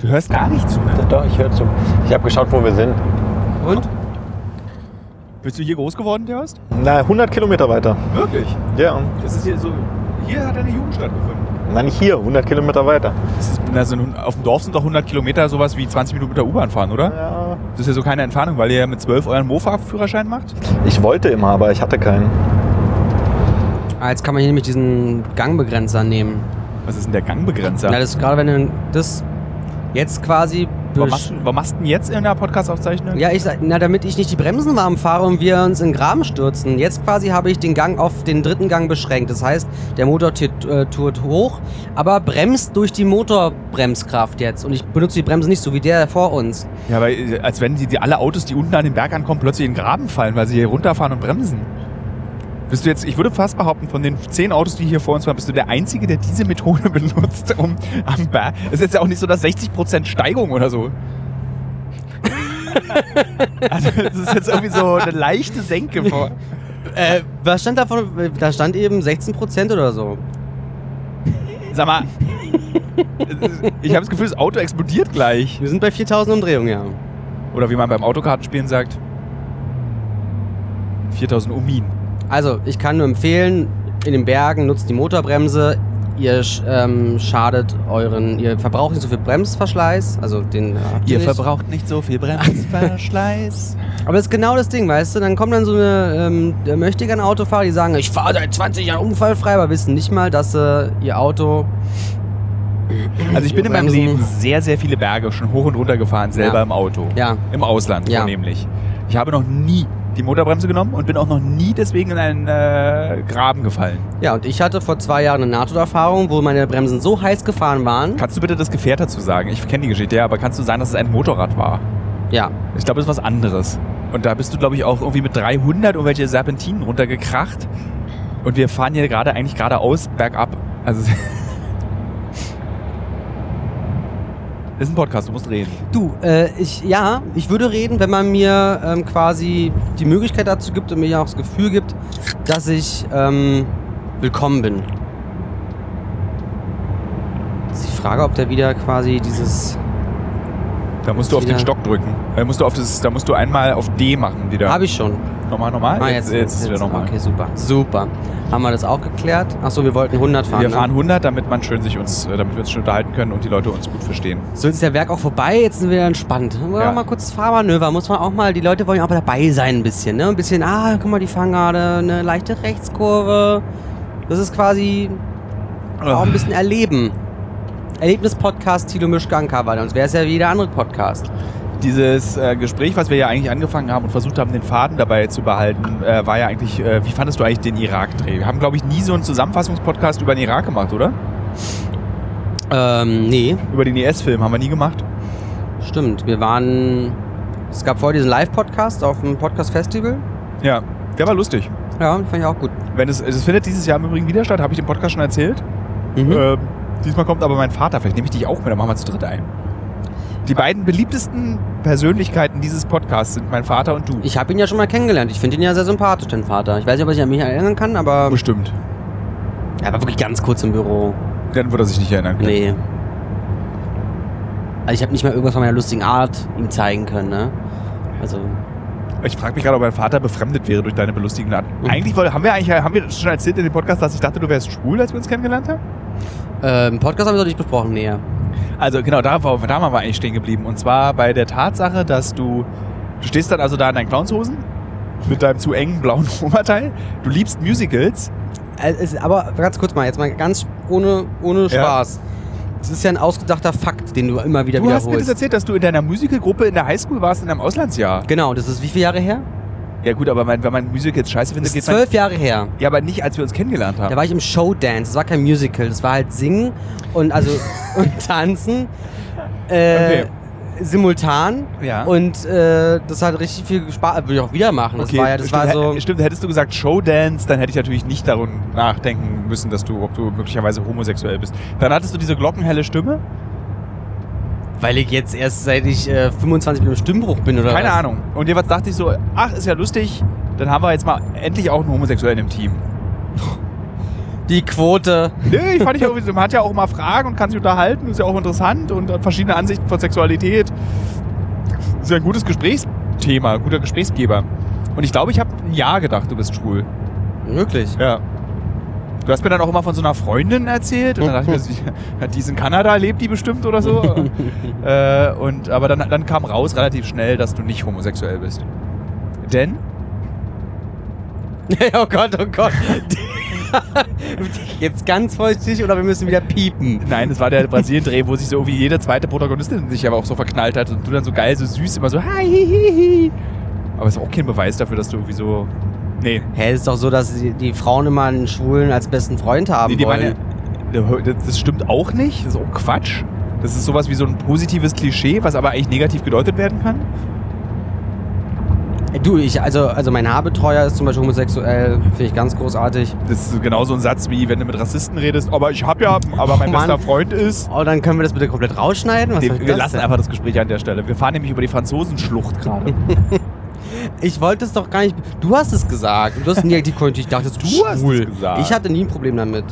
du hörst gar nicht zu. Doch, ich höre zu. Ich habe geschaut, wo wir sind. Und? Bist du hier groß geworden, Theos? Na, 100 Kilometer weiter. Wirklich? Ja. Das ist hier so. Hier hat eine Jugend stattgefunden. Nein, nicht hier, 100 Kilometer weiter. Das ist, also auf dem Dorf sind doch 100 Kilometer sowas wie 20 Minuten mit der U-Bahn fahren, oder? Ja. Das ist ja so keine Entfernung, weil ihr ja mit 12 euren Mofa-Führerschein macht. Ich wollte immer, aber ich hatte keinen. Ah, jetzt kann man hier nämlich diesen Gangbegrenzer nehmen. Was ist denn der Gangbegrenzer? Ja, das ist gerade, wenn du das jetzt quasi... warum, besch- machst, du- warum machst du denn jetzt in der Podcast-Aufzeichnung? Ja, ich sag, na, damit ich nicht die Bremsen warm fahre und wir uns in den Graben stürzen. Jetzt quasi habe ich den Gang auf den dritten Gang beschränkt. Das heißt, der Motor tiert- äh, tourt hoch, aber bremst durch die Motorbremskraft jetzt. Und ich benutze die Bremse nicht so wie der vor uns. Ja, weil, äh, als wenn die, die alle Autos, die unten an den Berg ankommen, plötzlich in den Graben fallen, weil sie hier runterfahren und bremsen. Bist du jetzt, ich würde fast behaupten, von den zehn Autos, die hier vor uns waren, bist du der Einzige, der diese Methode benutzt, um am Berg. Es ist jetzt ja auch nicht so, dass 60% Steigung oder so. also, es ist jetzt irgendwie so eine leichte Senke vor. Äh, was stand davon? Da stand eben 16% oder so. Sag mal, es ist- ich habe das Gefühl, das Auto explodiert gleich. Wir sind bei 4000 Umdrehungen, ja. Oder wie man beim Autokartenspielen sagt, 4000 Umin. Also, ich kann nur empfehlen, in den Bergen nutzt die Motorbremse. Ihr sch- ähm, schadet euren, ihr verbraucht nicht so viel Bremsverschleiß, also den. habt Ihr nicht. verbraucht nicht so viel Bremsverschleiß. Aber das ist genau das Ding, weißt du? Dann kommt dann so eine ähm, der möchte gern Autofahrer, die sagen, ich fahre seit 20 Jahren unfallfrei, aber wissen nicht mal, dass äh, ihr Auto. also ich bin in meinem Bremsen. Leben sehr, sehr viele Berge schon hoch und runter gefahren, selber Ja. im Auto. Ja. Im Ausland Ja. vornehmlich. Ich habe noch nie die Motorbremse genommen und bin auch noch nie deswegen in einen äh, Graben gefallen. Ja, und ich hatte vor zwei Jahren eine NATO-Erfahrung, wo meine Bremsen so heiß gefahren waren. Kannst du bitte das Gefährt dazu sagen? Ich kenne die Geschichte, ja, aber kannst du sagen, dass es ein Motorrad war? Ja. Ich glaube, das ist was anderes. Und da bist du, glaube ich, auch irgendwie mit 300 irgendwelche Serpentinen runtergekracht. Und wir fahren hier gerade eigentlich geradeaus bergab. Also Ist ein Podcast, du musst reden. Du, äh, ich, ja, ich würde reden, wenn man mir ähm, quasi die Möglichkeit dazu gibt und mir auch das Gefühl gibt, dass ich ähm, willkommen bin. Jetzt die Frage, ob der wieder quasi dieses. Da musst du auf Wieder. den Stock drücken. Da musst du, auf das, da musst du einmal auf D machen wieder. Habe ich schon. Nochmal, nochmal? Ah, jetzt, jetzt ist wieder nochmal. Okay, super. Super. Haben wir das auch geklärt? Achso, wir wollten 100 fahren. Wir ne? fahren 100, damit man schön sich uns, äh, damit wir uns schön unterhalten können und die Leute uns gut verstehen. So jetzt ist der Werk auch vorbei, jetzt sind wir wieder entspannt. Wollen wir Ja. Mal kurz Fahrmanöver, muss man auch mal, die Leute wollen ja auch mal dabei sein ein bisschen, ne? Ein bisschen, ah, guck mal, die fahren gerade eine leichte Rechtskurve. Das ist quasi auch ein bisschen Erleben. Erlebnis-Podcast Tilo Mischke an Cover, sonst wäre es ja wie jeder andere Podcast. Dieses äh, Gespräch, was wir ja eigentlich angefangen haben und versucht haben, den Faden dabei zu behalten, äh, war ja eigentlich, äh, wie fandest du eigentlich den Irak-Dreh? Wir haben, glaube ich, nie so einen Zusammenfassungspodcast über den Irak gemacht, oder? Ähm, nee, Über den IS-Film haben wir nie gemacht. stimmt. Wir waren, es gab vorher diesen Live-Podcast auf dem Podcast-Festival. Ja, der war lustig. Ja, fand ich auch gut. Wenn es, es findet dieses Jahr im Übrigen wieder statt, habe ich den Podcast schon erzählt. Mhm. Ähm, diesmal kommt aber mein Vater, vielleicht nehme ich dich auch mit, dann machen wir zu dritt ein. Die beiden beliebtesten Persönlichkeiten dieses Podcasts sind mein Vater und du. Ich habe ihn ja schon mal kennengelernt. Ich finde ihn ja sehr sympathisch, den Vater. Ich weiß nicht, ob ich mich an mich erinnern kann, aber Bestimmt. er war wirklich ganz kurz im Büro. Dann wird er sich nicht erinnern können. Nee. Also ich habe nicht mal irgendwas von meiner lustigen Art ihm zeigen können, ne? Also, Ich frage mich gerade, ob mein Vater befremdet wäre durch deine belustigende Art. Eigentlich wollte, haben wir eigentlich haben wir das schon erzählt in dem Podcast, dass ich dachte, du wärst schwul, als wir uns kennengelernt haben? äh, im Podcast haben wir doch nicht besprochen, Äh, näher. Also genau, da, war- da waren wir eigentlich stehen geblieben. Und zwar bei der Tatsache, dass du, du stehst dann also da in deinen Clownshosen mit deinem zu engen blauen Oberteil. Du liebst Musicals. Es ist aber ganz kurz mal, jetzt mal ganz ohne, ohne Ja. Spaß. Das ist ja ein ausgedachter Fakt, den du immer wieder Du hast mir das wiederholst. erzählt, dass du in deiner Musicalgruppe in der Highschool warst in einem Auslandsjahr. genau, das ist wie viele Jahre her? Ja gut, aber mein, wenn man Musicals scheiße Das findet, ist geht's man... zwölf Jahre her. Ja, aber nicht, als wir uns kennengelernt Da haben. war ich im Showdance. Das war kein Musical. Das war halt Singen und also und Tanzen. Äh, Okay. Simultan. Ja. Und äh, das hat richtig viel gespart. Würde ich auch wieder machen. Das war ja, das stimmt, war hä- so. Stimmt, hättest du gesagt Showdance, dann hätte ich natürlich nicht darum nachdenken müssen, dass du, ob du möglicherweise homosexuell bist. Dann hattest du diese glockenhelle Stimme. Weil ich jetzt erst seit ich äh, 25 mit dem Stimmbruch bin oder Keine was? Ahnung. Und jeweils dachte ich so, ach, ist ja lustig, dann haben wir jetzt mal endlich auch einen Homosexuellen im Team. Die Quote. Nee, ich fand ich irgendwie, man hat ja auch immer Fragen und kann sich unterhalten, ist ja auch interessant und hat verschiedene Ansichten von Sexualität. Ist ja ein gutes Gesprächsthema, guter Gesprächsgeber. Und ich glaube, ich habe ein Jahr gedacht, du bist schwul. Wirklich. Ja. Du hast mir dann auch immer von so einer Freundin erzählt und dann dachte ich mir, die- die ist in Kanada, lebt die bestimmt oder so. äh, und, aber dann, dann kam raus relativ schnell, dass du nicht homosexuell bist. Denn? oh Gott, oh Gott. jetzt ganz vorsichtig oder wir müssen wieder piepen. Nein, das war der Brasilien-Dreh, wo sich so irgendwie jede zweite Protagonistin sich aber auch so verknallt hat und du dann so geil, so süß immer so hi hi hi hi. Aber ist auch kein Beweis dafür, dass du irgendwie so... Nee. Hä, ist doch so, dass die, die Frauen immer einen Schwulen als besten Freund haben Nee, die wollen. meine, das das stimmt auch nicht. Das ist auch Quatsch. Das ist sowas wie so ein positives Klischee, was aber eigentlich negativ gedeutet werden kann. Du, ich, also, also mein Haarbetreuer ist zum Beispiel homosexuell, finde ich ganz großartig. Das ist genau so ein Satz wie, wenn du mit Rassisten redest, aber ich hab ja, aber mein Oh Mann. bester Freund ist. Oh, dann können wir das bitte komplett rausschneiden? Was soll wir das lassen denn? einfach das Gespräch an der Stelle. Wir fahren nämlich über die Franzosenschlucht gerade. Ich wollte es doch gar nicht. Du hast es gesagt. Du hast nie die Konti. Ich dachte, du Du hast es schwul. gesagt. Ich hatte nie ein Problem damit.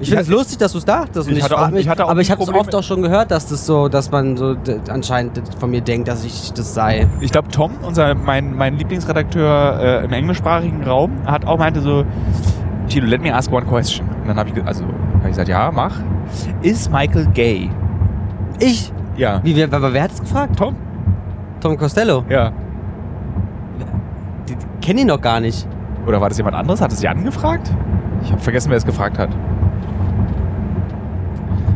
Ich finde es hatte- lustig, dass du es dachtest. Und Ich ich hatte auch- frag mich, ich hatte auch aber ich nie habe es Probleme. oft auch schon gehört, dass das so, dass man so d- anscheinend d- von mir denkt, dass ich das sei. Ich glaube, Tom, unser, mein, mein Lieblingsredakteur äh, im englischsprachigen Raum, hat auch meinte so, Tilo, let me ask one question. Und dann habe ich, ge- also, hab ich gesagt, ja, mach. Is Michael gay? Ich? Ja. Wie, wer, wer, wer hat es gefragt? Tom? Tom Costello. Ja. Die kenne ihn doch gar nicht. Oder war das jemand anderes? Hat es Jan gefragt? Ich habe vergessen, wer es gefragt hat.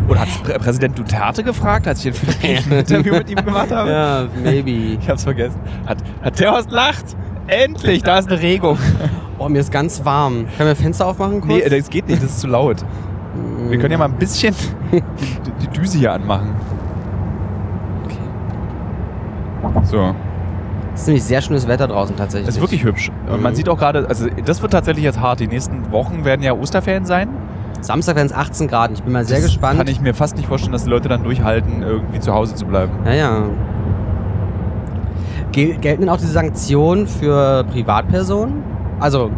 Oder hat Prä Präsident Duterte gefragt, als ich ein Philippinen-Interview mit ihm gemacht habe? Ja, maybe. Ich hab's vergessen. Hat, hat der was lacht? Endlich, da ist eine Regung. Oh, mir ist ganz warm. Können wir Fenster aufmachen kurz? Nee, das geht nicht, das ist zu laut. Wir können ja mal ein bisschen die, die Düse hier anmachen. Mm, So. Es ist nämlich sehr schönes Wetter draußen tatsächlich. Das ist wirklich hübsch. Und man Mhm. sieht auch gerade, also das wird tatsächlich jetzt hart. Die nächsten Wochen werden ja Osterferien sein. Samstag werden es 18 Grad. Ich bin mal sehr Das gespannt. Kann ich mir fast nicht vorstellen, dass die Leute dann durchhalten, irgendwie zu Hause zu bleiben. Naja. Gel gelten denn auch diese Sanktionen für Privatpersonen? Also,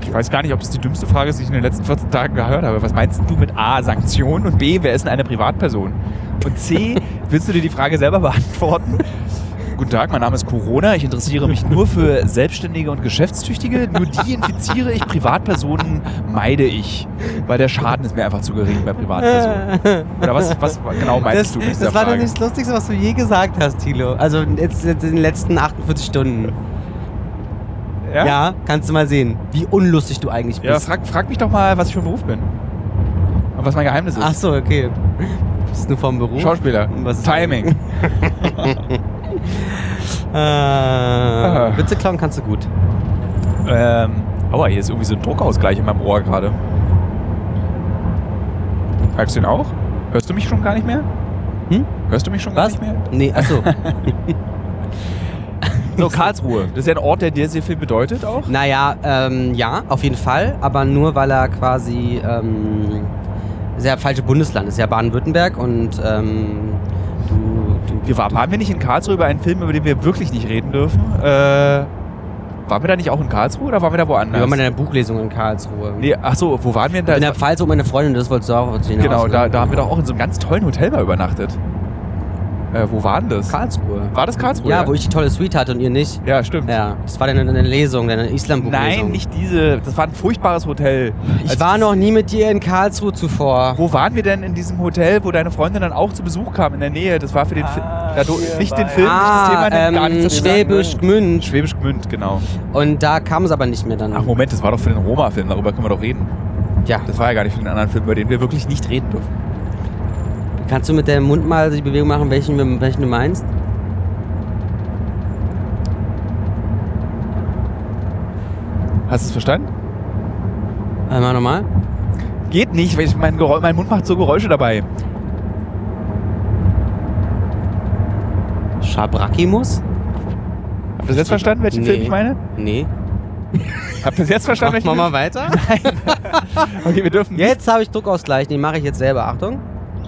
Ich weiß gar nicht, ob das die dümmste Frage ist, die ich in den letzten 14 Tagen gehört habe. Was meinst du mit A, Sanktionen und B, wer ist denn eine Privatperson? Und C, willst du dir die Frage selber beantworten? Guten Tag, mein Name ist Corona. Ich interessiere mich nur für Selbstständige und Geschäftstüchtige. Nur die infiziere ich, Privatpersonen meide ich. Weil der Schaden ist mir einfach zu gering bei Privatpersonen. also, Oder was, was genau meinst du mit dieser Äh, das war doch Frage? nicht das Lustigste, was du je gesagt hast, Thilo. Also jetzt, jetzt in den letzten 48 Stunden. Ja? kannst du mal sehen, wie unlustig du eigentlich Ja, bist. frag, frag mich doch mal, was ich für einen Beruf bin. Und was mein Geheimnis ist. Ach so, okay. Du bist nur vom Beruf. Schauspieler. Was ist- Timing. Äh, Witze klauen kannst du gut. ähm, aua, hier ist irgendwie so ein Druckausgleich in meinem Ohr gerade. Merkst du ihn auch? Hörst du mich schon gar nicht mehr? Hm? Hörst du mich schon Was? gar nicht mehr? Nee, achso. So, Karlsruhe. Das ist ja ein Ort, der dir sehr viel bedeutet auch. naja, ähm, ja, auf jeden Fall. Aber nur, weil er quasi ähm, sehr falsche Bundesland ist. Ja, Baden-Württemberg und ähm, du, du Wir waren, waren wir nicht in Karlsruhe über einen Film, über den wir wirklich nicht reden dürfen? Äh, waren wir da nicht auch in Karlsruhe oder waren wir da woanders? Wir waren mal in der Buchlesung in Karlsruhe. nee, ach so, wo waren wir denn da? in der Pfalz, wo meine Freundin, das wolltest du auch wolltest du Genau, hinaus, ne? da, da haben wir doch auch in so einem ganz tollen Hotel mal übernachtet. Äh, wo war denn das? Karlsruhe. War das Karlsruhe? Ja, wo ich die tolle Suite hatte und ihr nicht. Ja, stimmt. Ja, das war deine, deine Lesung, deine Islam-Buchlesung. Nein, nicht diese. Das war ein furchtbares Hotel. Ich Also war das- noch nie mit dir in Karlsruhe zuvor. Wo waren wir denn in diesem Hotel, wo deine Freundin dann auch zu Besuch kam in der Nähe? Das war für den Fi- Ah, da, du- hier nicht den bei- Film, nicht das Thema, ah, denn gar ähm, nichts zu sagen. Schwäbisch Hm. Gmünd. Schwäbisch Gmünd, genau. Und da kam es aber nicht mehr dann. Ach Moment, das war doch für den Roma-Film, darüber können wir doch reden. ja. Das war ja gar nicht für den anderen Film, über den wir wirklich nicht reden dürfen. Kannst du mit deinem Mund mal die Bewegung machen, welchen, welchen du meinst? Hast du es verstanden? Einmal nochmal. Geht nicht, weil ich mein, Geräu- mein Mund macht so Geräusche dabei. Schabrakimus? Habt ihr jetzt verstanden, welchen Nee. Film ich meine? Nee. Habt ihr jetzt verstanden, welchen Machen wir mal weiter. Film? Okay, wir dürfen Jetzt habe ich Druckausgleich, den mache ich jetzt selber. Achtung.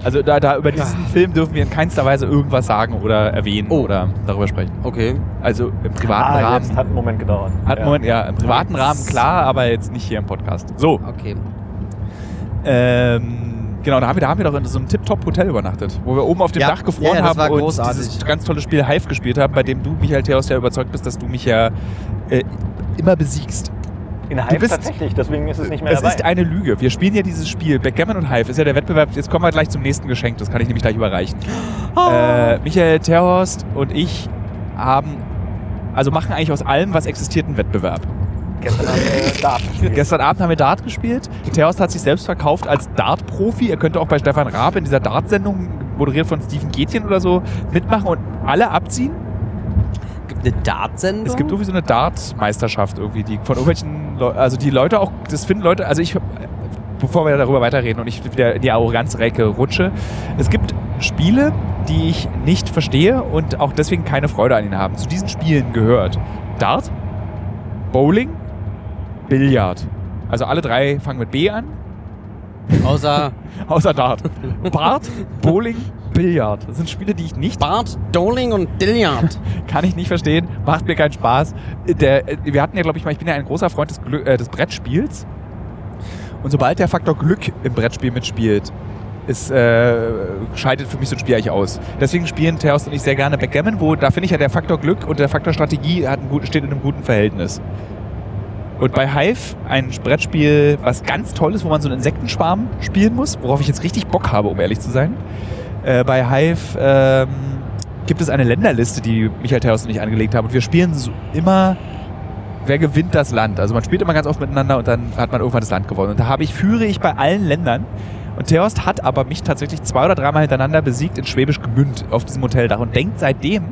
Also da, da Ah. über diesen Film dürfen wir in keinster Weise irgendwas sagen oder erwähnen Oh. oder darüber sprechen. Okay. Also im privaten Ah, Rahmen. jetzt hat einen Moment gedauert. Hat Ja. Moment, ja, im privaten Rahmen klar, aber jetzt nicht hier im Podcast. So, Okay. ähm, genau, da haben, wir, da haben wir doch in so einem Tip-Top-Hotel übernachtet, wo wir oben auf dem Ja. Dach gefroren Ja, ja, das haben war und großartig. dieses ganz tolle Spiel Hive gespielt haben, bei dem du, Michael Theos, ja überzeugt bist, dass du mich ja äh, immer besiegst. In Hype bist- tatsächlich, deswegen ist es nicht mehr Es dabei. ist eine Lüge. Wir spielen ja dieses Spiel. Backgammon und Hive ist ja der Wettbewerb. Jetzt kommen wir gleich zum nächsten Geschenk. Das kann ich nämlich gleich überreichen. Oh. Äh, Michael Terhorst und ich haben, also machen eigentlich aus allem, was existiert, einen Wettbewerb. Gestern haben wir Dart gespielt. Gestern Abend haben wir Dart gespielt. Terhorst hat sich selbst verkauft als Dart-Profi. Er könnte auch bei Stefan Raab in dieser Dart-Sendung, moderiert von Steven Gätjen oder so, mitmachen und alle abziehen. Gibt eine Dartsendung? Es gibt irgendwie so eine Dart-Meisterschaft irgendwie, die von irgendwelchen Leu also die Leute auch, das finden Leute, also ich, bevor wir darüber weiterreden und ich wieder in die Arroganzrecke rutsche, es gibt Spiele, die ich nicht verstehe und auch deswegen keine Freude an ihnen haben. Zu diesen Spielen gehört Dart, Bowling, Billard. Also alle drei fangen mit B an, Außer außer Dart. Bart, Bowling, Billard. Das sind Spiele, die ich nicht Bart, Doling und Dilliard. Kann ich nicht verstehen, macht mir keinen Spaß. Der, äh, wir hatten ja, glaube ich mal, ich bin ja ein großer Freund des, Glück, äh, des Brettspiels. Und sobald der Faktor Glück im Brettspiel mitspielt, ist, äh, scheidet für mich so ein Spiel eigentlich aus. Deswegen spielen Theos und ich sehr gerne Backgammon, wo da finde ich ja der Faktor Glück und der Faktor Strategie hat einen guten, steht in einem guten Verhältnis. Und bei Hive ein Brettspiel, was ganz toll ist, wo man so einen Insektenschwarm spielen muss, worauf ich jetzt richtig Bock habe, um ehrlich zu sein. Äh, bei Hive ähm, gibt es eine Länderliste, die Michael Theos und ich angelegt haben. Und wir spielen so immer, wer gewinnt das Land. Also man spielt immer ganz oft miteinander und dann hat man irgendwann das Land gewonnen. Und da habe ich, führe ich bei allen Ländern. Und Theost hat aber mich tatsächlich zwei oder dreimal hintereinander besiegt in Schwäbisch Gemünd auf diesem Hoteldach und denkt seitdem,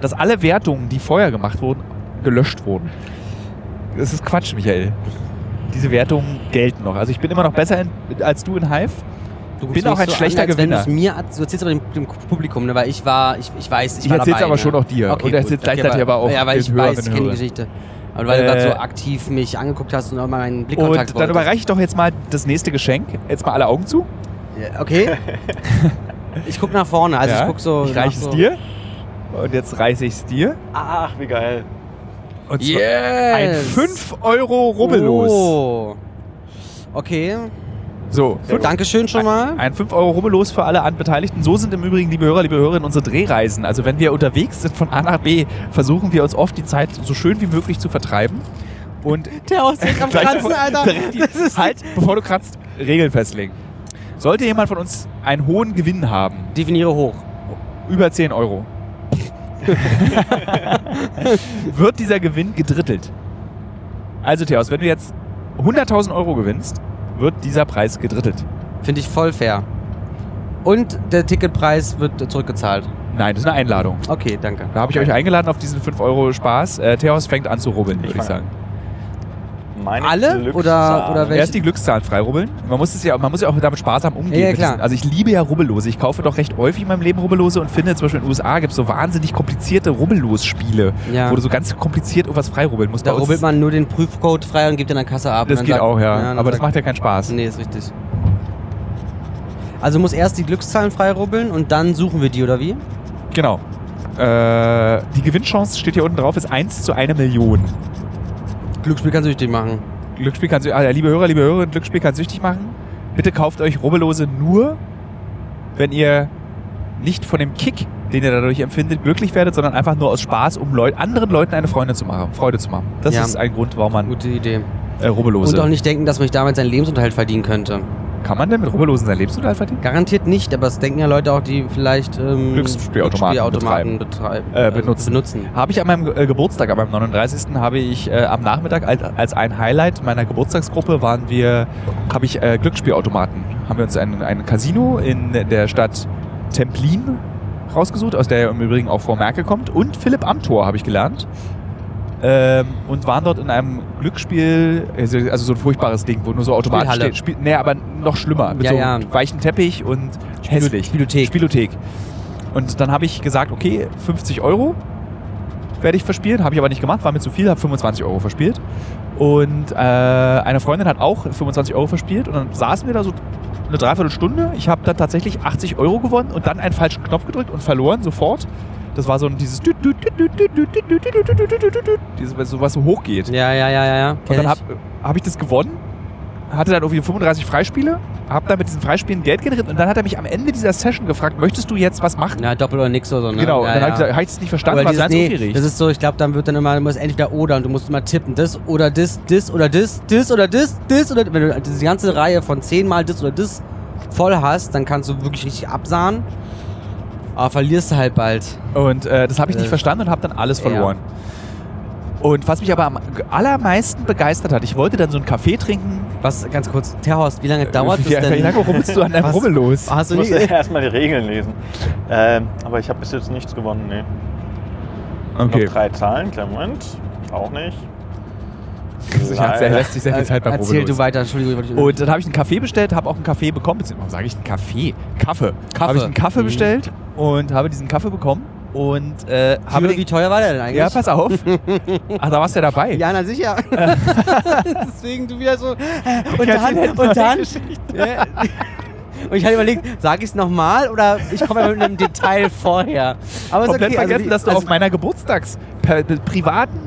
dass alle Wertungen, die vorher gemacht wurden, gelöscht wurden. Das ist Quatsch, Michael. Diese Wertungen gelten noch. Also ich bin immer noch besser in, als du in Hive. Du Bin guckst auch mich ein schlechter an, als wenn Gewinner. du's Mir, erz- du erzählst aber dem, dem Publikum, ne? weil ich war, ich, ich weiß, ich, Ich war erzähl's dabei. aber ne? schon auch dir. Und gut. erzählst gleichzeitig aber auch Ja, weil den ich weiß, Hörerinnen ich kenne die und Geschichte. Aber weil du gerade Äh, so aktiv mich angeguckt hast und auch mal meinen Blickkontakt Und dann überreiche ich doch jetzt mal das nächste Geschenk. Jetzt mal alle Augen zu. Ja, Okay. ich guck nach vorne, also ich guck so. Ich nach reiche es so. dir. Und jetzt reiße ich es dir. Ach, wie geil. Und zwar Yes. ein 5 Euro Rubbellos. Oh. Okay. So, Sehr gut. Dankeschön schon mal. Ein 5 Euro Rubbellos für alle Anbeteiligten. So sind im Übrigen, liebe Hörer, liebe Hörerinnen, unsere Drehreisen. Also wenn wir unterwegs sind von A nach B, versuchen wir uns oft die Zeit so schön wie möglich zu vertreiben. Und Der Ausweg am Gleich Kranzen, vor- Alter. direkt die- Das ist halt, bevor du kratzt, Regeln festlegen. Sollte jemand von uns einen hohen Gewinn haben, Definiere hoch. über 10 Euro, wird dieser Gewinn gedrittelt. Also Theos, wenn du jetzt 100.000 Euro gewinnst, wird dieser Preis gedrittelt. Finde ich voll fair. Und der Ticketpreis wird zurückgezahlt. Nein, das ist eine Einladung. Okay, danke. Da habe ich euch eingeladen auf diesen 5 Euro Spaß. Äh, Theos fängt an zu rubbeln, würde ich fang sagen. Meine Alle? Glücks- Oder- Ah, oder wer- Welche- Erst die Glückszahlen freirubbeln. Man muss es ja, man muss ja auch damit sparsam umgehen. Ja, ja, mit klar. diesen- Also ich liebe ja Rubbellose. Ich kaufe doch recht häufig in meinem Leben Rubbellose und finde zum Beispiel in den USA gibt es so wahnsinnig komplizierte Rubbellos-Spiele, Ja. wo du so ganz kompliziert irgendwas freirubbeln musst. Da Bei uns- rubbelt man nur den Prüfcode frei und gibt in der Kasse ab. Das Und dann geht sagt- auch, ja. dann Aber das sagt- macht ja keinen Spaß. Nee, ist richtig. Also muss erst die Glückszahlen freirubbeln und dann suchen wir die, oder wie? Genau. Äh, die Gewinnchance steht hier unten drauf, ist 1 zu 1 Million. Glücksspiel kannst du richtig machen. Glücksspiel kann süchtig, ah, ja, liebe Hörer, liebe Hörerinnen, Glücksspiel kann süchtig machen. Bitte kauft euch Rubbellose nur, wenn ihr nicht von dem Kick, den ihr dadurch empfindet, glücklich werdet, sondern einfach nur aus Spaß, um Leu anderen Leuten eine Freude zu machen, Freude zu machen. Das Ja. ist ein Grund, warum man Gute Idee. äh, Rubbellose. Und auch nicht denken, dass man sich damit seinen Lebensunterhalt verdienen könnte. Kann man denn mit Rubbellosen sein Lebensunterhalt verdienen? Garantiert nicht, aber es denken ja Leute auch, die vielleicht ähm, Glücksspielautomaten Glücksspielautomaten betreiben. Äh, äh, benutzen. benutzen. Habe ich an meinem äh, Geburtstag, an meinem 39. habe ich äh, am Nachmittag als, als ein Highlight meiner Geburtstagsgruppe waren wir, habe ich äh, Glücksspielautomaten. Haben wir uns ein, ein Casino in der Stadt Templin rausgesucht, aus der ja im Übrigen auch Frau Merkel kommt. Und Philipp Amthor habe ich gelernt. Ähm, und waren dort in einem Glücksspiel, also also so ein furchtbares Ding, wo nur so Automaten Spielhalle. stehen. Spiel, nee, aber noch schlimmer. Mit Ja, so ja. einem weichen Teppich und hässlich. Spielothek. Spielothek. Und dann habe ich gesagt, okay, 50 Euro werde ich verspielen. Habe ich aber nicht gemacht, war mir zu viel, habe 25 Euro verspielt. Und äh, eine Freundin hat auch 25 Euro verspielt. Und dann saßen wir da so eine Dreiviertelstunde. Ich habe dann tatsächlich 80 Euro gewonnen und dann einen falschen Knopf gedrückt und verloren sofort. Das war so ein dieses düt, düt, düt, düt, düt, düt, düt, düt, düt, düt, düt, düt, düt, düt, dieses, was so- was so hochgeht. Ja, ja, ja, ja, ja. Und Kenn dann ich. habe hab ich das gewonnen, hatte dann irgendwie 35 Freispiele, habe dann mit diesen Freispielen Geld generiert und dann hat er mich am Ende dieser Session gefragt, möchtest du jetzt was machen? Na, doppel oder nix oder so, ne? Genau, und dann ja, ja. habe ich gesagt, habe ich es nicht verstanden, Oder war dieses, ganz nee, unfähig. das ist so, ich glaube, dann wird dann immer, du musst entweder oder und du musst immer tippen, das oder das, das oder das, das oder das, das oder wenn du diese ganze Reihe von zehnmal das oder das voll hast, dann kannst du wirklich richtig absahen, aber verlierst du halt bald. Und äh, das habe ich nicht Äh, verstanden und habe dann alles ja. verloren. Und was mich aber am allermeisten begeistert hat, ich wollte dann so einen Kaffee trinken. Was, ganz kurz, Terhorst, wie lange dauert Äh, wie, das denn? wie lange rumpelst du an deinem Was- Ah, Rummel los? Hast du Ich muss nicht, erstmal die Regeln lesen. Ähm, aber ich habe bis jetzt nichts gewonnen, nee. Noch drei Zahlen, kleinen Moment. Auch nicht. Also ich hat's- er lässt sich sehr viel Zeit beim erzähl Rubbellos. du weiter, Entschuldigung. ich wollte- halt Und äh, dann habe ich einen Kaffee bestellt, habe auch einen Kaffee bekommen. Beziehungsweise, warum sage ich einen Kaffee? Kaffee. Kaffee. Habe ich einen Kaffee Mhm. bestellt und habe diesen Kaffee bekommen. Und äh, habe Für, wie den, teuer war der denn eigentlich? Ja, pass auf. Ach, da warst du ja dabei. Ja, na sicher. Deswegen du wieder so. Und Kannst dann, du nicht und dann. Ja. Und ich hatte überlegt, sage ich es nochmal oder ich komme aber mit einem Detail vorher. Aber ist komplett okay. also vergessen, die- dass du also auf meiner Geburtstags per, per- privaten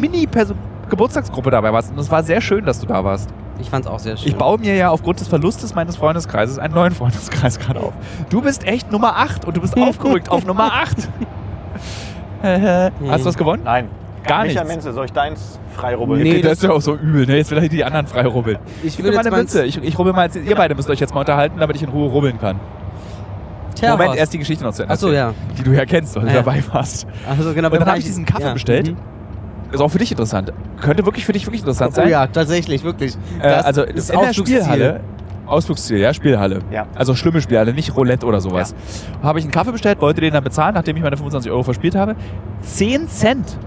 Mini -Pers Geburtstagsgruppe dabei warst. Und es war sehr schön, dass du da warst. Ich fand's auch sehr schön. Ich baue mir ja aufgrund des Verlustes meines Freundeskreises einen neuen Freundeskreis gerade auf. Du bist echt Nummer 8 und du bist aufgerückt auf Nummer 8. Äh, Hast du was gewonnen? Nein. Gar Micha nichts. Menzel, soll ich deins freirubbeln? Nee, das das- ist ja auch so übel, ne? Jetzt will ich die anderen frei rubbeln. Ich Gib mir würde mal jetzt eine mal Münze. Ich, ich rubbel mal jetzt. Ihr beide müsst euch jetzt mal unterhalten, damit ich in Ruhe rubbeln kann. Tja, Moment, Horst. erst die Geschichte noch zu Ende. Ach so, erzählen, Die du ja kennst, weil du Ja. dabei warst. Also genau. Und dann wir- habe ich diesen Kaffee ja. bestellt. Ist auch für dich interessant. Könnte wirklich für dich wirklich interessant Oh sein. ja, tatsächlich, wirklich. äh, Das also ist in der Ausflugsziel. Spielhalle. Ausflugsziel, ja, Spielhalle. Ja. Also schlimme Spielhalle, nicht Roulette oder sowas. Habe ich einen Kaffee bestellt, wollte den dann bezahlen, nachdem ich meine 25 Euro verspielt habe. 10 Cent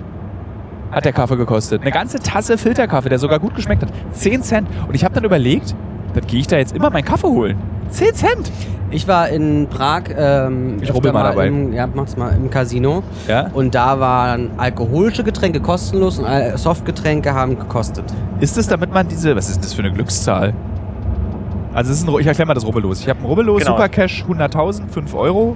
hat der Kaffee gekostet. Eine ganze Tasse Filterkaffee, der sogar gut geschmeckt hat. 10 Cent. Und ich habe dann überlegt, dann gehe ich da jetzt immer meinen Kaffee holen. 10 Cent! Ich war in Prag. Ähm, Ich öfter rubbel mal dabei. Im, ja, mach's mal im Casino. Ja? Und da waren alkoholische Getränke kostenlos und äh, Softgetränke haben gekostet. Ist es, damit man diese. Was ist denn das für eine Glückszahl? Also, es ist ein, Ru- ich erkläre mal das Rubbellos. Ich habe ein Rubbellos, Genau. Supercash 100.000, 5 Euro.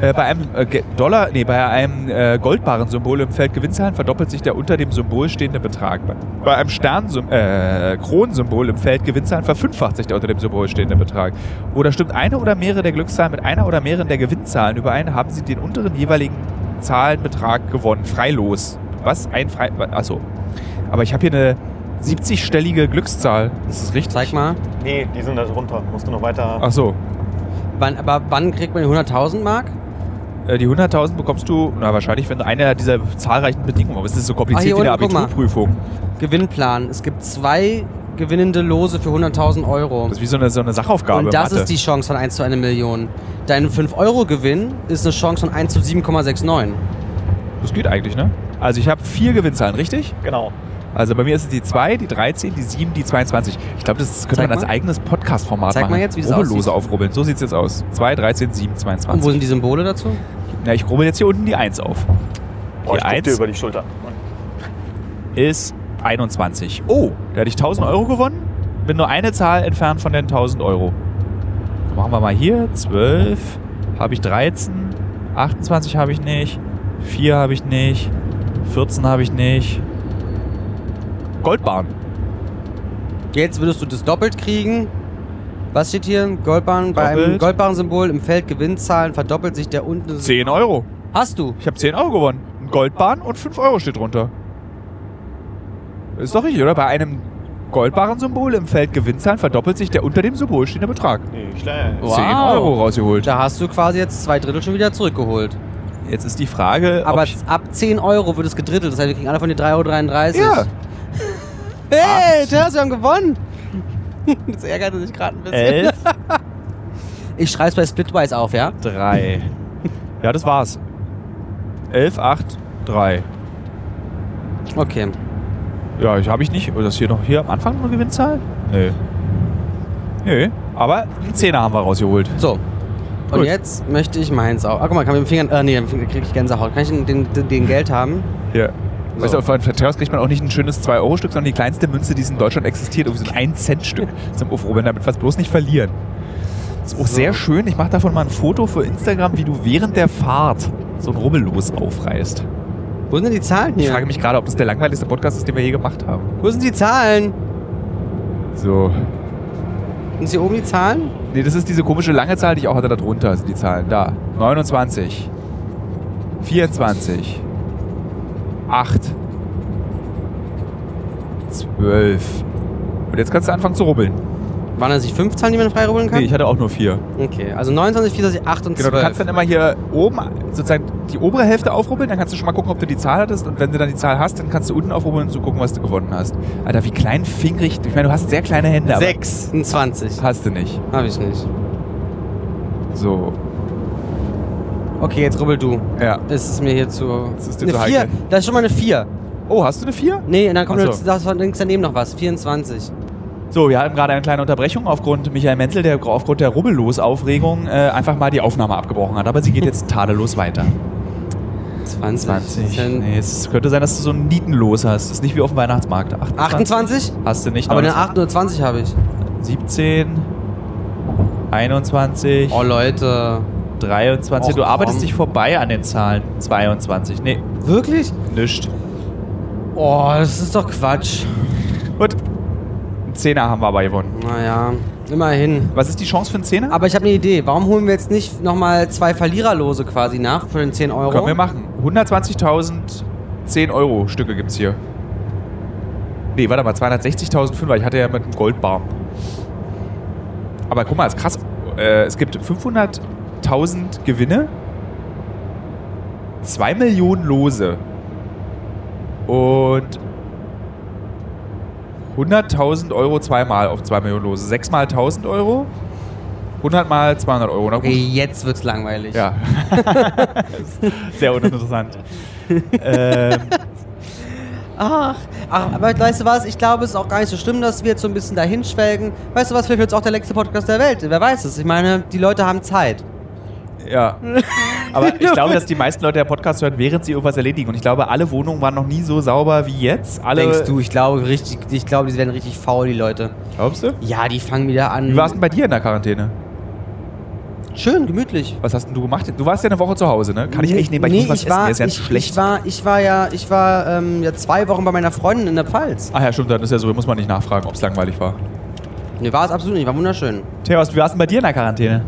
Äh, bei einem äh, Ge- Dollar, nee, bei einem äh, Goldbarren-Symbol im Feld Gewinnzahlen verdoppelt sich der unter dem Symbol stehende Betrag. Bei, bei einem Stern äh, Kronensymbol im Feld Gewinnzahlen verfünffacht sich der unter dem Symbol stehende Betrag. Oder stimmt eine oder mehrere der Glückszahlen mit einer oder mehreren der Gewinnzahlen überein, haben sie den unteren jeweiligen Zahlenbetrag gewonnen. Freilos. Was? Ein Frei... Achso. Aber ich habe hier eine 70-stellige Glückszahl. Ist das richtig? Zeig mal. Nee, die sind da runter. Musst du noch weiter. Achso. Wann, aber wann kriegt man die 100.000 Mark? Äh, Die 100.000 bekommst du, na wahrscheinlich, wenn du einer dieser zahlreichen Bedingungen, aber es ist so Ah, hier kompliziert wie eine unten, guck mal. Abiturprüfung. Gewinnplan. Es gibt zwei gewinnende Lose für 100.000 Euro. Das ist wie so eine, so eine Sachaufgabe. Und das Mathe. ist die Chance von 1 zu 1 Million. Dein 5-Euro-Gewinn ist eine Chance von 1 zu 7,69. das geht eigentlich, ne? Also ich habe vier Gewinnzahlen, richtig? Genau. Also bei mir ist es die 2, die 13, die 7, die 22. Ich glaube, das könnte Zeig man als mal. eigenes Podcast-Format Zeig machen. mal jetzt, wie das Rubbellose aussieht. aufrubbeln. So sieht es jetzt aus. 2, 13, 7, Und wo 22. sind die Symbole dazu? Na, ich rubbel jetzt hier unten die 1 auf. Boah, Die ich guck dir Eins? über die Schulter. Ist 21. Oh, da hätte ich 1.000 Euro gewonnen. Bin nur eine Zahl entfernt von den 1.000 Euro. Machen wir mal hier. 12 habe ich 13. 28 habe ich nicht. 4 habe ich nicht. 14 habe ich nicht. Goldbahn. Jetzt würdest du das doppelt kriegen. Was steht hier? Goldbahn. Bei einem Doppelt. Goldbahn-Symbol im Feld Gewinnzahlen verdoppelt sich der unten. 10 Euro. Hast du? Ich habe 10 Euro gewonnen. Ein Goldbahn und 5 Euro steht drunter. Ist doch richtig, oder? Bei einem Goldbaren-Symbol im Feld Gewinnzahlen verdoppelt sich der unter dem Symbol stehende Betrag. Nee, schlecht. Wow. 10 Euro rausgeholt. Da hast du quasi jetzt zwei Drittel schon wieder zurückgeholt. Jetzt ist die Frage, Aber ob ich, ab 10 Euro wird es gedrittelt. Das heißt, wir kriegen alle von dir 3,33 Euro. Ja. Hey, Terz, wir haben gewonnen. Das ärgert sich gerade ein bisschen. 11, Ich schreibe es bei Splitwise auf, ja? 3. Ja, das war's. 11, 8, 3. Okay. Ja, ich habe ich nicht. Oder ist hier noch hier am Anfang eine Gewinnzahl? Nee. Nee, aber einen Zehner haben wir rausgeholt. So. Und Gut. jetzt möchte ich meins auch. Ah, guck mal, kann mit dem Fingern. Äh, nee, dann krieg ich Gänsehaut. Kann ich den, den, den Geld haben? Ja. So. Weißt du, von Verteurs kriegt man auch nicht ein schönes 2-Euro-Stück, sondern die kleinste Münze, die es in Deutschland existiert, irgendwie so ein 1-Cent-Stück zum Aufrubbeln, damit wir es bloß nicht verlieren. Ist auch So. sehr schön. Ich mache davon mal ein Foto für Instagram, wie du während der Fahrt so ein Rubbellos aufreißt. Wo sind denn die Zahlen Ich hier? frage mich gerade, ob das der langweiligste Podcast ist, den wir je gemacht haben. Wo sind die Zahlen? So. Sind hier oben die Zahlen? Nee, das ist diese komische lange Zahl, die ich auch hatte. Da drunter sind die Zahlen. Da. 29. 24. 8. 12. Und jetzt kannst du anfangen zu rubbeln. Waren das nicht fünf Zahlen, die man freirubbeln kann? Nee, ich hatte auch nur vier. okay, also 29, 24, 8 und Genau, 12. du kannst dann immer hier oben sozusagen die obere Hälfte aufrubbeln, dann kannst du schon mal gucken, ob du die Zahl hattest und wenn du dann die Zahl hast, dann kannst du unten aufrubbeln und so gucken, was du gewonnen hast. Alter, wie klein fingrig. Ich meine, du hast sehr kleine Hände, aber 6. 20. hast du nicht. Hab ich nicht. So, Okay, jetzt rubbel du. ja. Es ist mir hier zu. Es ist dir eine zu 4. heikel. Das ist schon mal eine 4. Oh, hast du eine vier? Nee, und dann kommt Ach noch- so. da ist von links daneben noch was. 24. So, wir hatten gerade eine kleine Unterbrechung aufgrund Michael Menzel, der aufgrund der Rubbellos-Aufregung äh, einfach mal die Aufnahme abgebrochen hat. Aber sie geht jetzt tadellos weiter. 20. 20. Dann- Nee, es könnte sein, dass du so ein Nietenlos hast. Das ist nicht wie auf dem Weihnachtsmarkt. 28. 28? Hast du nicht. Aber eine 29. 8 oder 20 habe ich. 17, 21, Oh, Leute. 23. Och, du arbeitest komm. dich vorbei an den Zahlen. 22. Nee, Wirklich? nischt. Oh, das ist doch Quatsch. Gut. Einen Zehner haben wir aber gewonnen. Naja, immerhin. Was ist die Chance für einen Zehner? Aber ich habe eine Idee. Warum holen wir jetzt nicht nochmal zwei Verliererlose quasi nach für den 10 Euro? Können wir machen. 120.000 10-Euro-Stücke gibt's hier. Nee, warte mal, 260.000 Fünfer. Ich hatte ja mit einem Goldbar. Aber guck mal, ist krass. Äh, es gibt 500.000 Gewinne, 2 Millionen Lose und 100.000 Euro zweimal auf 2 Millionen Lose. 6 mal 1.000 Euro, 100 mal 200 Euro. Na gut. Okay, jetzt wird's langweilig. Ja. Sehr uninteressant. ähm, Ach, ach, aber weißt du was? Ich glaube, es ist auch gar nicht so schlimm, dass wir jetzt so ein bisschen dahin schwelgen. Weißt du was? Vielleicht wird es auch der letzte Podcast der Welt. Wer weiß es? Ich meine, die Leute haben Zeit. Ja. Aber ich glaube, dass die meisten Leute der Podcast hören, während sie irgendwas erledigen. Und ich glaube, alle Wohnungen waren noch nie so sauber wie jetzt. Alle, Denkst du? Ich glaube, richtig, ich glaube, die werden richtig faul, die Leute. Glaubst du? Ja, die fangen wieder an. Wie war es denn bei dir in der Quarantäne? Schön, gemütlich. Was hast denn du gemacht? Du warst ja eine Woche zu Hause, ne? Kann ich echt nehmen, weil Nee, ich muss was ich war, essen, der ist ich, ganz schlecht. Ich war, ich war ja, ich war ähm, ja zwei Wochen bei meiner Freundin in der Pfalz. Ach Ah ja, stimmt, dann ist ja so, muss man nicht nachfragen, ob es langweilig war. Mir war es absolut nicht, war wunderschön. Theos, wie war es denn bei dir in der Quarantäne?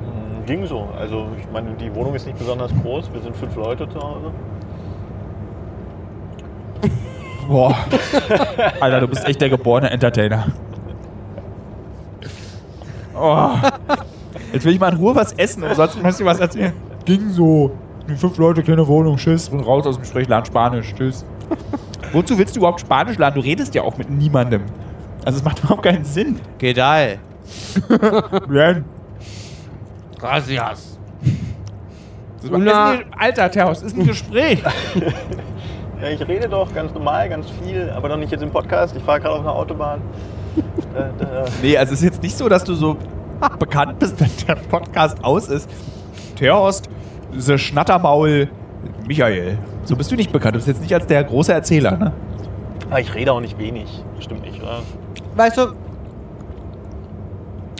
Hm, Ging so. Also ich meine, die Wohnung ist nicht besonders groß. Wir sind fünf Leute zu Hause. Boah. Alter, du bist echt der geborene Entertainer. Oh. Jetzt will ich mal in Ruhe was essen, sonst möchtest du was erzählen. Ging so. Fünf Leute, kleine Wohnung, tschüss. Und raus aus dem Sprechlern Spanisch, tschüss. Wozu willst du überhaupt Spanisch lernen? Du redest ja auch mit niemandem. Also es macht überhaupt keinen Sinn. Gedal. Ren. Gracias. Das Una- ist ein, Alter, Terhaus, ist ein Gespräch. Ja, ich rede doch ganz normal, ganz viel, aber doch nicht jetzt im Podcast. Ich fahre gerade auf einer Autobahn. da, da. Nee, also es ist jetzt nicht so, dass du so bekannt bist, wenn der Podcast aus ist. Theost, The Schnattermaul, Michael. So bist du nicht bekannt. Du bist jetzt nicht als der große Erzähler, ne? Aber Ah, ich rede auch nicht wenig. Stimmt nicht, oder? Weißt du,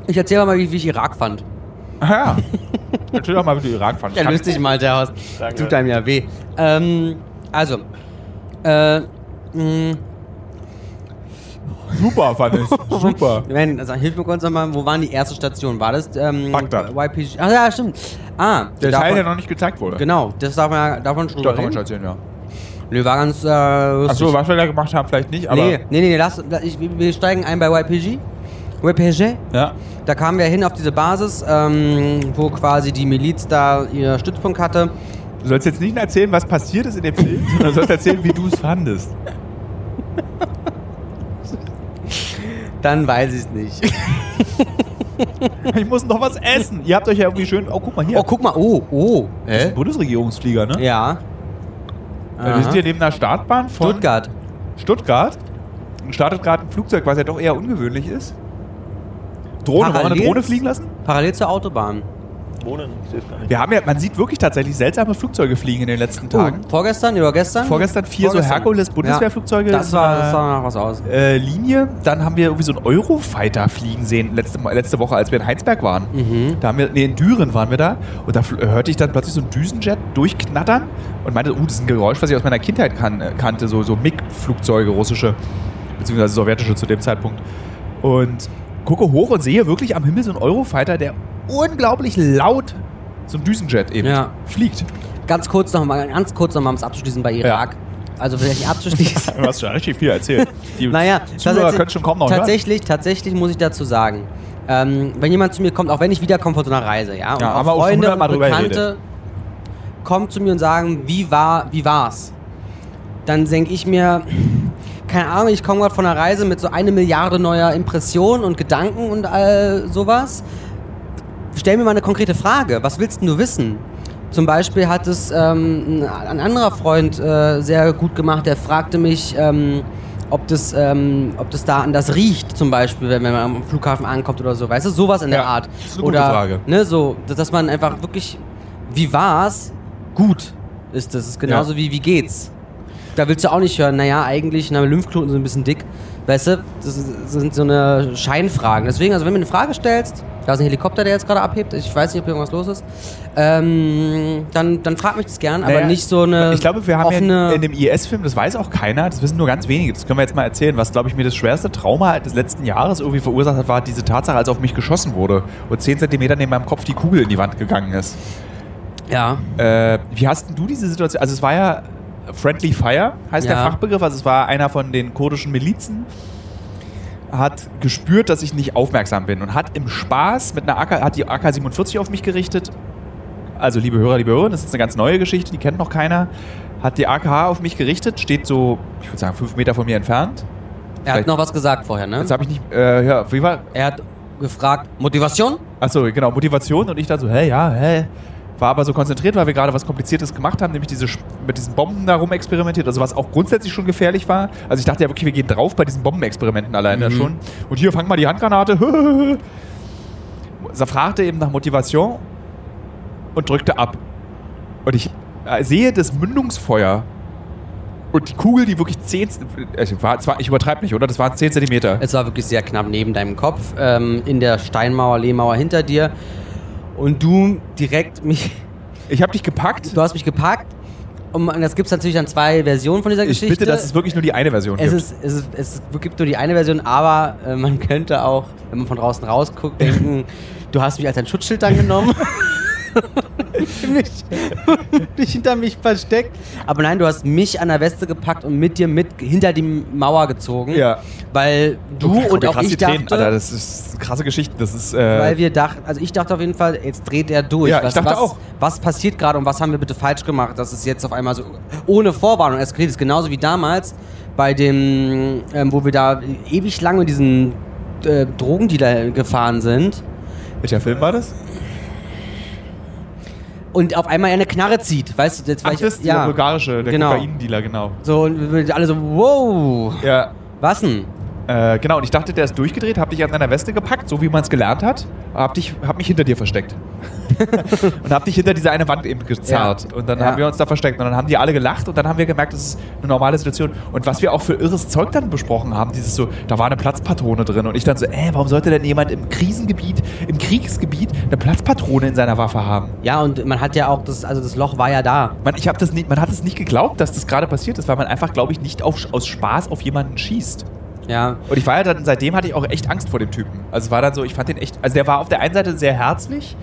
ich erzähle mal, wie, wie ich Irak fand. Ah ja. Erzähl doch mal, wie du Irak fandest. Ja, löst dich mal, der Horst. Danke. Tut einem ja weh. Ähm, also, äh, mh, Super fand ich. Super. Moment, also, hilf mir kurz nochmal, wo waren die erste Station? War das, ähm, Bagdad. YPG? Ach ja, stimmt. Ah, Der Teil, der davon, noch nicht gezeigt wurde. genau, das darf man, ja- davon schon Da drüber kann man schon reden. erzählen, ja. Nö, war ganz, äh, lustig. Achso, was wir da gemacht haben, vielleicht nicht, aber. nee, nee, nee, lass, lass ich, wir steigen ein bei YPG. YPG? Ja. Da kamen wir hin auf diese Basis, ähm, wo quasi die Miliz da ihr Stützpunkt hatte. Du sollst jetzt nicht erzählen, was passiert ist in dem Film, sondern du sollst erzählen, wie du es fandest. Dann weiß ich es nicht. Ich muss noch was essen. Ihr habt euch ja irgendwie schön. Oh, guck mal hier. Oh, guck mal. Oh, oh. das ist ein Bundesregierungsflieger, ne? Ja. Weil Äh, Wir sind hier neben einer Startbahn von Stuttgart. Stuttgart und startet gerade ein Flugzeug, was ja doch eher ungewöhnlich ist. Drohne, wollen wir eine Parallel- Drohne fliegen lassen? Parallel zur Autobahn. Wohnen, ich sehe es gar nicht. Wir haben ja, man sieht wirklich tatsächlich seltsame Flugzeuge fliegen in den letzten Tagen. Oh, vorgestern oder gestern? Vorgestern vier so Vorgestern. Herkules-Bundeswehrflugzeuge. Ja, das, war, das sah nach was aus. äh, Linie, dann haben wir irgendwie so einen Eurofighter fliegen sehen letzte, Mal- letzte Woche, als wir in Heinsberg waren. Mhm. Da haben wir, nee, in Düren waren wir da und da fl- hörte ich dann plötzlich so einen Düsenjet durchknattern und meinte, uh, das ist ein Geräusch, was ich aus meiner Kindheit kan äh, kannte, so, so MiG-Flugzeuge, russische, beziehungsweise sowjetische zu dem Zeitpunkt. Und gucke hoch und sehe wirklich am Himmel so einen Eurofighter, der unglaublich laut so ein Düsenjet eben Ja. fliegt. Ganz kurz nochmal, ganz kurz nochmal, um es abzuschließen bei Irak. Also vielleicht nicht abzuschließen. Du hast schon richtig viel erzählt. Die naja, Zuhörer können schon kaum noch ne? hören. tatsächlich, tatsächlich muss ich dazu sagen, ähm, wenn jemand zu mir kommt, auch wenn ich wiederkomme von so einer Reise, ja, und Ja, auch haben wir auch schon Freunde und hundertmal drüber Bekannte geredet. kommen zu mir und sagen, wie war, wie war's? Dann denke ich mir, keine Ahnung, ich komme gerade von einer Reise mit so eine Milliarde neuer Impressionen und Gedanken und all sowas. Stell mir mal eine konkrete Frage. Was willst denn du wissen? Zum Beispiel hat es ähm, ein, ein anderer Freund äh, sehr gut gemacht, der fragte mich, ähm, ob, das, ähm, ob das da anders riecht, zum Beispiel, wenn, wenn man am Flughafen ankommt oder so. Weißt du, sowas in der Ja, Art. das ist eine gute oder, Frage. Ne, so, dass, dass man einfach wirklich, wie war's? Gut ist das. Ist genauso Ja. wie, wie geht's? Da willst du auch nicht hören, naja, eigentlich, na, Lymphknoten sind ein bisschen dick. Weißt du, das ist- sind so eine Scheinfragen. Deswegen, also wenn du mir eine Frage stellst, da ist ein Helikopter, der jetzt gerade abhebt, ich weiß nicht, ob irgendwas los ist, ähm, dann, dann frag mich das gern, aber Naja, nicht so eine Ich glaube, wir haben ja offene... in, in dem IS-Film, das weiß auch keiner, das wissen nur ganz wenige, das können wir jetzt mal erzählen, was, glaube ich, mir das schwerste Trauma des letzten Jahres irgendwie verursacht hat, war diese Tatsache, als auf mich geschossen wurde und 10 Zentimeter neben meinem Kopf die Kugel in die Wand gegangen ist. ja, Äh, wie hast denn du diese Situation? Also es war ja Friendly Fire, heißt der Ja. Fachbegriff. Also es war einer von den kurdischen Milizen, hat gespürt, dass ich nicht aufmerksam bin und hat im Spaß mit einer AK, hat die AK-47 auf mich gerichtet. Also liebe Hörer, liebe Hörerinnen, das ist eine ganz neue Geschichte, die kennt noch keiner. Hat die AK auf mich gerichtet, steht so, ich würde sagen, fünf Meter von mir entfernt. er hat vielleicht- noch was gesagt vorher, ne? Jetzt habe ich nicht, äh, ja, wie war, Er hat gefragt, Motivation? Achso, genau, Motivation und ich dann so, hä, ja, hä. War aber so konzentriert, weil wir gerade was Kompliziertes gemacht haben, nämlich diese, Sch- mit diesen Bomben da rum experimentiert, also was auch grundsätzlich schon gefährlich war. Also ich dachte ja wirklich, wir gehen drauf bei diesen Bombenexperimenten Mhm. alleine schon. Und hier, fang mal die Handgranate. Er fragte eben nach Motivation und drückte ab. Und ich äh, sehe das Mündungsfeuer und die Kugel, die wirklich 10, also war, zwar, ich übertreibe nicht, oder? Das waren 10 Zentimeter. Es war wirklich sehr knapp leben deinem Kopf, ähm, in der Steinmauer, Lehmauer hinter dir. Und du direkt mich, Ich habe dich gepackt. du hast mich geparkt. Und das gibt es natürlich dann zwei Versionen von dieser Ich Geschichte. bitte, dass es wirklich nur die eine Version es gibt. ist, es, ist, es gibt nur die eine Version, aber äh, man könnte auch, wenn man von draußen rausguckt, denken, du hast mich als ein Schutzschild angenommen. mich, dich hinter mich versteckt. Aber nein, du hast mich an der Weste gepackt und mit dir mit hinter die Mauer gezogen. Ja. Weil du Guck mal, und wie auch krass ich die Tränen, dachte, Alter, das ist krasse Geschichte. Das ist. Äh, weil wir dachten, also ich dachte auf jeden Fall, jetzt dreht er durch. Ja, ich dachte was, auch. Was passiert gerade und was haben wir bitte falsch gemacht, dass es jetzt auf einmal so ohne Vorwarnung eskaliert ist. Genauso wie damals bei dem, ähm, wo wir da ewig lange mit diesem äh, Drogendealer gefahren sind welcher Film war das? und auf einmal er eine Knarre zieht. Weißt du, jetzt war Ach, ich, das ist der bulgarische, der genau. Kokain-Dealer, genau. So, und wir alle so, wow, Ja. was denn? Äh, genau, und ich dachte, der ist durchgedreht, hab dich an deiner Weste gepackt, so wie man es gelernt hat, hab, dich, hab mich hinter dir versteckt. und hab dich hinter diese eine Wand eben gezerrt. Ja. Und dann Ja. haben wir uns da versteckt. Und dann haben die alle gelacht und dann haben wir gemerkt, das ist eine normale Situation. Und was wir auch für irres Zeug dann besprochen haben, dieses so, da war eine Platzpatrone drin. Und ich dann so, ey, warum sollte denn jemand im Krisengebiet, im Kriegsgebiet eine Platzpatrone in seiner Waffe haben? Ja, und man hat ja auch, das, also das Loch war ja da. Man, ich hab das nicht, man hat es nicht geglaubt, dass das gerade passiert ist, weil man einfach, glaube ich, nicht auf, aus Spaß auf jemanden schießt. Ja, Und ich war ja dann, seitdem hatte ich auch echt Angst vor dem Typen. Also es war dann so, ich fand den echt, also der war auf der einen Seite sehr herzlich.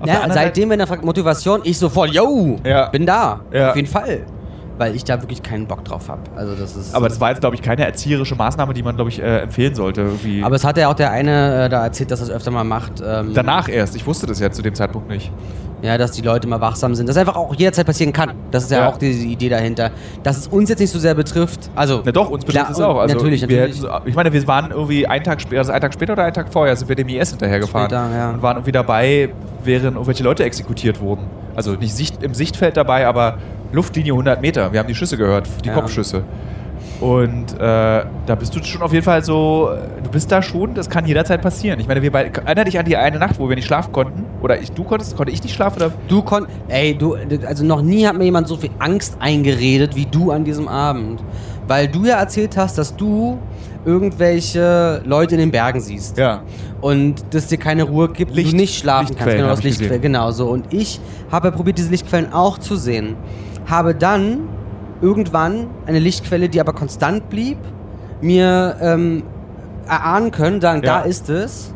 Auf der Ja, anderen Ne, seitdem, wenn er fragt Motivation, ich sofort, yo, Ja. bin da. Ja. Auf jeden Fall. Weil ich da wirklich keinen Bock drauf habe. Also das ist. Seite, aber das war jetzt, glaube ich, keine erzieherische Maßnahme, die man, glaube ich, äh, empfehlen sollte. Irgendwie. aber es hat ja auch der eine äh, da erzählt, dass er es öfter mal macht. Ähm, Danach erst, ich wusste das ja zu dem Zeitpunkt nicht. Ja, dass die Leute mal wachsam sind. Dass einfach auch jederzeit passieren kann. Das ist ja, Ja. auch diese Idee dahinter. Dass es uns jetzt nicht so sehr betrifft. Also. Na doch, uns betrifft Klar, es auch. Also natürlich, wir natürlich. hätten so- ich meine, wir waren irgendwie einen Tag später, also einen Tag später oder einen Tag vorher sind wir dem IS hinterhergefahren Später, ja. und waren irgendwie dabei, während irgendwelche Leute exekutiert wurden. Also nicht Sicht, im Sichtfeld dabei, aber Luftlinie 100 Meter. Wir haben die Schüsse gehört, die Ja. Kopfschüsse. Und äh, da bist du schon auf jeden Fall so, du bist da schon, das kann jederzeit passieren. Ich meine, wir beide, erinnere dich an die eine Nacht, wo wir nicht schlafen konnten. Oder ich, du konntest, konnte ich nicht schlafen? Oder? Du kon ey, du, also noch nie hat mir jemand so viel Angst eingeredet wie du an diesem Abend. Weil du ja erzählt hast, dass du irgendwelche Leute in den Bergen siehst. Ja. und das dir keine Ruhe gibt, Licht- du nicht schlafen kannst. Lichtquellen, Genau, hab das ich gesehen. Lichtquellen, genau so. Und ich habe probiert, diese Lichtquellen auch zu sehen. Habe dann irgendwann eine Lichtquelle, die aber konstant blieb, mir ähm, erahnen können, sagen, Ja. da ist es.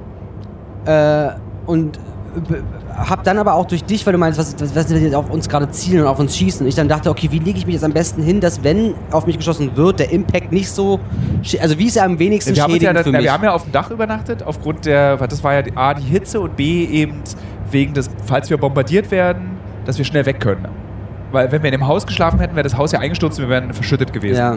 Äh, und b- habe dann aber auch durch dich, weil du meinst, was, was, was wir jetzt auf uns gerade zielen und auf uns schießen. Ich dann dachte, okay, wie lege ich mich jetzt am besten hin, dass wenn auf mich geschossen wird, der Impact nicht so, schä- also wie ist er am wenigsten wir haben, uns ja, schädigend dann, für na, mich? wir haben ja auf dem Dach übernachtet, aufgrund der, weil das war ja die- A, die Hitze und B, eben wegen des, falls wir bombardiert werden, dass wir schnell weg können. Weil wenn wir in dem Haus geschlafen hätten, wäre das Haus ja eingestürzt und wir wären verschüttet gewesen. ja.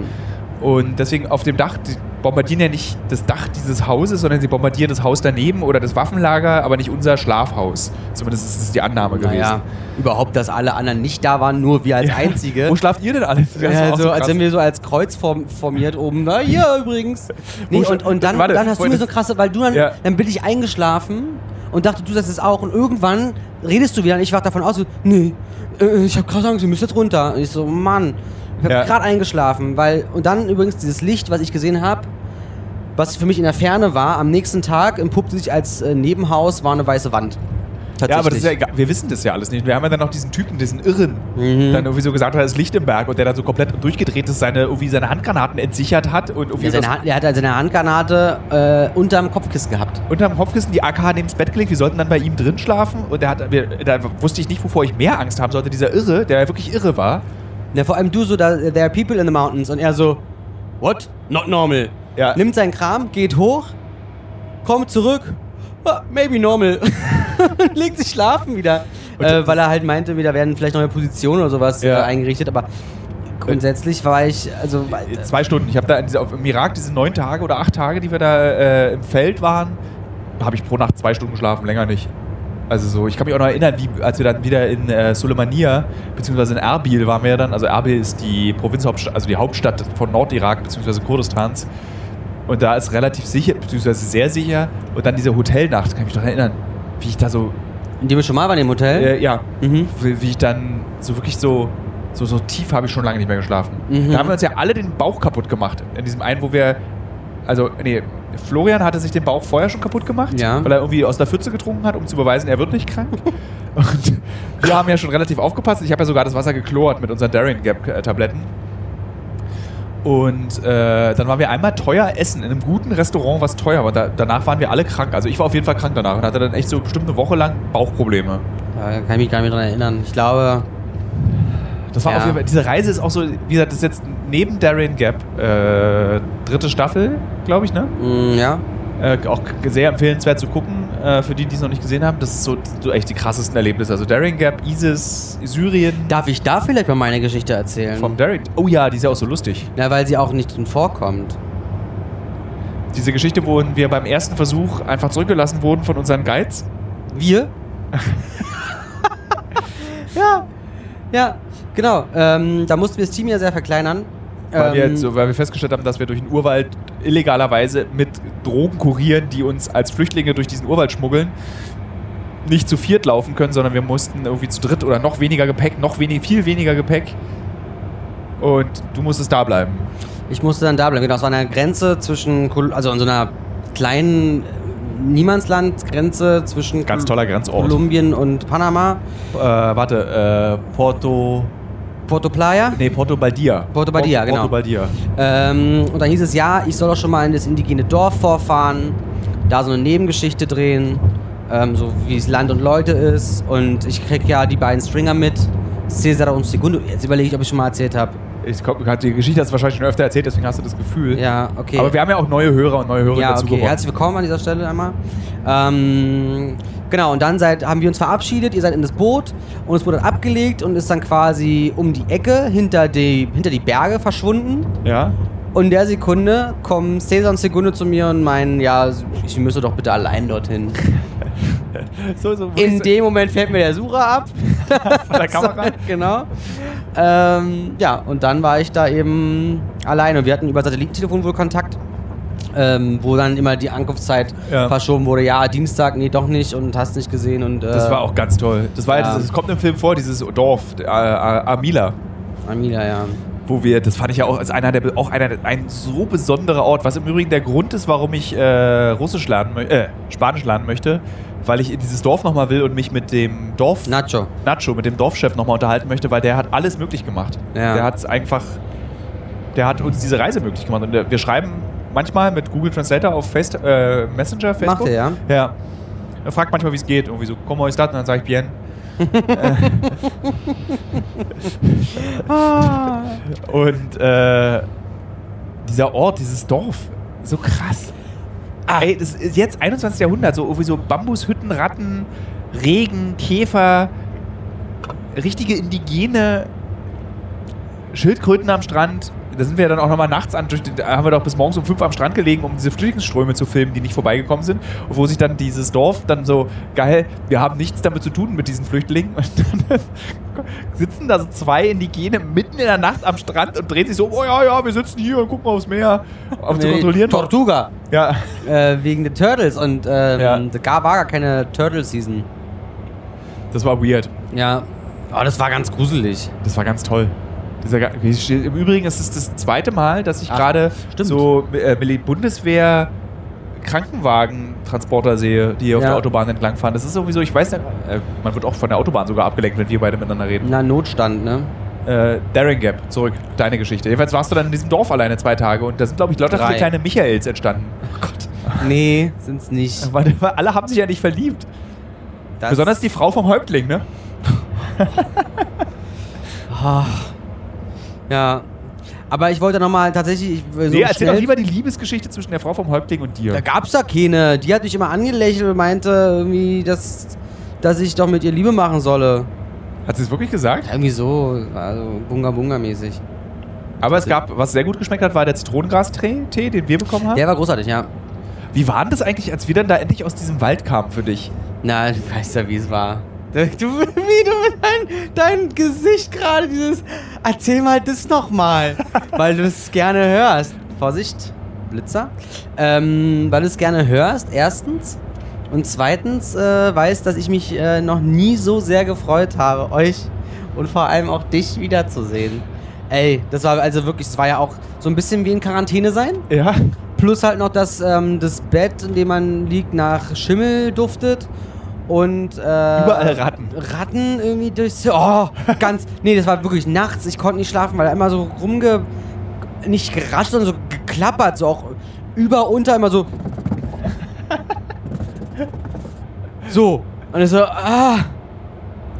Und deswegen auf dem Dach, die bombardieren ja nicht das Dach dieses Hauses, sondern sie bombardieren das Haus daneben oder das Waffenlager, aber nicht unser Schlafhaus. Zumindest ist es die Annahme Naja, gewesen. überhaupt, dass alle anderen nicht da waren, nur wir als Einzige. Wo schlaft ihr denn alle? Das ist Ja, auch so also, krass. als wenn wir so als Kreuz form formiert oben, na ja, übrigens. Nee, Wo- und, und dann, warte, dann hast du warte. mir so krasse, weil du dann, Ja. dann bin ich eingeschlafen und dachte, du sagst es auch und irgendwann redest du wieder und ich wach davon aus, so, nee, äh, ich habe krass Angst, wir müssen jetzt runter. Und ich so, Mann, ich habe Ja. gerade eingeschlafen, weil, und dann übrigens dieses Licht, was ich gesehen habe, was für mich in der Ferne war, am nächsten Tag empuppte sich als äh, Nebenhaus, war eine weiße Wand. Ja, aber das ist ja egal. Wir wissen das ja alles nicht. Wir haben ja dann noch diesen Typen, diesen Irren, Mhm. dann irgendwie so gesagt hat, es ist Licht im Berg und der dann so komplett durchgedreht ist, seine, irgendwie seine Handgranaten entsichert hat und irgendwie Ja, seine, das- Hand- er hat also seine Handgranate äh, unterm Kopfkissen gehabt. unterm Kopfkissen die AK neben das Bett gelegt. Wir sollten dann bei ihm drin schlafen und der hat, wir, da wusste ich nicht, wovor ich mehr Angst haben sollte. Dieser Irre, der ja wirklich irre war. Ja, vor allem du so, da, there are people in the mountains. Und er so, what? Not normal. Ja. Nimmt seinen Kram, geht hoch, kommt zurück, "Ah, maybe normal. Und legt sich schlafen wieder. Äh, weil er halt meinte, da werden vielleicht neue Positionen oder sowas Ja. äh, eingerichtet. Aber grundsätzlich war ich, also... weil- Äh, Zwei Stunden. Ich habe da in dieser, auf- im Irak diese neun Tage oder acht Tage, die wir da äh, im Feld waren, habe ich pro Nacht zwei Stunden geschlafen, länger nicht. Also so, ich kann mich auch noch erinnern, wie, als wir dann wieder in äh, Sulemania, beziehungsweise in Erbil waren wir ja dann. Also Erbil ist die Provinzhauptstadt, also die Hauptstadt von Nordirak, beziehungsweise Kurdistans. Und da ist relativ sicher, beziehungsweise sehr sicher. Und dann diese Hotelnacht, kann ich mich noch erinnern, wie ich da so, In dem wir schon mal waren im Hotel? äh, ja, Mhm. wie, wie ich dann so wirklich so, so, so tief habe ich schon lange nicht mehr geschlafen. Mhm. Da haben wir uns ja alle den Bauch kaputt gemacht. In diesem einen, wo wir, also, nee, Florian hatte sich den Bauch vorher schon kaputt gemacht, Ja. weil er irgendwie aus der Pfütze getrunken hat, um zu beweisen, er wird nicht krank. Und wir haben ja schon relativ aufgepasst. Ich habe ja sogar das Wasser geklort mit unseren Daring Gap-Tabletten. Und äh, dann waren wir einmal teuer essen in einem guten Restaurant, was teuer war. Da, danach waren wir alle krank. Also ich war auf jeden Fall krank danach und hatte dann echt so bestimmt eine Woche lang Bauchprobleme. Da kann ich mich gar nicht mehr dran erinnern. Ich glaube, Das war Ja. auf jeden Fall, diese Reise ist auch so, wie gesagt, das ist jetzt neben Darien Gap, äh, dritte Staffel, glaube ich, ne? mh, mm, ja. Äh, auch k- sehr empfehlenswert zu gucken, äh, für die, die es noch nicht gesehen haben. Das ist so, so echt die krassesten Erlebnisse. Also Darien Gap, Isis, Syrien. Darf ich da vielleicht mal meine Geschichte erzählen? vom Darien. Oh ja, die ist ja auch so lustig. Na, weil sie auch nicht drin vorkommt. Diese Geschichte, wo wir beim ersten Versuch einfach zurückgelassen wurden von unseren Guides. Wir? ja. Ja, genau. Ähm, da mussten wir das Team ja sehr verkleinern. Weil, wir, Ähm, jetzt so, weil wir festgestellt haben, dass wir durch den Urwald illegalerweise mit Drogen kurieren, die uns als Flüchtlinge durch diesen Urwald schmuggeln, nicht zu viert laufen können, sondern wir mussten irgendwie zu dritt oder noch weniger Gepäck, noch wenig, viel weniger Gepäck. Und du musstest da bleiben. Ich musste dann da bleiben. Genau, es war an der Grenze zwischen, Kol- also an so einer kleinen äh, Niemandsland-Grenze zwischen Ganz Kol- toller Grenzort. Kolumbien und Panama. Äh, warte, äh, Porto. Porto Playa. Nee, Porto Baldia. Porto Badia, genau. Porto Baldia. Ähm, und dann hieß es, ja, ich soll doch schon mal in das indigene Dorf vorfahren, da so eine Nebengeschichte drehen, ähm, so wie es Land und Leute ist. Und ich krieg ja die beiden Stringer mit, Cesar und Segundo. Jetzt überlege ich, ob ich schon mal erzählt habe. Ich komm, die Geschichte hast du wahrscheinlich schon öfter erzählt, deswegen hast du das Gefühl. Ja, okay. Aber wir haben ja auch neue Hörer und neue Hörerinnen ja, dazu okay. also gewonnen. Herzlich willkommen an dieser Stelle einmal. Ähm, genau, und dann seid, haben wir uns verabschiedet, ihr seid in das Boot und das Boot hat abgelegt und ist dann quasi um die Ecke hinter die, hinter die Berge verschwunden. Ja? Und in der Sekunde kommen Cäsar und Sekunde zu mir und meinen, ja, ich müsse doch bitte allein dorthin. So, so, wirklich In so- dem Moment fällt mir der Sucher ab. von der Kamera. So, genau. Ähm, ja, und dann war ich da eben allein und wir hatten über Satellitentelefon wohl Kontakt. Ähm, wo dann immer die Ankunftszeit Ja. verschoben wurde. Ja, Dienstag, nee, doch nicht und hast nicht gesehen. Und, äh, Das war auch ganz toll. Das war ja, Ja. dieses, es kommt im Film vor, dieses Dorf, äh, äh, Amila, Amina, ja. wo wir, das fand ich ja auch als einer der, auch einer, ein so besonderer Ort, was im Übrigen der Grund ist, warum ich äh, Russisch lernen, mö- äh, Spanisch lernen möchte, weil ich in dieses Dorf nochmal will und mich mit dem Dorf Nacho. Nacho, mit dem Dorfchef nochmal unterhalten möchte, weil der hat alles möglich gemacht. Ja. Der hat es einfach, der hat uns diese Reise möglich gemacht. Und der- wir schreiben manchmal mit Google Translator auf Face, äh, Messenger, Facebook. Macht er, ja. Ja. Er fragt manchmal, wie es geht. Irgendwie so, komm, ist das? Und dann sage ich, bien. Äh. Und äh, dieser Ort, dieses Dorf, so krass. Ey, das ist jetzt 21. Jahrhundert, so irgendwie so Bambushütten, Ratten, Regen, Käfer, richtige indigene Schildkröten am Strand. Da sind wir ja dann auch nochmal nachts an, durch den, da haben wir doch bis morgens um fünf am Strand gelegen, um diese Flüchtlingsströme zu filmen, die nicht vorbeigekommen sind. Und wo sich dann dieses Dorf dann so, geil, wir haben nichts damit zu tun mit diesen Flüchtlingen. Und dann sitzen da so zwei Indigene mitten in der Nacht am Strand und drehen sich so, um, oh ja, ja, wir sitzen hier und gucken aufs Meer, um zu Nee, kontrollieren. Tortuga. Ja. Äh, wegen den Turtles und ähm, Ja. da war gar keine Turtle-Season. Das war weird. Ja. Aber Oh, das war ganz gruselig. Das war ganz toll. Dieser, Ga- Hier steht- Im Übrigen ist es das zweite Mal, dass ich Ach, gerade stimmt. so äh, Mil- Bundeswehr Krankenwagentransporter sehe, die hier auf Ja. der Autobahn entlang fahren. Das ist sowieso, ich weiß nicht, äh, man wird auch von der Autobahn sogar abgelenkt, wenn wir beide miteinander reden. Na, Notstand, ne? Äh, Daring Gap, zurück, deine Geschichte. Jedenfalls warst du dann in diesem Dorf alleine zwei Tage und da sind, glaube ich, lauter viele Drei. Oh kleine Michaels entstanden. Nee, sind's nicht. Weil alle haben sich ja nicht verliebt. Das- Äh, Besonders die Frau vom Häuptling, ne? Ja. Aber ich wollte nochmal tatsächlich. Ich, so Nee, erzähl schnell- doch lieber die Liebesgeschichte zwischen der Frau vom Häuptling und dir. Da gab's da keine. Die hat mich immer angelächelt und meinte irgendwie, dass, dass ich doch mit ihr Liebe machen solle. Hat sie es wirklich gesagt? Irgendwie so, also Bunga-Bunga-mäßig. Aber es gab, was sehr gut geschmeckt hat, war der Zitronengras-Tee, Tee, den wir bekommen haben. Der war großartig, ja. Wie war denn das eigentlich, als wir dann da endlich aus diesem Wald kamen für dich? Na, du weißt ja, wie es war. Du, du- wie du mit dein, dein Gesicht gerade dieses. Erzähl mal das nochmal, weil du es gerne hörst. Vorsicht, Blitzer. Ähm, weil du es gerne hörst, erstens. Und zweitens äh, weiß, dass ich mich äh, noch nie so sehr gefreut habe, euch und vor allem auch dich wiederzusehen. Ey, das war also wirklich, es war ja auch so ein bisschen wie in Quarantäne sein. Ja. Plus halt noch, dass ähm, das Bett, in dem man liegt, nach Schimmel duftet. Und äh, überall Ratten. Ratten irgendwie durchs. Oh, ganz. nee, das war wirklich nachts. Ich konnte nicht schlafen, weil da immer so rumge. nicht gerascht, sondern so geklappert. So auch über, unter, immer so. so. Und ich so, ah.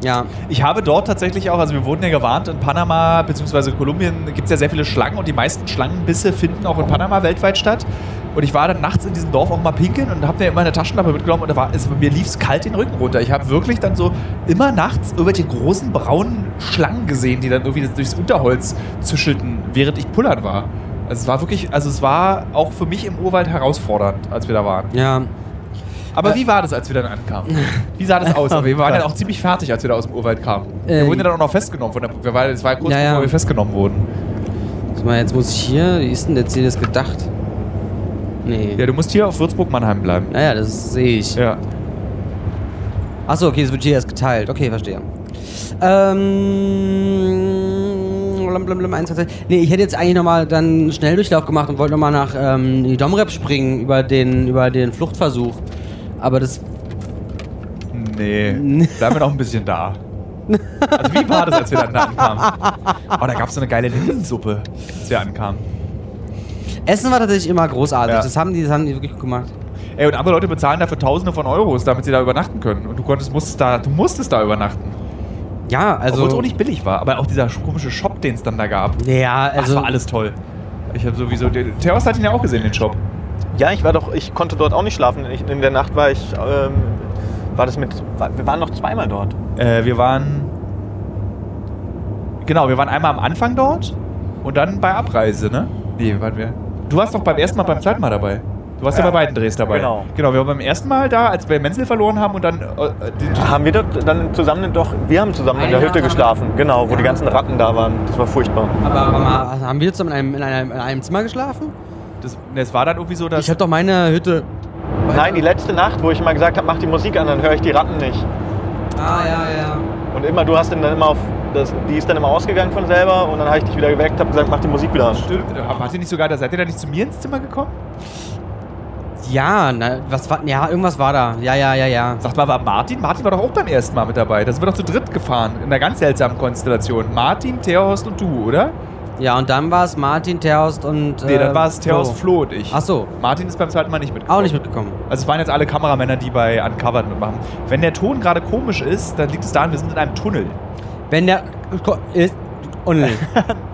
Ja. Ich habe dort tatsächlich auch, also wir wurden ja gewarnt, in Panama bzw. Kolumbien gibt es ja sehr viele Schlangen und die meisten Schlangenbisse finden auch in Panama weltweit statt. Und ich war dann nachts in diesem Dorf auch mal pinkeln und habe mir immer eine Taschenlampe mitgenommen und da war, es, mir lief es kalt den Rücken runter. Ich habe wirklich dann so immer nachts irgendwelche großen braunen Schlangen gesehen, die dann irgendwie das- durchs Unterholz zischelten, während ich pullern war. Also es war wirklich, also es war auch für mich im Urwald herausfordernd, als wir da waren. Ja. Aber wie war das, als wir dann ankamen? Wie sah das aus? wir waren dann auch ziemlich fertig, als wir da aus dem Urwald kamen. Wir Äh, wurden ja dann auch noch festgenommen von der wir waren, Das war kurz Ja, ja. bevor wir festgenommen wurden. Warte mal, jetzt muss ich hier. Wie ist denn jetzt hier das gedacht? Nee. Ja, du musst hier auf Würzburg-Mannheim bleiben. Naja, das sehe ich. Ja. Achso, okay, das Budget ist geteilt. Okay, verstehe. Ähm. Blum, blum, blum, 21. Nee, ich hätte jetzt eigentlich nochmal dann einen Schnelldurchlauf gemacht und wollte nochmal nach ähm, die Domrep springen über den, über den Fluchtversuch. Aber das. Nee. Bleiben wir noch ein bisschen da. Also wie war das, als wir dann da ankamen? Oh, da gab es so eine geile Linsensuppe, als wir ankamen. Essen war tatsächlich immer großartig. Ja. Das, haben die, das haben die wirklich gut gemacht. Ey, und andere Leute bezahlen dafür Tausende von Euros, damit sie da übernachten können. Und du konntest, musstest da, du musstest da übernachten. Ja, also. Obwohl es auch nicht billig war, aber auch dieser komische Shop, den es dann da gab. Ja, Also, also. das war alles toll. Ich habe sowieso. den- Theos hat ihn ja auch gesehen, den Shop. Ja, ich war doch, ich konnte dort auch nicht schlafen. Ich, in der Nacht war ich, ähm, war das mit, war, wir waren noch zweimal dort. Äh, wir waren. Genau, wir waren einmal am Anfang dort und dann bei Abreise, ne? Nee, waren wir. Du warst doch beim ersten Mal, beim zweiten Mal dabei. Du warst ja, Ja. bei beiden Drehs dabei. Genau. Genau, wir waren beim ersten Mal da, als wir Menzel verloren haben und dann. Äh, äh, die, Haben wir dort dann zusammen, doch, wir haben zusammen in der Eine Hütte Nacht geschlafen. Genau, wo Ja. die ganzen Ratten da waren. Das war furchtbar. aber, aber mal, haben wir zusammen in einem, in einem, in einem Zimmer geschlafen? das, ne, es war dann irgendwie so, dass. Ich habe doch meine Hütte. Nein, die letzte Nacht, wo ich immer gesagt habe, mach die Musik an, dann höre ich die Ratten nicht. Ah, ja, ja. Und immer, du hast dann immer auf, das, die ist dann immer ausgegangen von selber und dann habe ich dich wieder geweckt, habe gesagt, mach die Musik wieder an. Stimmt, äh, wart ihr nicht sogar da? Seid ihr da nicht zu mir ins Zimmer gekommen? Ja, na, was war. Ja, irgendwas war da. Ja, ja, ja, ja. Sagt mal, war Martin? Martin war doch auch beim ersten Mal mit dabei. Da sind wir doch zu dritt gefahren. In einer ganz seltsamen Konstellation. Martin, Theohorst und du, oder? Ja, und dann war es Martin, Terhorst und. Nee, dann war es Theos, Flo. Flo und ich. Ach Ähm, so, Martin ist beim zweiten Mal nicht mitgekommen. auch nicht mitgekommen. Also es waren jetzt alle Kameramänner, die bei Uncovered mitmachen. Wenn der Ton gerade komisch ist, dann liegt es daran, wir sind in einem Tunnel. Wenn der. Ist. Oh nee.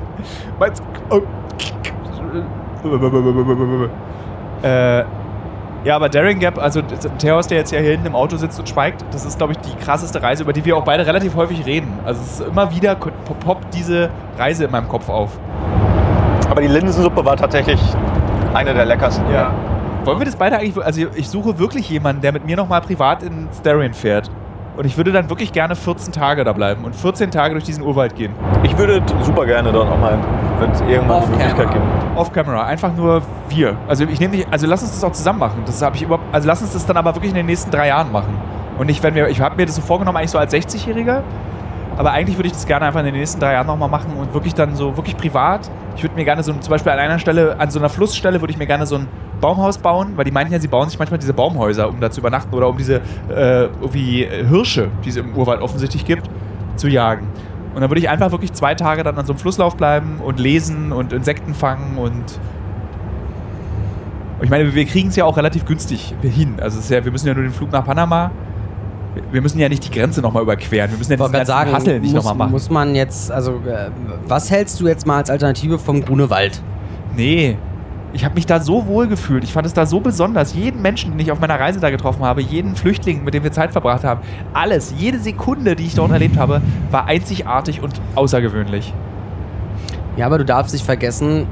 Weil's- oh. Äh, ja, aber Daring Gap, also das- Theos, der jetzt hier hinten im Auto sitzt und schweigt, das ist, glaube ich, die krasseste Reise, über die wir auch beide relativ häufig reden. Also es ist immer wieder ko- poppt diese Reise in meinem Kopf auf. Aber die Linsensuppe war tatsächlich eine der leckersten. Ja. Wollen wir das beide eigentlich. Also, ich suche wirklich jemanden, der mit mir nochmal privat in Starion fährt. Und ich würde dann wirklich gerne 14 Tage da bleiben und 14 Tage durch diesen Urwald gehen. Ich würde t- super gerne dort auch mal, hin, wenn es irgendwann Off eine Möglichkeit camera. gibt. Off Camera, einfach nur wir. Also, ich nehme dich. Also, lass uns das auch zusammen machen. Das habe ich überhaupt. Also, lass uns das dann aber wirklich in den nächsten drei Jahren machen. Und ich, wenn wir, ich habe mir das so vorgenommen, eigentlich so als 60-Jähriger. Aber eigentlich würde ich das gerne einfach in den nächsten drei Jahren nochmal machen und wirklich dann so, wirklich privat. Ich würde mir gerne so, ein- zum Beispiel an einer Stelle, an so einer Flussstelle würde ich mir gerne so ein Baumhaus bauen, weil die meinten ja, sie bauen sich manchmal diese Baumhäuser, um da zu übernachten oder um diese äh, irgendwie äh, Hirsche, die es im Urwald offensichtlich gibt, zu jagen. Und dann würde ich einfach wirklich zwei Tage dann an so einem Flusslauf bleiben und lesen und Insekten fangen und ich meine, wir kriegen es ja auch relativ günstig hin. Also es ist ja, wir müssen ja nur den Flug nach Panama. Wir müssen ja nicht die Grenze nochmal überqueren. Wir müssen ja Ich wollte diesen gerade ganzen sagen, Hassel nicht muss, nochmal machen. muss man jetzt. Also, äh, was hältst du jetzt mal als Alternative vom Grunewald? Nee. Ich habe mich da so wohl gefühlt. Ich fand es da so besonders. Jeden Menschen, den ich auf meiner Reise da getroffen habe, jeden Flüchtling, mit dem wir Zeit verbracht haben, alles, jede Sekunde, die ich dort erlebt habe, war einzigartig und außergewöhnlich. Ja, aber du darfst nicht vergessen,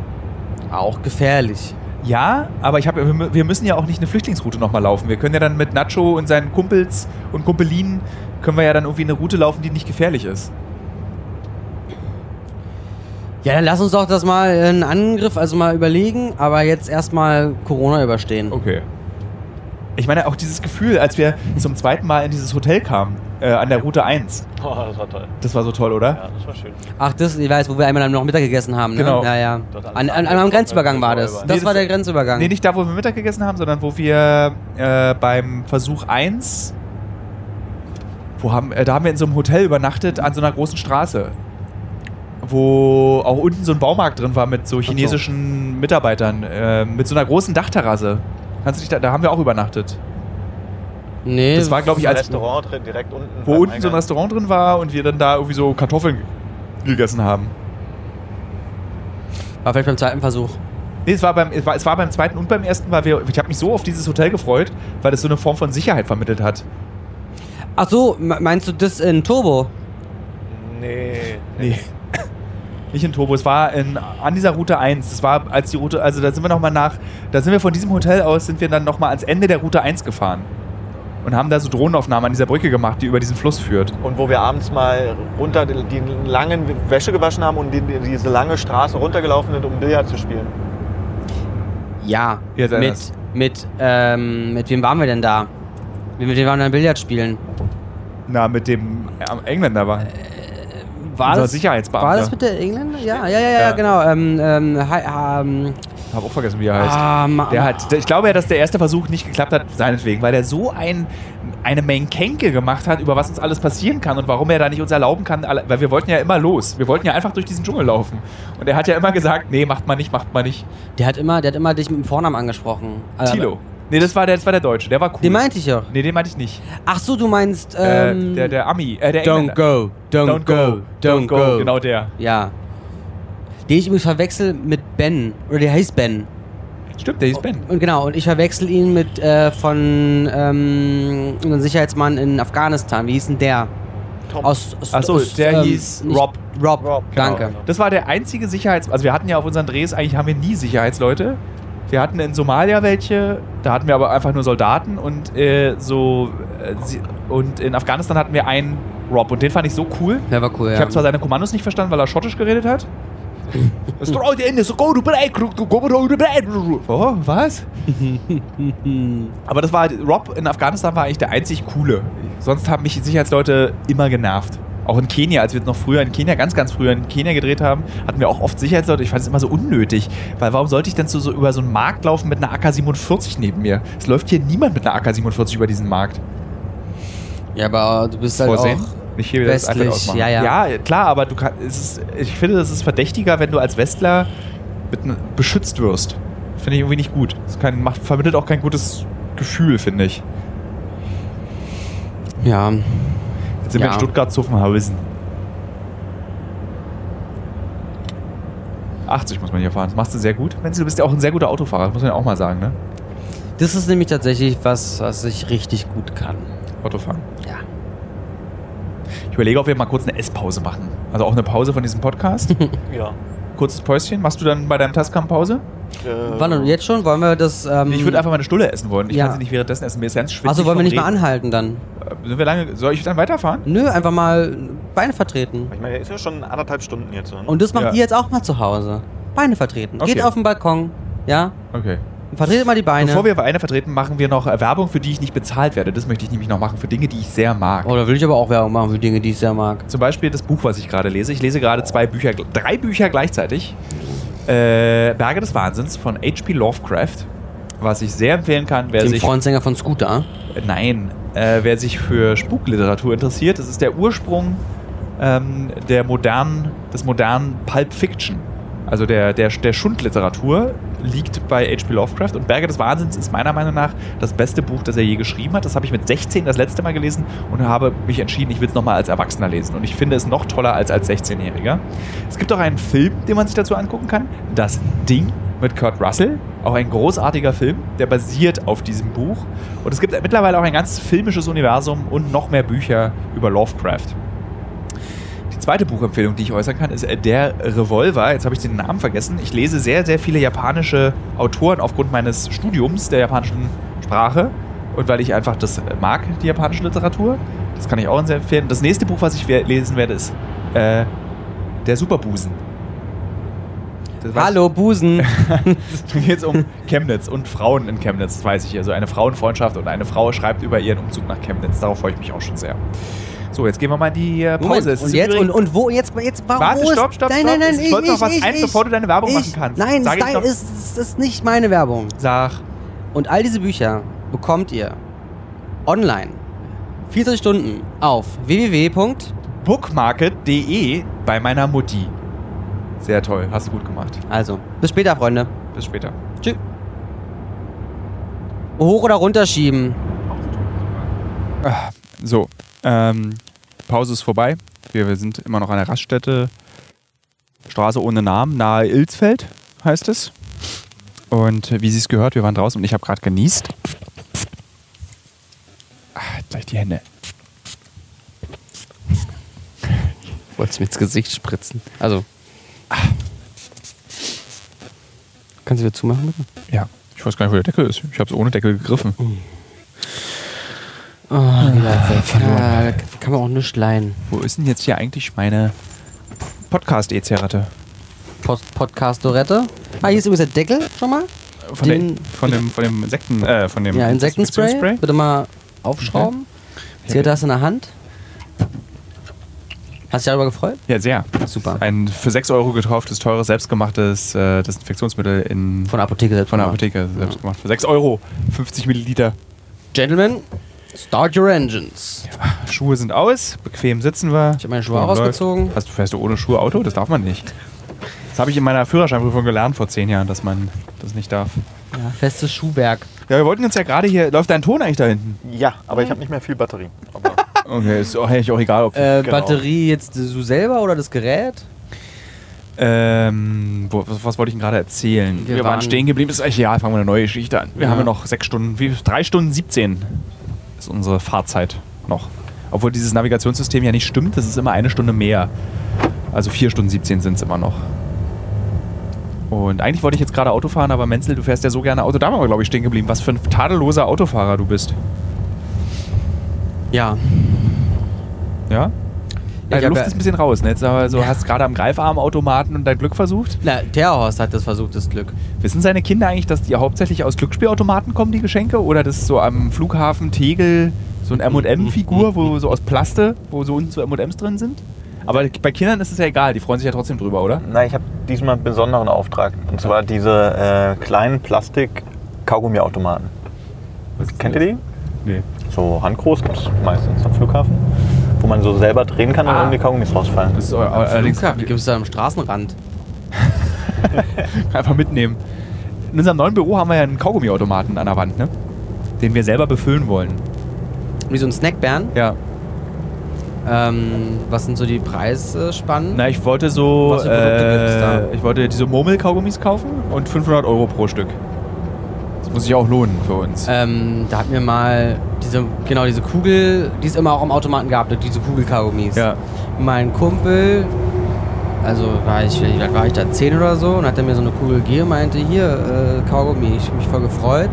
auch gefährlich. Ja, aber ich hab, wir mü- wir müssen ja auch nicht eine Flüchtlingsroute nochmal laufen. Wir können ja dann mit Nacho und seinen Kumpels und Kumpelinen, können wir ja dann irgendwie eine Route laufen, die nicht gefährlich ist. Ja, dann lass uns doch das mal äh, einen Angriff, also mal überlegen, aber jetzt erstmal Corona überstehen. Okay. Ich meine, auch dieses Gefühl, als wir zum zweiten Mal in dieses Hotel kamen, äh, an der Route 1. Oh, das war toll. Das war so toll, oder? Ja, das war schön. Ach, das, ich weiß, wo wir einmal am noch Mittag gegessen haben, ne? Genau. Ja, ja. Dort alles An, an, an andere- einem Grenzübergang war das. Nee, Das das- war der Grenzübergang. Nee, nicht da, wo wir Mittag gegessen haben, sondern wo wir äh, beim Versuch 1, wo haben, äh, da haben wir in so einem Hotel übernachtet, an so einer großen Straße. Wo auch unten so ein Baumarkt drin war mit so chinesischen Mitarbeitern, äh, mit so einer großen Dachterrasse. Kannst du dich da, da haben wir auch übernachtet. Nee, Das war, glaube ich, Ein als, Restaurant drin, direkt unten. wo beim unten so ein Eingang. Restaurant drin war und wir dann da irgendwie so Kartoffeln gegessen haben. war vielleicht beim zweiten Versuch. Nee, es war, beim, es, war, es war beim zweiten und beim ersten, weil wir, ich habe mich so auf dieses Hotel gefreut, weil das so eine Form von Sicherheit vermittelt hat. Ach so, me- meinst du das in Turbo? Nee. Nee. Nicht in Turbo, es war in, an dieser Route 1. Das war als die Route, also da sind wir nochmal nach, da sind wir von diesem Hotel aus, sind wir dann nochmal ans Ende der Route 1 gefahren. Und haben da so Drohnenaufnahmen an dieser Brücke gemacht, die über diesen Fluss führt. Und wo wir abends mal runter die, die langen Wäsche gewaschen haben und die, die, diese lange Straße runtergelaufen sind, um Billard zu spielen. Ja. Ihr seid mit, das. mit, ähm, mit wem waren wir denn da? Mit wem waren wir denn Billard spielen? Na, mit dem äh, Engländer war. War Unser das, Sicherheitsbeamter. war das mit der Engländer? Ja, ja, ja, ja, Ja. genau. Ähm, ähm, hi, ähm, Hab auch vergessen, wie er heißt. ah, ma- Der hat, der- ich glaube ja, dass der erste Versuch nicht geklappt hat, seinetwegen, weil er so ein, eine Menkenke gemacht hat, über was uns alles passieren kann und warum er da nicht uns erlauben kann, alle- weil wir wollten ja immer los. Wir wollten ja einfach durch diesen Dschungel laufen. Und er hat ja immer gesagt, nee, macht man nicht, macht man nicht. der hat immer, der hat immer dich mit dem Vornamen angesprochen. Äh, Tilo. Ähm, Nee, das war der, das war der Deutsche, der war cool. Den meinte ich ja. Nee, den meinte ich nicht. Ach so, du meinst, Ähm, ähm, der, der Ami, äh, der Engländer. go, Don't go, don't go. Genau der. Ja. Den ich übrigens verwechsel mit Ben. Oder der heißt Ben. Stimmt, der hieß Ben. Und genau, und ich verwechsel ihn mit äh, von ähm, unserem Sicherheitsmann in Afghanistan. Wie hieß denn der? Tom. Aus, ähm, Ach so, der hieß nicht- Rob. Rob, Rob, genau. danke. Das war der einzige Sicherheits... Also wir hatten ja auf unseren Drehs, eigentlich haben wir nie Sicherheitsleute. Wir hatten in Somalia welche, da hatten wir aber einfach nur Soldaten und äh, so... Äh, sie- und in Afghanistan hatten wir einen Rob und den fand ich so cool. Der war cool, ja. Ich habe zwar seine Kommandos nicht verstanden, weil er schottisch geredet hat. oh, was? Aber das war, Rob in Afghanistan war eigentlich der einzig coole. Sonst haben mich Sicherheitsleute immer genervt. Auch in Kenia, als wir noch früher in Kenia, ganz, ganz früher in Kenia gedreht haben, hatten wir auch oft Sicherheitsleute. Ich fand es immer so unnötig. Weil warum sollte ich denn so, so über so einen Markt laufen mit einer AK-47 neben mir? Es läuft hier niemand mit einer AK-47 über diesen Markt. ja, aber du bist halt Vorsehen. auch... Nicht hier wieder das iPad westlich, ausmachen. ja, ja. klar, aber du kann, es ist, ich finde, das ist verdächtiger, wenn du als Westler mit, ne- beschützt wirst. Finde ich irgendwie nicht gut. Das kann, macht, vermittelt auch kein gutes Gefühl, finde ich. Ja. Jetzt sind wir Ja. in Stuttgart-Zuffenhausen. 80 muss man hier fahren. Das machst du sehr gut. Menzi, du bist ja auch ein sehr guter Autofahrer, das muss man ja auch mal sagen, ne? Das ist nämlich tatsächlich was, was ich richtig gut kann. Autofahren. Ja. Ich überlege, ob wir mal kurz eine Esspause machen. Also auch eine Pause von diesem Podcast. Ja. Kurzes Päuschen. Machst du dann bei deinem Tascam Pause? Äh, Wann und jetzt schon? Wollen wir das... Ähm, Ich würde einfach mal eine Stulle essen wollen. Ich Ja. kann sie nicht währenddessen essen. Mir ist ganz schwindelig. Achso, wollen wir vom nicht mal Reden. anhalten dann? Äh, Sind wir lange. Soll ich dann weiterfahren? Nö, einfach mal Beine vertreten. Ich meine, der ist ja schon anderthalb Stunden jetzt. Ne? Und das macht Ja. ihr jetzt auch mal zu Hause. Beine vertreten. Okay. Geht auf den Balkon, ja? Okay. und Vertretet mal die Beine. Bevor wir Weine vertreten, machen wir noch äh, Werbung, für die ich nicht bezahlt werde. Das möchte ich nämlich noch machen, für Dinge, die ich sehr mag. oh, da will ich aber auch Werbung machen für Dinge, die ich sehr mag. Zum Beispiel das Buch, was ich gerade lese. Ich lese gerade zwei Bücher, gl- drei Bücher gleichzeitig. Äh, Berge des Wahnsinns von H.P. Lovecraft, was ich sehr empfehlen kann, wer Dem sich Freundsänger von Scooter. Nein, äh, wer sich für Spukliteratur interessiert, das ist der Ursprung ähm, der modernen, des modernen Pulp Fiction. Also der, der, der Schundliteratur liegt bei H.P. Lovecraft und Berge des Wahnsinns ist meiner Meinung nach das beste Buch, das er je geschrieben hat. Das habe ich mit 16 das letzte Mal gelesen und habe mich entschieden, ich will es nochmal als Erwachsener lesen. Und ich finde es noch toller als als 16-Jähriger. Es gibt auch einen Film, den man sich dazu angucken kann. Das Ding mit Kurt Russell. Auch ein großartiger Film, der basiert auf diesem Buch. Und es gibt mittlerweile auch ein ganzes filmisches Universum und noch mehr Bücher über Lovecraft. Die zweite Buchempfehlung, die ich äußern kann, ist äh, Der Revolver. Jetzt habe ich den Namen vergessen. Ich lese sehr, sehr viele japanische Autoren aufgrund meines Studiums der japanischen Sprache und weil ich einfach das äh, mag, die japanische Literatur. Das kann ich auch sehr empfehlen. Das nächste Buch, was ich wer- lesen werde, ist äh, Der Superbusen. Das war's. Hallo Busen. Mir geht es um Chemnitz und Frauen in Chemnitz, das weiß ich. Also eine Frauenfreundschaft und eine Frau schreibt über ihren Umzug nach Chemnitz. Darauf freue ich mich auch schon sehr. So, jetzt gehen wir mal in die äh, Moment, Pause. Es und ist jetzt übrigens- und, und wo jetzt jetzt warum Warte, wo stopp, stopp, nein, stopp. nein, nein, Es folgt noch was ein, bevor du deine Werbung ich, machen kannst. Nein, Sag es ich ist, doch. ist, es ist nicht meine Werbung. Sag, Und all diese Bücher bekommt ihr online 40 Stunden auf www. bookmarket.de bei meiner Mutti. Sehr toll, hast du gut gemacht. Also, bis später, Freunde. Bis später. Hoch oder runterschieben. So, ähm, Pause ist vorbei. Wir, wir sind immer noch an der Raststätte. Straße ohne Namen, nahe Ilsfeld heißt es. Und äh, wie Sie es gehört, wir waren draußen und ich habe gerade genießt. Ah, gleich die Hände. Wolltest mir ins Gesicht spritzen. Also. Kannst du wieder zumachen, bitte? Ja, ich weiß gar nicht, wo der Deckel ist. Ich habe es ohne Deckel gegriffen. Oh, ja, kann man auch nicht leihen. Wo ist denn jetzt hier eigentlich meine Podcast-E-Zerrate? Post Podcastorette. Ah, hier ist übrigens der Deckel schon mal. Von, Den- der- von dem von dem Insekten äh, von dem Ja, Insektenspray. Desinfektionsspray? Bitte mal aufschrauben. Mhm. Sie hat das in der Hand. Hast du dich darüber gefreut? Ja, sehr. Super. Ein für 6 Euro gekauftes, teures, selbstgemachtes äh, Desinfektionsmittel in Von der Apotheke selbst. Von der Apotheke selbst gemacht. Für 6 Euro, 50 Milliliter. Gentlemen, start your engines. Schuhe sind aus, bequem sitzen wir. Ich hab meine Schuhe Läuft. ausgezogen. Hast du fährst du ohne Schuhe Auto? Das darf man nicht. Das habe ich in meiner Führerscheinprüfung gelernt vor 10 Jahren, dass man das nicht darf. Ja, festes Schuhwerk. Ja, wir wollten jetzt ja gerade hier. Läuft dein Ton eigentlich da hinten? Ja, aber ich habe nicht mehr viel Batterie. Aber Okay, ist auch, eigentlich auch egal, ob. Äh, Genau. Batterie jetzt äh, du selber oder das Gerät? Ähm, wo, was, was wollte ich denn gerade erzählen? Wir Wir, waren waren- stehen geblieben. Ist eigentlich egal, fangen wir eine neue Geschichte an. Wir Ja. haben ja noch 6 Stunden, wie, 3 Stunden 17 ist unsere Fahrzeit noch. Obwohl dieses Navigationssystem ja nicht stimmt, das ist immer eine Stunde mehr. Also 4 Stunden 17 sind es immer noch. Und eigentlich wollte ich jetzt gerade Auto fahren, aber Menzel, du fährst ja so gerne Auto. Da waren wir, glaube ich, stehen geblieben. Was für ein tadelloser Autofahrer du bist. Ja. Ja? ja Ja, ich die hab Luft ja- ist ein bisschen raus. Ne? Jetzt aber so, hast gerade am Greifarmautomaten und dein Glück versucht. Na, Terhorst hat das versucht, das Glück. Wissen seine Kinder eigentlich, dass die hauptsächlich aus Glücksspielautomaten kommen, die Geschenke? Oder das so am Flughafen Tegel so ein M&M-Figur, wo so aus Plaste, wo so unten so M&Ms drin sind? Aber bei Kindern ist es ja egal, die freuen sich ja trotzdem drüber, oder? Nein, ich habe diesmal einen besonderen Auftrag. Und zwar diese äh, kleinen Plastik-Kaugummi-Automaten. Kennt ihr die? Nee. So handgroß gibt es meistens am Flughafen, wo man so selber drehen kann und Ah. irgendwie Kaugummis rausfallen. Das ist äh, aber allerdings Die gibt's da am Straßenrand. einfach mitnehmen. In unserem neuen Büro haben wir ja einen Kaugummiautomaten an der Wand, ne? Den wir selber befüllen wollen. Wie so ein Snackbären. Ja. Ähm, was sind so die Preisspannen? Na, ich wollte so. äh, Was für Produkte gibt's da? ich wollte diese Murmelkaugummis kaufen und 500 Euro pro Stück. Das muss sich auch lohnen für uns. Ähm, da hatten wir mal diese, genau, diese Kugel, die es immer auch am Automaten gab, ne, diese Kugelkaugummis. Ja. Mein Kumpel, also war ich, wie alt war ich da 10 oder so, und hat er mir so eine Kugel gegeben und meinte, hier, äh, Kaugummi, ich hab mich voll gefreut.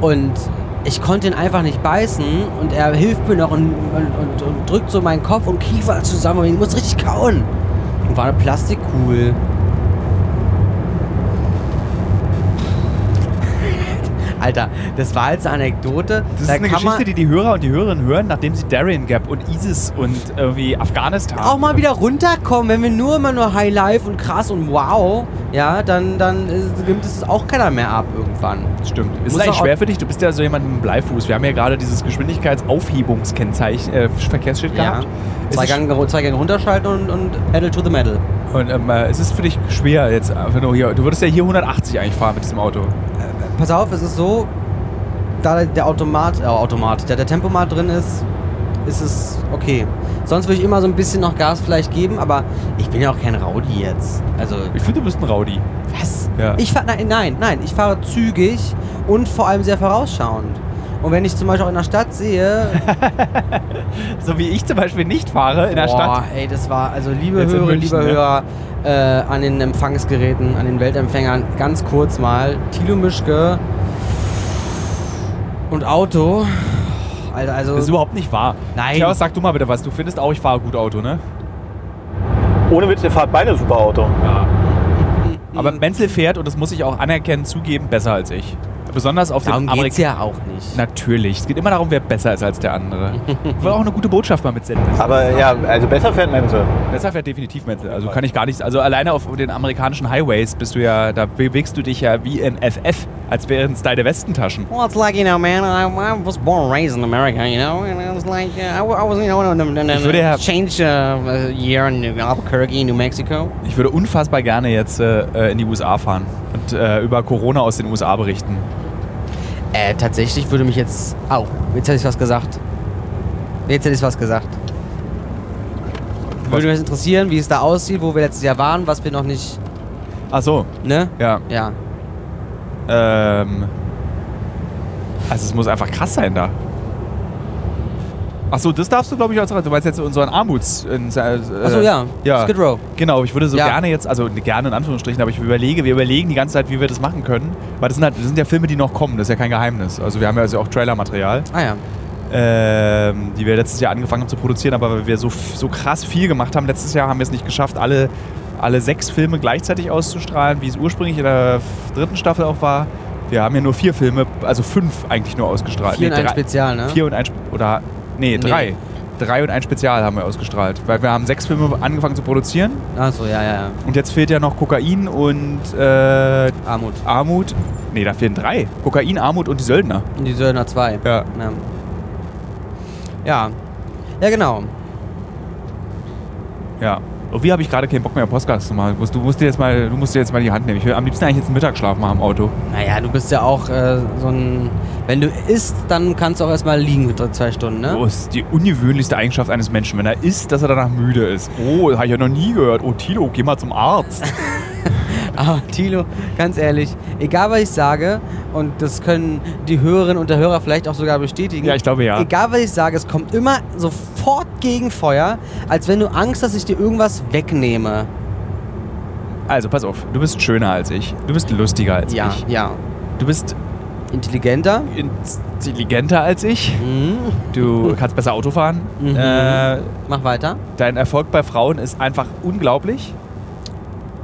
Und ich konnte ihn einfach nicht beißen und er hilft mir noch und, und, und, und drückt so meinen Kopf und Kiefer zusammen und ich muss richtig kauen. Und war eine Plastikkugel. Alter, das war jetzt eine Anekdote. Das ist da eine kann man Geschichte, die die Hörer und die Hörerinnen hören, nachdem sie Darien Gap und ISIS und irgendwie Afghanistan. auch mal wieder runterkommen, wenn wir nur immer nur High Life und krass und wow, ja, dann, dann ist- nimmt es auch keiner mehr ab irgendwann. Stimmt. Ist Muss es eigentlich auch- schwer für dich? Du bist ja so jemand mit einem Bleifuß. Wir haben ja gerade dieses Geschwindigkeitsaufhebungskennzeichen, äh, Verkehrsschild Ja. gehabt. Ist Zwei es- Gänge, zwei Gänge runterschalten und, und pedal to the metal. Und ähm, äh, es ist für dich schwer jetzt einfach nur hier. Du würdest ja hier 180 eigentlich fahren mit diesem Auto. Pass auf, es ist so, da der Automat, äh, Automat, da der Tempomat drin ist, ist es okay. Sonst würde ich immer so ein bisschen noch Gas vielleicht geben, aber ich bin ja auch kein Rowdy jetzt. Also, Ich finde, du bist ein Rowdy. was? Ja. Ich fahre, nein, nein, nein, ich fahre zügig und vor allem sehr vorausschauend. Und wenn ich zum Beispiel auch in der Stadt sehe, So wie ich zum Beispiel nicht fahre in der boah, Stadt. ey, das war, also liebe Jetzt in Hörer, München, liebe ne? Hörer, äh, an den Empfangsgeräten, an den Weltempfängern, ganz kurz mal, Thilo Mischke und Auto, Alter, Das ist also, überhaupt nicht wahr. Nein. Klaus, sag du mal bitte was. Du findest auch, ich fahre gut Auto, ne? Ohne Witz, ihr fahrt beide super Auto. Aber Mhm. Menzel fährt, und das muss ich auch anerkennen, zugeben, besser als ich. Besonders auf darum den geht's Amerika. ja auch nicht. Natürlich. Es geht immer darum, wer besser ist als der andere. Ich will auch eine gute Botschaft mal mitsenden. Aber ja, also besser fährt Menzel. Besser fährt definitiv Menzel. Also kann ich gar nichts. Also alleine auf den amerikanischen Highways bist du ja, da bewegst du dich ja wie im FF, als wären es deine Westentaschen. Well, it's like, you know, man, I, I was born and raised in America, you know, and it was like, uh, I, wa- I was, you know, in a, in Ich würde a ja- change uh, year in Albuquerque, New Mexico. Ich würde unfassbar gerne jetzt äh, in die USA fahren und äh, über Corona aus den USA berichten. Äh, tatsächlich würde mich jetzt. Au, jetzt hätte ich was gesagt. Jetzt hätte ich was gesagt. Was? Würde mich interessieren, wie es da aussieht, wo wir letztes Jahr waren, was wir noch nicht. Ach so, Ne? ja. Ja. Ähm, also es muss einfach krass sein da. Ach so, das darfst du, glaube ich, als Du meinst jetzt unseren Armuts... In, äh, Ach so, ja. ja. Skid Row. Genau, ich würde so Ja. gerne jetzt, also gerne in Anführungsstrichen, aber ich überlege, wir überlegen die ganze Zeit, wie wir das machen können. Weil das sind, halt, das sind ja Filme, die noch kommen, das ist ja kein Geheimnis. Also wir haben ja also auch Trailer-Material, Ah ja. ähm, die wir letztes Jahr angefangen haben zu produzieren, aber weil wir so, f- so krass viel gemacht haben, letztes Jahr haben wir es nicht geschafft, alle, alle sechs Filme gleichzeitig auszustrahlen, wie es ursprünglich in der f- dritten Staffel auch war. Wir haben ja nur vier Filme, also fünf eigentlich nur ausgestrahlt. Vier und Nee, ein drei- Spezial, ne? Vier und ein Sp- oder nee, drei. Drei und ein Spezial haben wir ausgestrahlt, weil wir haben sechs Filme angefangen zu produzieren. Ach so, ja, ja, ja. Und jetzt fehlt ja noch Kokain und äh, Armut. Armut. Nee, da fehlen drei. Kokain, Armut und die Söldner. Und die Söldner 2. Ja. ja. Ja. Ja, genau. Ja. Und wie habe ich gerade keinen Bock mehr auf Podcast zu machen? Du musst- Du musst dir jetzt mal, du musst dir jetzt mal die Hand nehmen. Ich will am liebsten eigentlich jetzt einen Mittagsschlaf machen im Auto. Naja, du bist ja auch äh, so ein. Wenn du isst, dann kannst du auch erstmal liegen für zwei Stunden, ne? Oh, das ist die ungewöhnlichste Eigenschaft eines Menschen, wenn er isst, dass er danach müde ist. Oh, habe ich ja noch nie gehört. Oh, Tilo, geh mal zum Arzt. Aber Tilo, ganz ehrlich, egal was ich sage, und das können die Hörerinnen und der Hörer vielleicht auch sogar bestätigen. Ja, ich glaube, ja. Egal was ich sage, es kommt immer sofort Gegenfeuer, als wenn du Angst hast, dass ich dir irgendwas wegnehme. Also, pass auf. Du bist schöner als ich. Du bist lustiger als ja, ich. ja. Du bist Intelligenter. intelligenter als ich. Mhm. Du kannst besser Auto fahren. Mhm. Äh, Mach weiter. Dein Erfolg bei Frauen ist einfach unglaublich.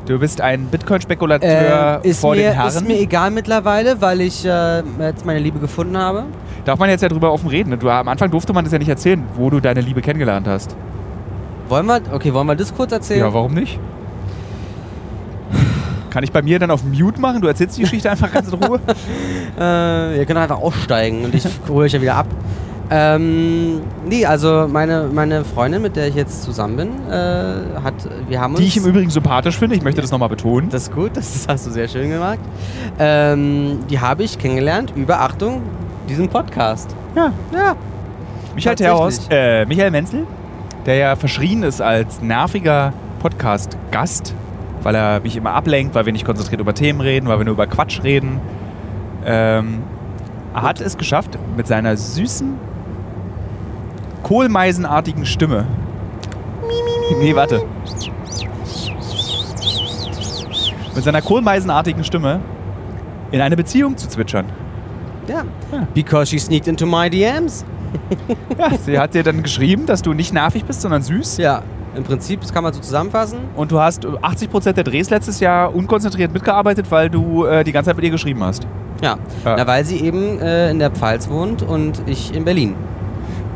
Du bist ein Bitcoin-Spekulateur Äh, Ähm, ist, vor mir, den ist Herren. mir e- egal mittlerweile, weil ich äh, jetzt meine Liebe gefunden habe. Darf man jetzt ja drüber offen reden? Du, am Anfang durfte man das ja nicht erzählen, wo du deine Liebe kennengelernt hast. Wollen wir, okay, wollen wir das kurz erzählen? Ja, warum nicht? Kann ich bei mir dann auf Mute machen? Du erzählst die Geschichte einfach ganz in Ruhe. Äh, ihr könnt einfach aussteigen und ich hole euch ja wieder ab. Ähm, nee, also meine, meine Freundin, mit der ich jetzt zusammen bin, äh, hat, wir haben uns... Die ich im Übrigen sympathisch finde. Ich möchte das nochmal betonen. das ist gut, das hast du sehr schön gemacht. Ähm, die habe ich kennengelernt über, Achtung, diesen Podcast. Ja. Ja. Michael Terhaus, Tatsächlich. äh, Michael Menzel, der ja verschrien ist als nerviger Podcast-Gast, weil er mich immer ablenkt, weil wir nicht konzentriert über Themen reden, weil wir nur über Quatsch reden. Ähm, er hat es geschafft, mit seiner süßen, kohlmeisenartigen Stimme. Nee, warte. Mit seiner kohlmeisenartigen Stimme in eine Beziehung zu zwitschern. Ja. Because she sneaked into my DMs. Ja, sie hat dir dann geschrieben, dass du nicht nervig bist, sondern süß. Ja, im Prinzip, das kann man so zusammenfassen. Und du hast 80% der Drehs letztes Jahr unkonzentriert mitgearbeitet, weil du äh, die ganze Zeit mit ihr geschrieben hast. Ja, Ja. Na, weil sie eben äh, in der Pfalz wohnt und ich in Berlin.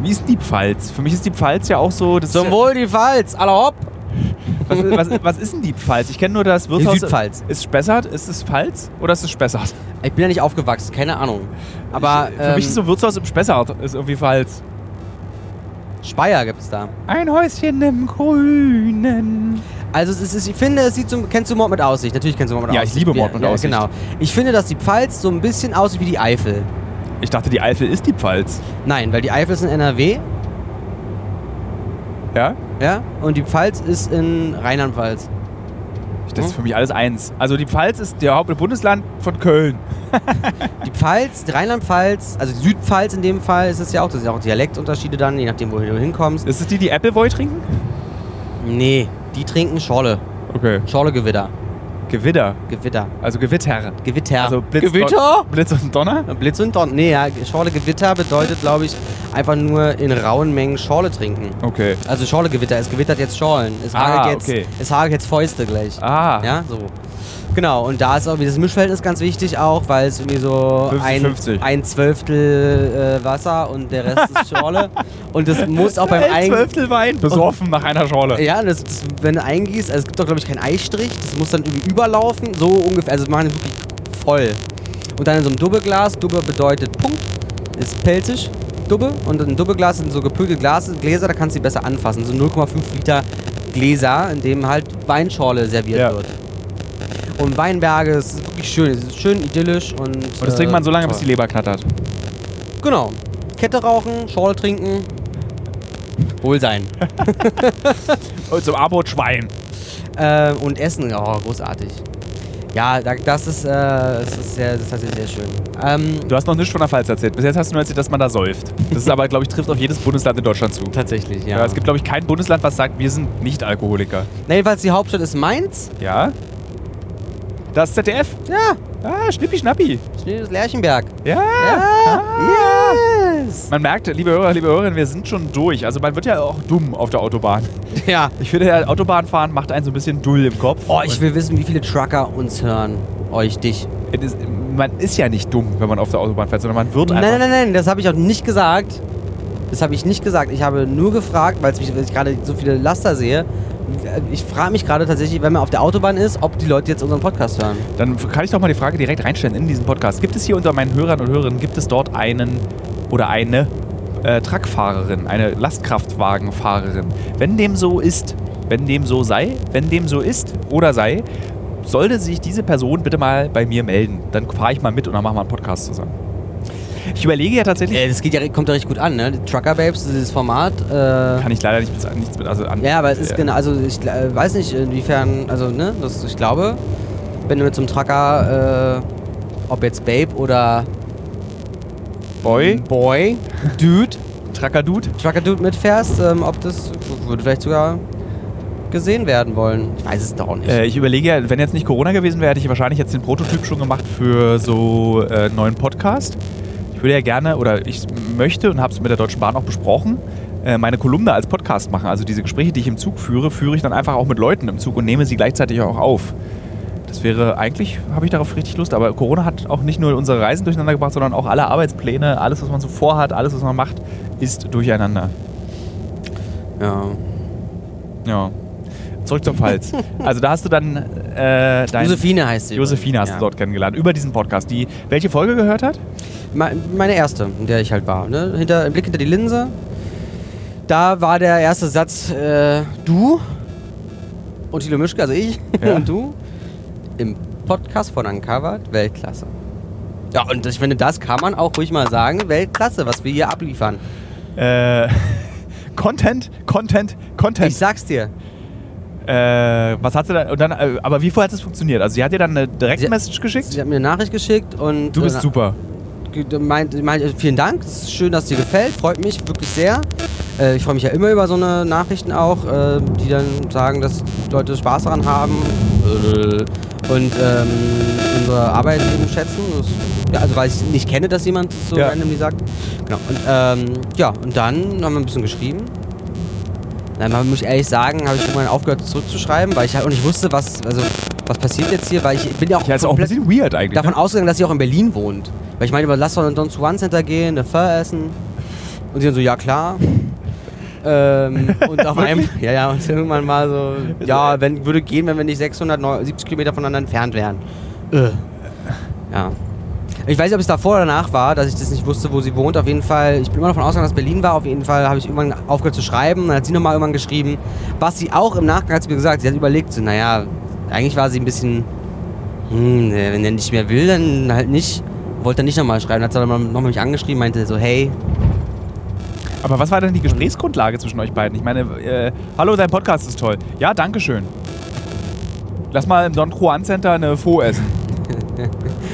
Wie ist denn die Pfalz? Für mich ist die Pfalz ja auch so. Das Zum Wohl die Pfalz, alle hopp. was, was, was ist denn die Pfalz? Ich kenne nur das Wirtshaus. Südpfalz. Ist Spessart? Ist es Pfalz oder ist es Spessart? Ich bin ja nicht aufgewachsen, keine Ahnung. Aber ähm, Für mich ist so Wirtshaus im Spessart ist irgendwie Pfalz. Speyer gibt es da. Ein Häuschen im Grünen. Also es ist, es- ich finde, es sieht so, kennst du Mord mit Aussicht? Natürlich kennst du Mord mit Ja, ich Aussicht. liebe Wir- Mord mit ja, Aussicht. Genau. Ich finde, dass die Pfalz so ein bisschen aussieht wie die Eifel. Ich dachte, die Eifel ist die Pfalz. Nein, weil die Eifel ist in NRW, Ja? ja, und die Pfalz ist in Rheinland-Pfalz. Das ist für mich alles eins. Also die Pfalz ist der Hauptbundesland von Köln. Die Pfalz, die Rheinland-Pfalz, also die Südpfalz in dem Fall ist es ja auch, das sind ja auch Dialektunterschiede dann, je nachdem, wohin du hinkommst. Ist es die, die Appleboy trinken? Nee, die trinken Schorle. Okay. Schorle-Gewitter. Gewitter. Gewitter. Also Gewitter. Gewitter. Also Blitz, Gewitter? Don Blitz und Donner? Blitz und Donner. Nee, ja, Schorle-Gewitter bedeutet, glaube ich, einfach nur in rauen Mengen Schorle trinken. Okay. Also Schorle-Gewitter, es gewittert jetzt Schorlen. Es Ah, hagelt jetzt, okay. es hagelt jetzt Fäuste gleich. Ah. Ja, so. Genau, und da ist auch, das Mischfeld ist ganz wichtig auch, weil es irgendwie so 50, ein, 50. ein Zwölftel äh, Wasser und der Rest ist Schorle. Und das muss auch beim Ein Eingießen. Zwölftel Wein. Besoffen nach einer Schorle. Ja, das, das, wenn du eingießt, also es gibt doch, glaube ich, keinen Eisstrich, das muss dann irgendwie überlaufen, so ungefähr, also wir machen das wirklich voll. Und dann in so einem Dubbeglas, Dubbe bedeutet Punkt, ist pelzig, Dubbe, und in Dubbeglas sind so gepölte Glas, Gläser, da kannst du die besser anfassen, so 0,5 Liter Gläser, in dem halt Weinschorle serviert Ja. wird. Und Weinberge, es ist wirklich schön, es ist schön idyllisch und... Und das trinkt man so lange, Äh, bis die Leber knattert. Genau. Kette rauchen, Schorle trinken, Wohlsein. Und Oh, zum Abot Schwein. Äh, und Essen, oh, großartig. Ja, da- das ist, äh, das ist, sehr, das ist tatsächlich sehr schön. Ähm, Du hast noch nichts von der Pfalz erzählt. Bis jetzt hast du nur erzählt, dass man da säuft. Das ist aber, glaube ich, trifft auf jedes Bundesland in Deutschland zu. tatsächlich, ja. Ja, es gibt, glaube ich, kein Bundesland, was sagt, wir sind nicht Alkoholiker. Na, jedenfalls, die Hauptstadt ist Mainz. Ja? Das ZDF. Ja, Ah, schnippi schnappi. schönes Lerchenberg. Ja. Ja, Ah. yes. Man merkt, liebe Hörer, liebe Hörerinnen, wir sind schon durch. Also man wird ja auch dumm auf der Autobahn. Ja. Ich finde, ja, Autobahnfahren macht einen so ein bisschen dull im Kopf. Oh, ich will wissen, wie viele Trucker uns hören. Euch, dich. Es ist, man ist ja nicht dumm, wenn man auf der Autobahn fährt, sondern man wird Nein, einfach. nein, nein, nein, das habe ich auch nicht gesagt. Das habe ich nicht gesagt. Ich habe nur gefragt, weil es mich- weil ich gerade so viele Laster sehe. Ich frage mich gerade tatsächlich, wenn man auf der Autobahn ist, ob die Leute jetzt unseren Podcast hören. Dann kann ich doch mal die Frage direkt reinstellen in diesen Podcast. Gibt es hier unter meinen Hörern und Hörerinnen, gibt es dort einen oder eine äh, Truckfahrerin, eine Lastkraftwagenfahrerin? Wenn dem so ist, wenn dem so sei, wenn dem so ist oder sei, sollte sich diese Person bitte mal bei mir melden. Dann fahre ich mal mit und dann machen wir einen Podcast zusammen. Ich überlege ja tatsächlich, Äh, das geht ja, kommt ja richtig gut an, ne? Die Trucker Babes, dieses Format. Äh, kann ich leider nicht mit, nichts mit also an. ja, aber es ist äh, genau, also ich gl- äh, weiß nicht, inwiefern, also ne, das, ich glaube, wenn du mit so einem Trucker, äh, ob jetzt Babe oder Boy, Boy, Dude, Trucker Dude. Trucker Dude mitfährst, ähm, ob das würde vielleicht sogar gesehen werden wollen. Ich weiß es doch nicht. Äh, ich überlege, ja, wenn jetzt nicht Corona gewesen wäre, hätte ich wahrscheinlich jetzt den Prototyp schon gemacht für so äh, einen neuen Podcast. Ich würde ja gerne oder ich möchte und habe es mit der Deutschen Bahn auch besprochen, äh, meine Kolumne als Podcast machen. Also diese Gespräche, die ich im Zug führe, führe ich dann einfach auch mit Leuten im Zug und nehme sie gleichzeitig auch auf. Das wäre eigentlich, habe ich darauf richtig Lust, aber Corona hat auch nicht nur unsere Reisen durcheinander gebracht, sondern auch alle Arbeitspläne, alles, was man so vorhat, alles, was man macht, ist durcheinander. ja. Ja. Zurück zum Pfalz. also da hast du dann äh, dein Josephine heißt sie. Josephine hast ja. du dort kennengelernt, über diesen Podcast, die welche Folge gehört hat? Me- meine erste, in der ich halt war. Ne? Hinter, im Blick hinter die Linse. Da war der erste Satz, äh, du und Thilo Mischke, also ich Ja. und du, im Podcast von Uncovered, Weltklasse. Ja, und ich finde, das kann man auch ruhig mal sagen, Weltklasse, was wir hier abliefern. Äh, Content, Content, Ich Content. sag's dir. Äh, was hat sie dann, und dann? äh, Aber wie vorher hat es funktioniert? Also sie hat dir dann eine Direktmessage Sie geschickt. hat mir eine Nachricht geschickt und... Du bist äh, super. ge- meint, meint, äh, vielen Dank, es ist schön, dass dir gefällt, freut mich wirklich sehr. Äh, ich freue mich ja immer über so eine Nachrichten auch, äh, die dann sagen, dass die Leute Spaß daran haben äh, und ähm, unsere Arbeit eben schätzen. Das, ja, also weil ich nicht kenne, dass jemand so Ja. randomly sagt. Genau. Und, ähm, ja, und dann haben wir ein bisschen geschrieben. Dann man muss ich ehrlich sagen, habe ich irgendwann aufgehört zurückzuschreiben, weil ich halt auch nicht wusste, was, also, was passiert jetzt hier, weil ich bin ja auch Ja, ist auch ein komplett- bisschen weird eigentlich. davon ne? ausgegangen, dass sie auch in Berlin wohnt. Weil ich meine, über lass doch in Don's One Center gehen, eine Pho essen. Und sie dann so, ja klar. ähm, und auf einem, ja, ja, und irgendwann mal so, ja, wenn, würde gehen, wenn wir nicht 670 Kilometer voneinander entfernt wären. Äh. Ja. Ich weiß nicht, ob es davor oder danach war, dass ich das nicht wusste, wo sie wohnt. Auf jeden Fall, ich bin immer davon ausgegangen, dass es Berlin war. Auf jeden Fall habe ich irgendwann aufgehört zu schreiben. Dann hat sie nochmal irgendwann geschrieben, was sie auch im Nachgang hat sie mir gesagt. Sie hat überlegt, so, naja, eigentlich war sie ein bisschen hm, äh, wenn er nicht mehr will, dann halt nicht. Wollte er nicht nochmal schreiben. Dann hat er nochmal noch mal mich angeschrieben, meinte so, hey. Aber was war Mhm. denn die Gesprächsgrundlage zwischen euch beiden? Ich meine, äh, hallo, dein Podcast ist toll. Ja, danke schön. Lass mal im Don Juan Center eine Pho essen.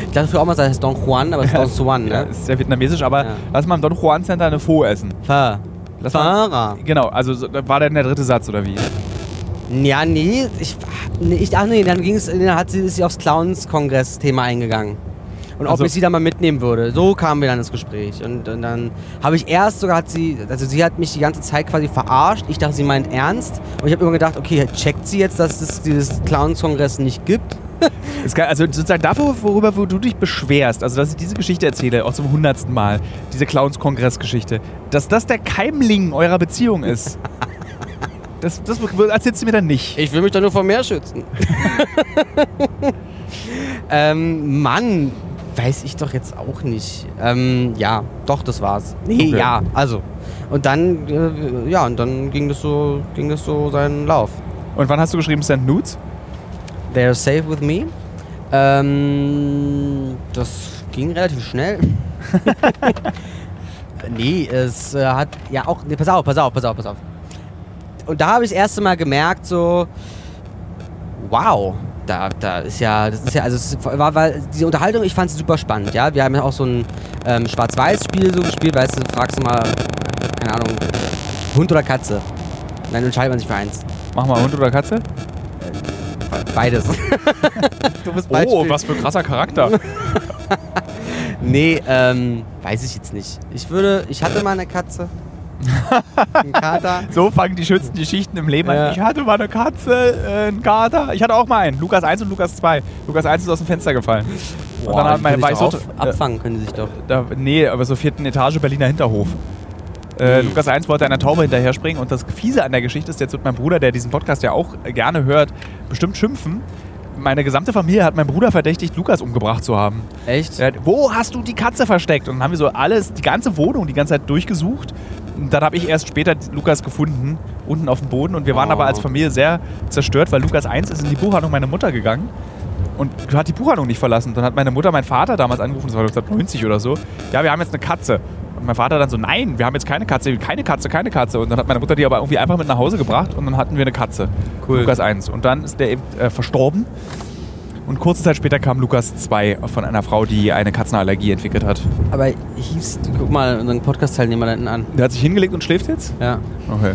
Ich dachte früher auch mal, das heißt Don Juan, aber es ist Don Juan, Ja, ne? ist sehr vietnamesisch, aber Ja. lass mal im Don Juan Center eine Pho essen. Fa. Lass mal, Fahrer. genau, also so- war dann der dritte Satz oder wie? Ja, nee, ich, nee, ich ach nee, dann ging's, dann hat sie, ist sie aufs Clowns-Kongress-Thema eingegangen. Und ob Also- ich sie da mal mitnehmen würde. So kamen wir dann ins Gespräch. Und, und dann habe ich erst sogar, hat sie, also sie hat mich die ganze Zeit quasi verarscht. Ich dachte, sie meint ernst. Und ich habe immer gedacht, okay, checkt sie jetzt, dass es dieses Clowns-Kongress nicht gibt? Ist geil, also sozusagen dafür, worüber wo du dich beschwerst, also dass ich diese Geschichte erzähle, auch zum hundertsten Mal, diese Clowns-Kongress-Geschichte, dass das der Keimling eurer Beziehung ist. Das, das erzählst du mir dann nicht. Ich will mich doch nur vor mehr schützen. ähm, Mann, weiß ich doch jetzt auch nicht. Ähm, ja, doch, das war's. Nee, Okay. ja, also. Und dann, äh, ja, und dann ging das so, ging das so seinen Lauf. Und wann hast du geschrieben, Send Nudes? They're safe with me. Ähm, das ging relativ schnell. nee, es äh, hat ja auch. Nee, pass auf, pass auf, pass auf, pass auf. Und da habe ich das erste Mal gemerkt, so. Wow, da, da ist ja. Das ist ja. Also, es war, war diese Unterhaltung, ich fand sie super spannend, ja. Wir haben ja auch so ein ähm, Schwarz-Weiß-Spiel so gespielt, weißt du, fragst du mal, keine Ahnung, Hund oder Katze? Und Dann entscheidet man sich für eins. Mach mal Hund oder Katze? Beides. du bist Oh, was für ein krasser Charakter. Nee, ähm, weiß ich jetzt nicht. Ich würde, ich hatte mal eine Katze. einen Kater. So fangen die schönsten Geschichten im Leben Ja. an. Ich hatte mal eine Katze, äh, einen Kater. Ich hatte auch mal einen. Lukas 1 und Lukas 2. Lukas 1 ist aus dem Fenster gefallen. Und dann hat mein, können war sich ich so, doch auf, äh, abfangen können die sich doch. da, nee, aber so vierten Etage Berliner Hinterhof. Äh, Lukas 1 wollte einer Taube hinterher springen und das Fiese an der Geschichte ist, jetzt wird mein Bruder, der diesen Podcast ja auch gerne hört, bestimmt schimpfen. Meine gesamte Familie hat meinen Bruder verdächtigt, Lukas umgebracht zu haben. Echt? Er hat, wo hast du die Katze versteckt? Und dann haben wir so alles, die ganze Wohnung die ganze Zeit durchgesucht. Und dann habe ich erst später Lukas gefunden, unten auf dem Boden. Und wir waren Oh. aber als Familie sehr zerstört, weil Lukas 1 ist in die Buchhandlung meiner Mutter gegangen und hat die Buchhandlung nicht verlassen. Dann hat meine Mutter meinen Vater damals angerufen, das war 1990 oder so. Ja, wir haben jetzt eine Katze. Und mein Vater dann so, nein, wir haben jetzt keine Katze, keine Katze, keine Katze. Und dann hat meine Mutter die aber irgendwie einfach mit nach Hause gebracht und dann hatten wir eine Katze. Cool. Lukas 1. Und dann ist der eben äh, verstorben. Und kurze Zeit später kam Lukas 2 von einer Frau, die eine Katzenallergie entwickelt hat. Aber hieß, guck mal unseren Podcast-Teilnehmer da hinten an. Der hat sich hingelegt und schläft jetzt? Ja. Okay.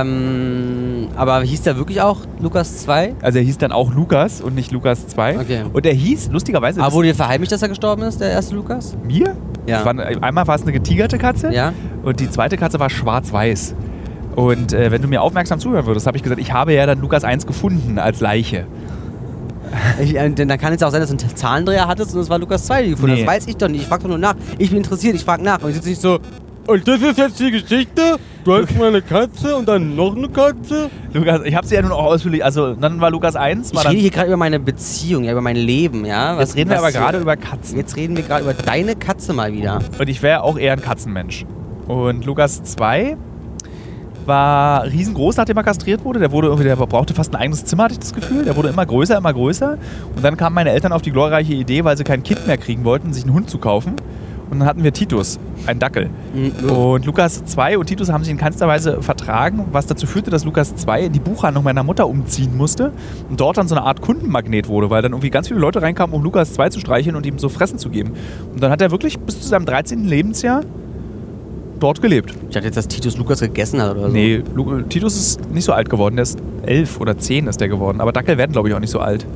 Ähm, aber hieß der wirklich auch Lukas 2? Also er hieß dann auch Lukas und nicht Lukas 2. Okay. Und er hieß, lustigerweise, Aber Ah, wurde dir verheimlicht, dass er gestorben ist, der erste Lukas? das- mir? Ja. Das War, einmal war es eine getigerte Katze Ja. und die zweite Katze war schwarz-weiß. Und äh, wenn du mir aufmerksam zuhören würdest, habe ich gesagt, ich habe ja dann Lukas 1 gefunden als Leiche. Ich, äh, denn dann kann es ja auch sein, dass du einen Zahlendreher hattest und es war Lukas 2, die du gefunden hast. Nee. Das weiß ich doch nicht. Ich frag doch nur nach. Ich bin interessiert, ich frag nach. Und ich sitze nicht so, und das ist jetzt die Geschichte? Du hast mal eine Katze und dann noch eine Katze? Lukas, ich habe sie ja nun auch ausführlich, also dann war Lukas 1. War Ich dann, rede hier gerade über meine Beziehung, ja, über mein Leben, ja. Was- jetzt reden wir was- aber äh, gerade über Katzen. Jetzt reden wir gerade über deine Katze mal wieder. Und ich wäre auch eher ein Katzenmensch. Und Lukas 2 war riesengroß, nachdem er kastriert wurde. Der wurde irgendwie, der brauchte fast ein eigenes Zimmer, hatte ich das Gefühl. Der wurde immer größer, immer größer. Und dann kamen meine Eltern auf die glorreiche Idee, weil sie kein Kind mehr kriegen wollten, sich einen Hund zu kaufen. Und dann hatten wir Titus, einen Dackel. Äh, Oh, Und Lukas 2 und Titus haben sich in keinster Weise vertragen, was dazu führte, dass Lukas 2 in die Buchhandlung meiner Mutter umziehen musste und dort dann so eine Art Kundenmagnet wurde, weil dann irgendwie ganz viele Leute reinkamen, um Lukas 2 zu streicheln und ihm so Fressen zu geben. Und dann hat er wirklich bis zu seinem 13. Lebensjahr dort gelebt. Ich dachte jetzt, dass Titus Lukas gegessen hat oder so. Nee, Lu Titus ist nicht so alt geworden, der ist elf oder zehn ist der geworden, aber Dackel werden glaube ich auch nicht so alt.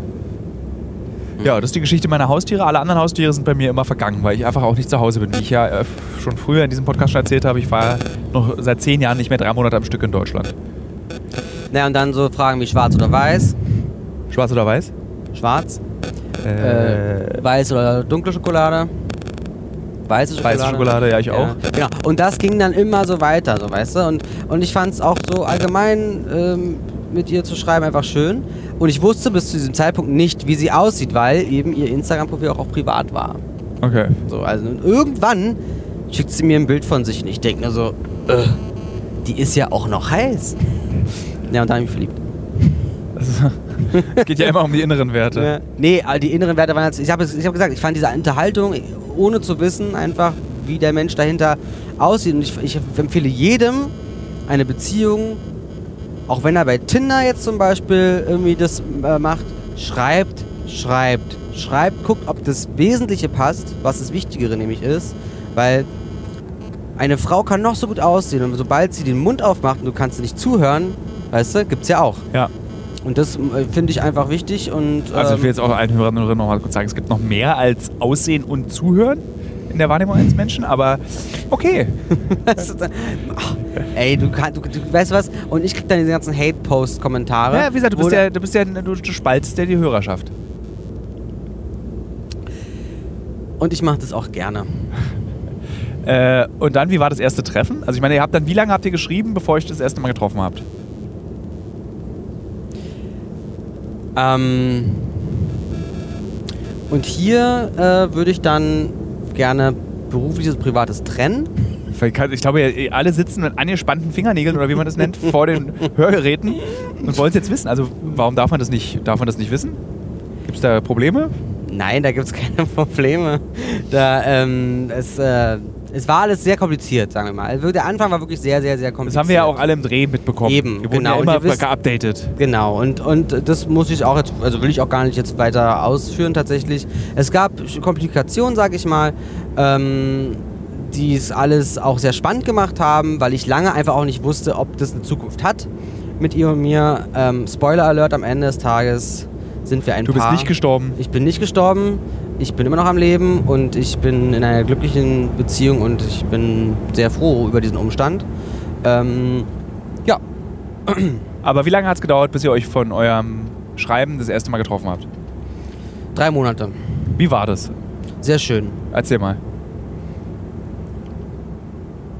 Ja, das ist die Geschichte meiner Haustiere. Alle anderen Haustiere sind bei mir immer vergangen, weil ich einfach auch nicht zu Hause bin. Wie ich ja äh, schon früher in diesem Podcast schon erzählt habe, ich war noch seit zehn Jahren nicht mehr drei Monate am Stück in Deutschland. Naja, und dann so Fragen wie schwarz oder weiß. Schwarz oder weiß? Schwarz. Äh, Äh, weiß oder dunkle Schokolade. Weiße Schokolade. Weiße Schokolade, ja, ich auch. Genau. Und das ging dann immer so weiter, so weißt du. Und, und ich fand es auch so allgemein ähm, mit ihr zu schreiben einfach schön. Und ich wusste bis zu diesem Zeitpunkt nicht, wie sie aussieht, weil eben ihr Instagram-Profil auch, auch privat war. Okay. So, also und irgendwann schickt sie mir ein Bild von sich und ich denke nur so, äh, die ist ja auch noch heiß. Ja, und da habe ich mich verliebt. Also, es geht ja immer um die inneren Werte. Ja. Nee, all die inneren Werte waren jetzt, ich habe ich hab gesagt, ich fand diese Unterhaltung, ohne zu wissen einfach, wie der Mensch dahinter aussieht. Und ich, ich empfehle jedem eine Beziehung Auch wenn er bei Tinder jetzt zum Beispiel irgendwie das äh, macht, schreibt, schreibt, schreibt, guckt, ob das Wesentliche passt, was das Wichtigere nämlich ist, weil eine Frau kann noch so gut aussehen und sobald sie den Mund aufmacht und du kannst ihr nicht zuhören, weißt du, gibt's ja auch. Ja. Und das äh, finde ich einfach wichtig und Also ich ähm, will jetzt auch allen Hörerinnen und Hörern noch mal kurz sagen, es gibt noch mehr als Aussehen und Zuhören in der Wahrnehmung eines Menschen, aber okay. Das ist- Ach, Ey, du, kann, du, du weißt du was? Und ich krieg dann diese ganzen Hate-Post-Kommentare. Ja, wie gesagt, du wo bist ja, du bist ja, du, du spaltest ja die Hörerschaft. Und ich mache das auch gerne. Äh, und dann, wie war das erste Treffen? Also ich meine, ihr habt dann, wie lange habt ihr geschrieben, bevor ich das erste Mal getroffen habt? Ähm, und hier äh, würde ich dann gerne berufliches und privates trennen. Vielleicht kann- Ich glaube, ihr- alle sitzen mit angespannten Fingernägeln oder wie man das nennt, vor den Hörgeräten und wollen es jetzt wissen. Also warum darf man das nicht, darf man das nicht wissen? Gibt es da Probleme? Nein, da gibt's keine Probleme. Da, ähm, es, äh, es war alles sehr kompliziert, sagen wir mal. Also Der Anfang war wirklich sehr, sehr, sehr kompliziert. Das haben wir ja auch alle im Dreh mitbekommen. Eben, wir wurden genau. Und ja ihr immer wisst- geupdatet. Genau, und, und das muss ich auch jetzt, also will ich auch gar nicht jetzt weiter ausführen tatsächlich. Es gab Komplikationen, sag ich mal, ähm, die es alles auch sehr spannend gemacht haben, weil ich lange einfach auch nicht wusste, ob das eine Zukunft hat mit ihr und mir. Ähm, Spoiler Alert, am Ende des Tages sind wir ein Du bist Paar. nicht gestorben. ich bin nicht gestorben, ich bin immer noch am Leben und ich bin in einer glücklichen Beziehung und ich bin sehr froh über diesen Umstand. Ähm, ja, Aber wie lange hat es gedauert, bis ihr euch von eurem Schreiben das erste Mal getroffen habt? drei Monate. Wie war das? Sehr schön. Erzähl mal. Mhm.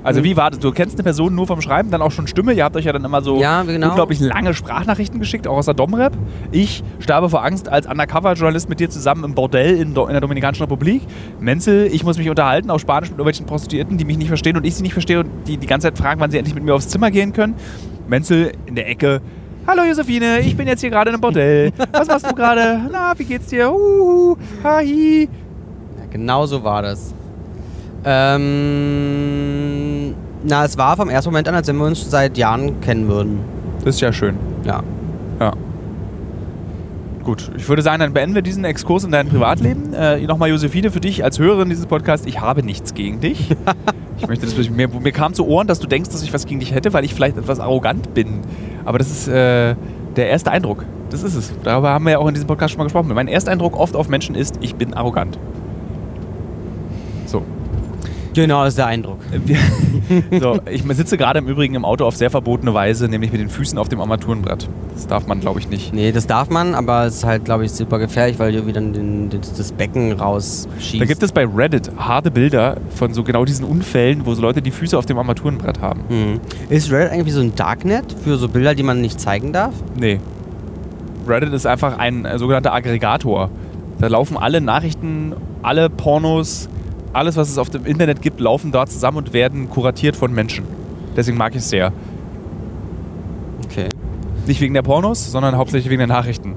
Also wie war das? Du kennst eine Person nur vom Schreiben, dann auch schon Stimme. Ihr habt euch ja dann immer so Ja, genau. unglaublich lange Sprachnachrichten geschickt, auch aus der Domrep. Ich sterbe vor Angst als Undercover-Journalist mit dir zusammen im Bordell in, Do in der Dominikanischen Republik. Menzel, ich muss mich unterhalten auf Spanisch mit irgendwelchen Prostituierten, die mich nicht verstehen und ich sie nicht verstehe und die die ganze Zeit fragen, wann sie endlich mit mir aufs Zimmer gehen können. Menzel in der Ecke. Hallo Josephine, ich bin jetzt hier gerade in einem Bordell. Was machst du gerade? Na, wie geht's dir? Huhu, hahi. Ja, genau so war das. Ähm, na, es war vom ersten Moment an, als wenn wir uns seit Jahren kennen würden. Das ist ja schön. Ja. Ja. Gut, ich würde sagen, dann beenden wir diesen Exkurs in dein Privatleben. Äh, Nochmal, Josephine, für dich als Hörerin dieses Podcasts, ich habe nichts gegen dich. ich möchte das, mir, mir kam zu Ohren, dass du denkst, dass ich was gegen dich hätte, weil ich vielleicht etwas arrogant bin. Aber das ist äh, der erste Eindruck. Das ist es. Darüber haben wir ja auch in diesem Podcast schon mal gesprochen. Mein Ersteindruck oft auf Menschen ist, ich bin arrogant. So. Genau, das ist der Eindruck. Wir- so, ich sitze gerade im Übrigen im Auto auf sehr verbotene Weise, nämlich mit den Füßen auf dem Armaturenbrett. Das darf man, glaube ich, nicht. Nee, das darf man, aber es ist halt, glaube ich, super gefährlich, weil du irgendwie dann den, den, das Becken rausschießt. Da gibt es bei Reddit harte Bilder von so genau diesen Unfällen, wo so Leute die Füße auf dem Armaturenbrett haben. Hm. Ist Reddit eigentlich wie so ein Darknet für so Bilder, die man nicht zeigen darf? Nee. Reddit ist einfach ein äh, sogenannter Aggregator. Da laufen alle Nachrichten, alle Pornos, alles, was es auf dem Internet gibt, laufen da zusammen und werden kuratiert von Menschen. Deswegen mag ich es sehr. Okay. Nicht wegen der Pornos, sondern hauptsächlich wegen der Nachrichten.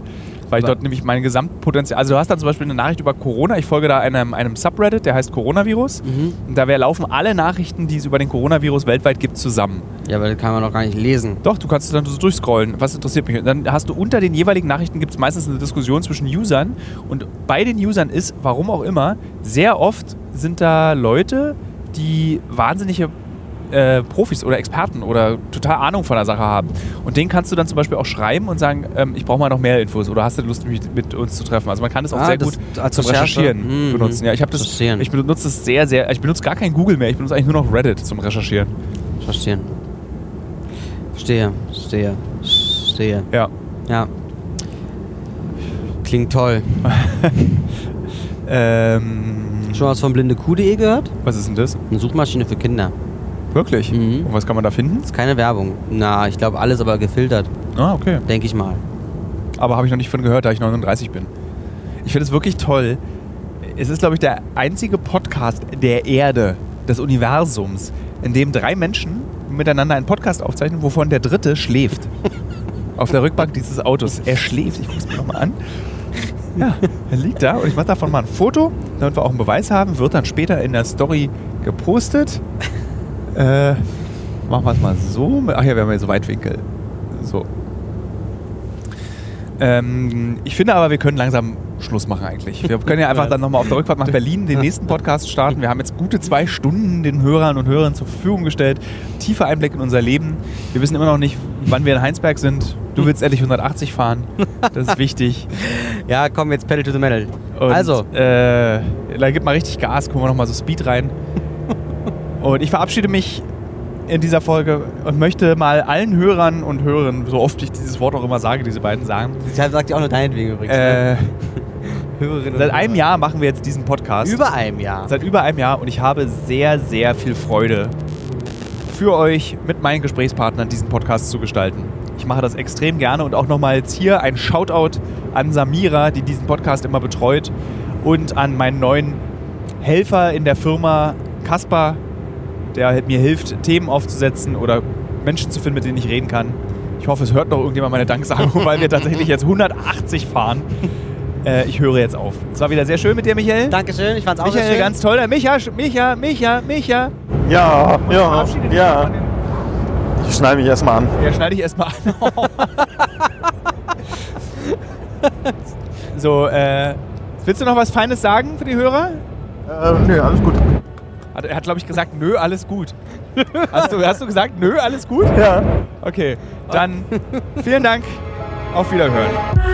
Weil ich Aber- dort nämlich mein Gesamtpotenzial. Also, du hast dann zum Beispiel eine Nachricht über Corona. Ich folge da einem, einem Subreddit, der heißt Coronavirus. Mhm. Und da wär- laufen alle Nachrichten, die es über den Coronavirus weltweit gibt, zusammen. Ja, aber das kann man doch gar nicht lesen. Doch, du kannst dann so durchscrollen. Was interessiert mich? Und dann hast du unter den jeweiligen Nachrichten gibt es meistens eine Diskussion zwischen Usern. Und bei den Usern ist, warum auch immer, sehr oft sind da Leute, die wahnsinnige äh, Profis oder Experten oder total Ahnung von der Sache haben. Und denen kannst du dann zum Beispiel auch schreiben und sagen, ähm, ich brauche mal noch mehr Infos oder hast du Lust, mich mit uns zu treffen? Also man kann das auch Ah, sehr das gut als zum Recherche? Recherchieren Mhm. benutzen. Ja, ich habe das, Recherchieren. ich benutze das sehr, sehr, ich benutze gar kein Google mehr, ich benutze eigentlich nur noch Reddit zum Recherchieren. Verstehen. Verstehe, verstehe, verstehe. Ja. Ja. Klingt toll. Ähm, Schon was von blindekuh.de gehört? was ist denn das? Eine Suchmaschine für Kinder. Wirklich? Mhm. Und was kann man da finden? Ist keine Werbung. Na, ich glaube alles aber gefiltert, Ah, okay. denke ich mal. Aber habe ich noch nicht von gehört, da ich 39 bin. Ich finde es wirklich toll. Es ist, glaube ich, der einzige Podcast der Erde, des Universums, in dem drei Menschen miteinander einen Podcast aufzeichnen, wovon der dritte schläft. Auf der Rückbank dieses Autos. Er schläft. Ich gucke es mir nochmal an. Ja, er liegt da und ich mache davon mal ein Foto, damit wir auch einen Beweis haben. Wird dann später in der Story gepostet. Äh, machen wir es mal so. Ach ja, wir haben ja so Weitwinkel. So. Ähm, ich finde aber, wir können langsam Schluss machen eigentlich. Wir können ja einfach dann nochmal auf der Rückfahrt nach Berlin den nächsten Podcast starten. Wir haben jetzt gute zwei Stunden den Hörern und Hörern zur Verfügung gestellt. Tiefer Einblick in unser Leben. Wir wissen immer noch nicht, wann wir in Heinsberg sind. Du willst endlich 180 fahren. Das ist wichtig. Ja, komm, jetzt Pedal to the Metal. Und, also, Äh, da gibt mal richtig Gas, gucken wir nochmal so Speed rein. und ich verabschiede mich in dieser Folge und möchte mal allen Hörern und Hörern, so oft ich dieses Wort auch immer sage, diese beiden sagen, deshalb sagt ihr auch nur deinetwegen übrigens. ne? äh, Hörerinnen und seit einem Hörer. Jahr machen wir jetzt diesen Podcast. Über einem Jahr. Seit über einem Jahr und ich habe sehr, sehr viel Freude für euch mit meinen Gesprächspartnern diesen Podcast zu gestalten. Ich mache das extrem gerne und auch nochmal jetzt hier ein Shoutout an Samira, die diesen Podcast immer betreut und an meinen neuen Helfer in der Firma Kaspar, der halt mir hilft, Themen aufzusetzen oder Menschen zu finden, mit denen ich reden kann. Ich hoffe, es hört noch irgendjemand meine Danksagung, weil wir tatsächlich jetzt 180 fahren. Äh, ich höre jetzt auf. Es war wieder sehr schön mit dir, Michael. Dankeschön, ich fand's auch sehr Michael, schön. ganz toll. Der Micha, sch- Micha, Micha, Micha. Ja, ja, Verabschiede dich mal ja. von dem- Ich schneide mich erstmal an. Ja, schneide ich erstmal an. so, äh, willst du noch was Feines sagen für die Hörer? Äh, nö, alles gut. Hat, er hat, glaube ich, gesagt, nö, alles gut. Hast du, hast du gesagt, nö, alles gut? Ja. Okay, dann vielen Dank. Auf Wiederhören.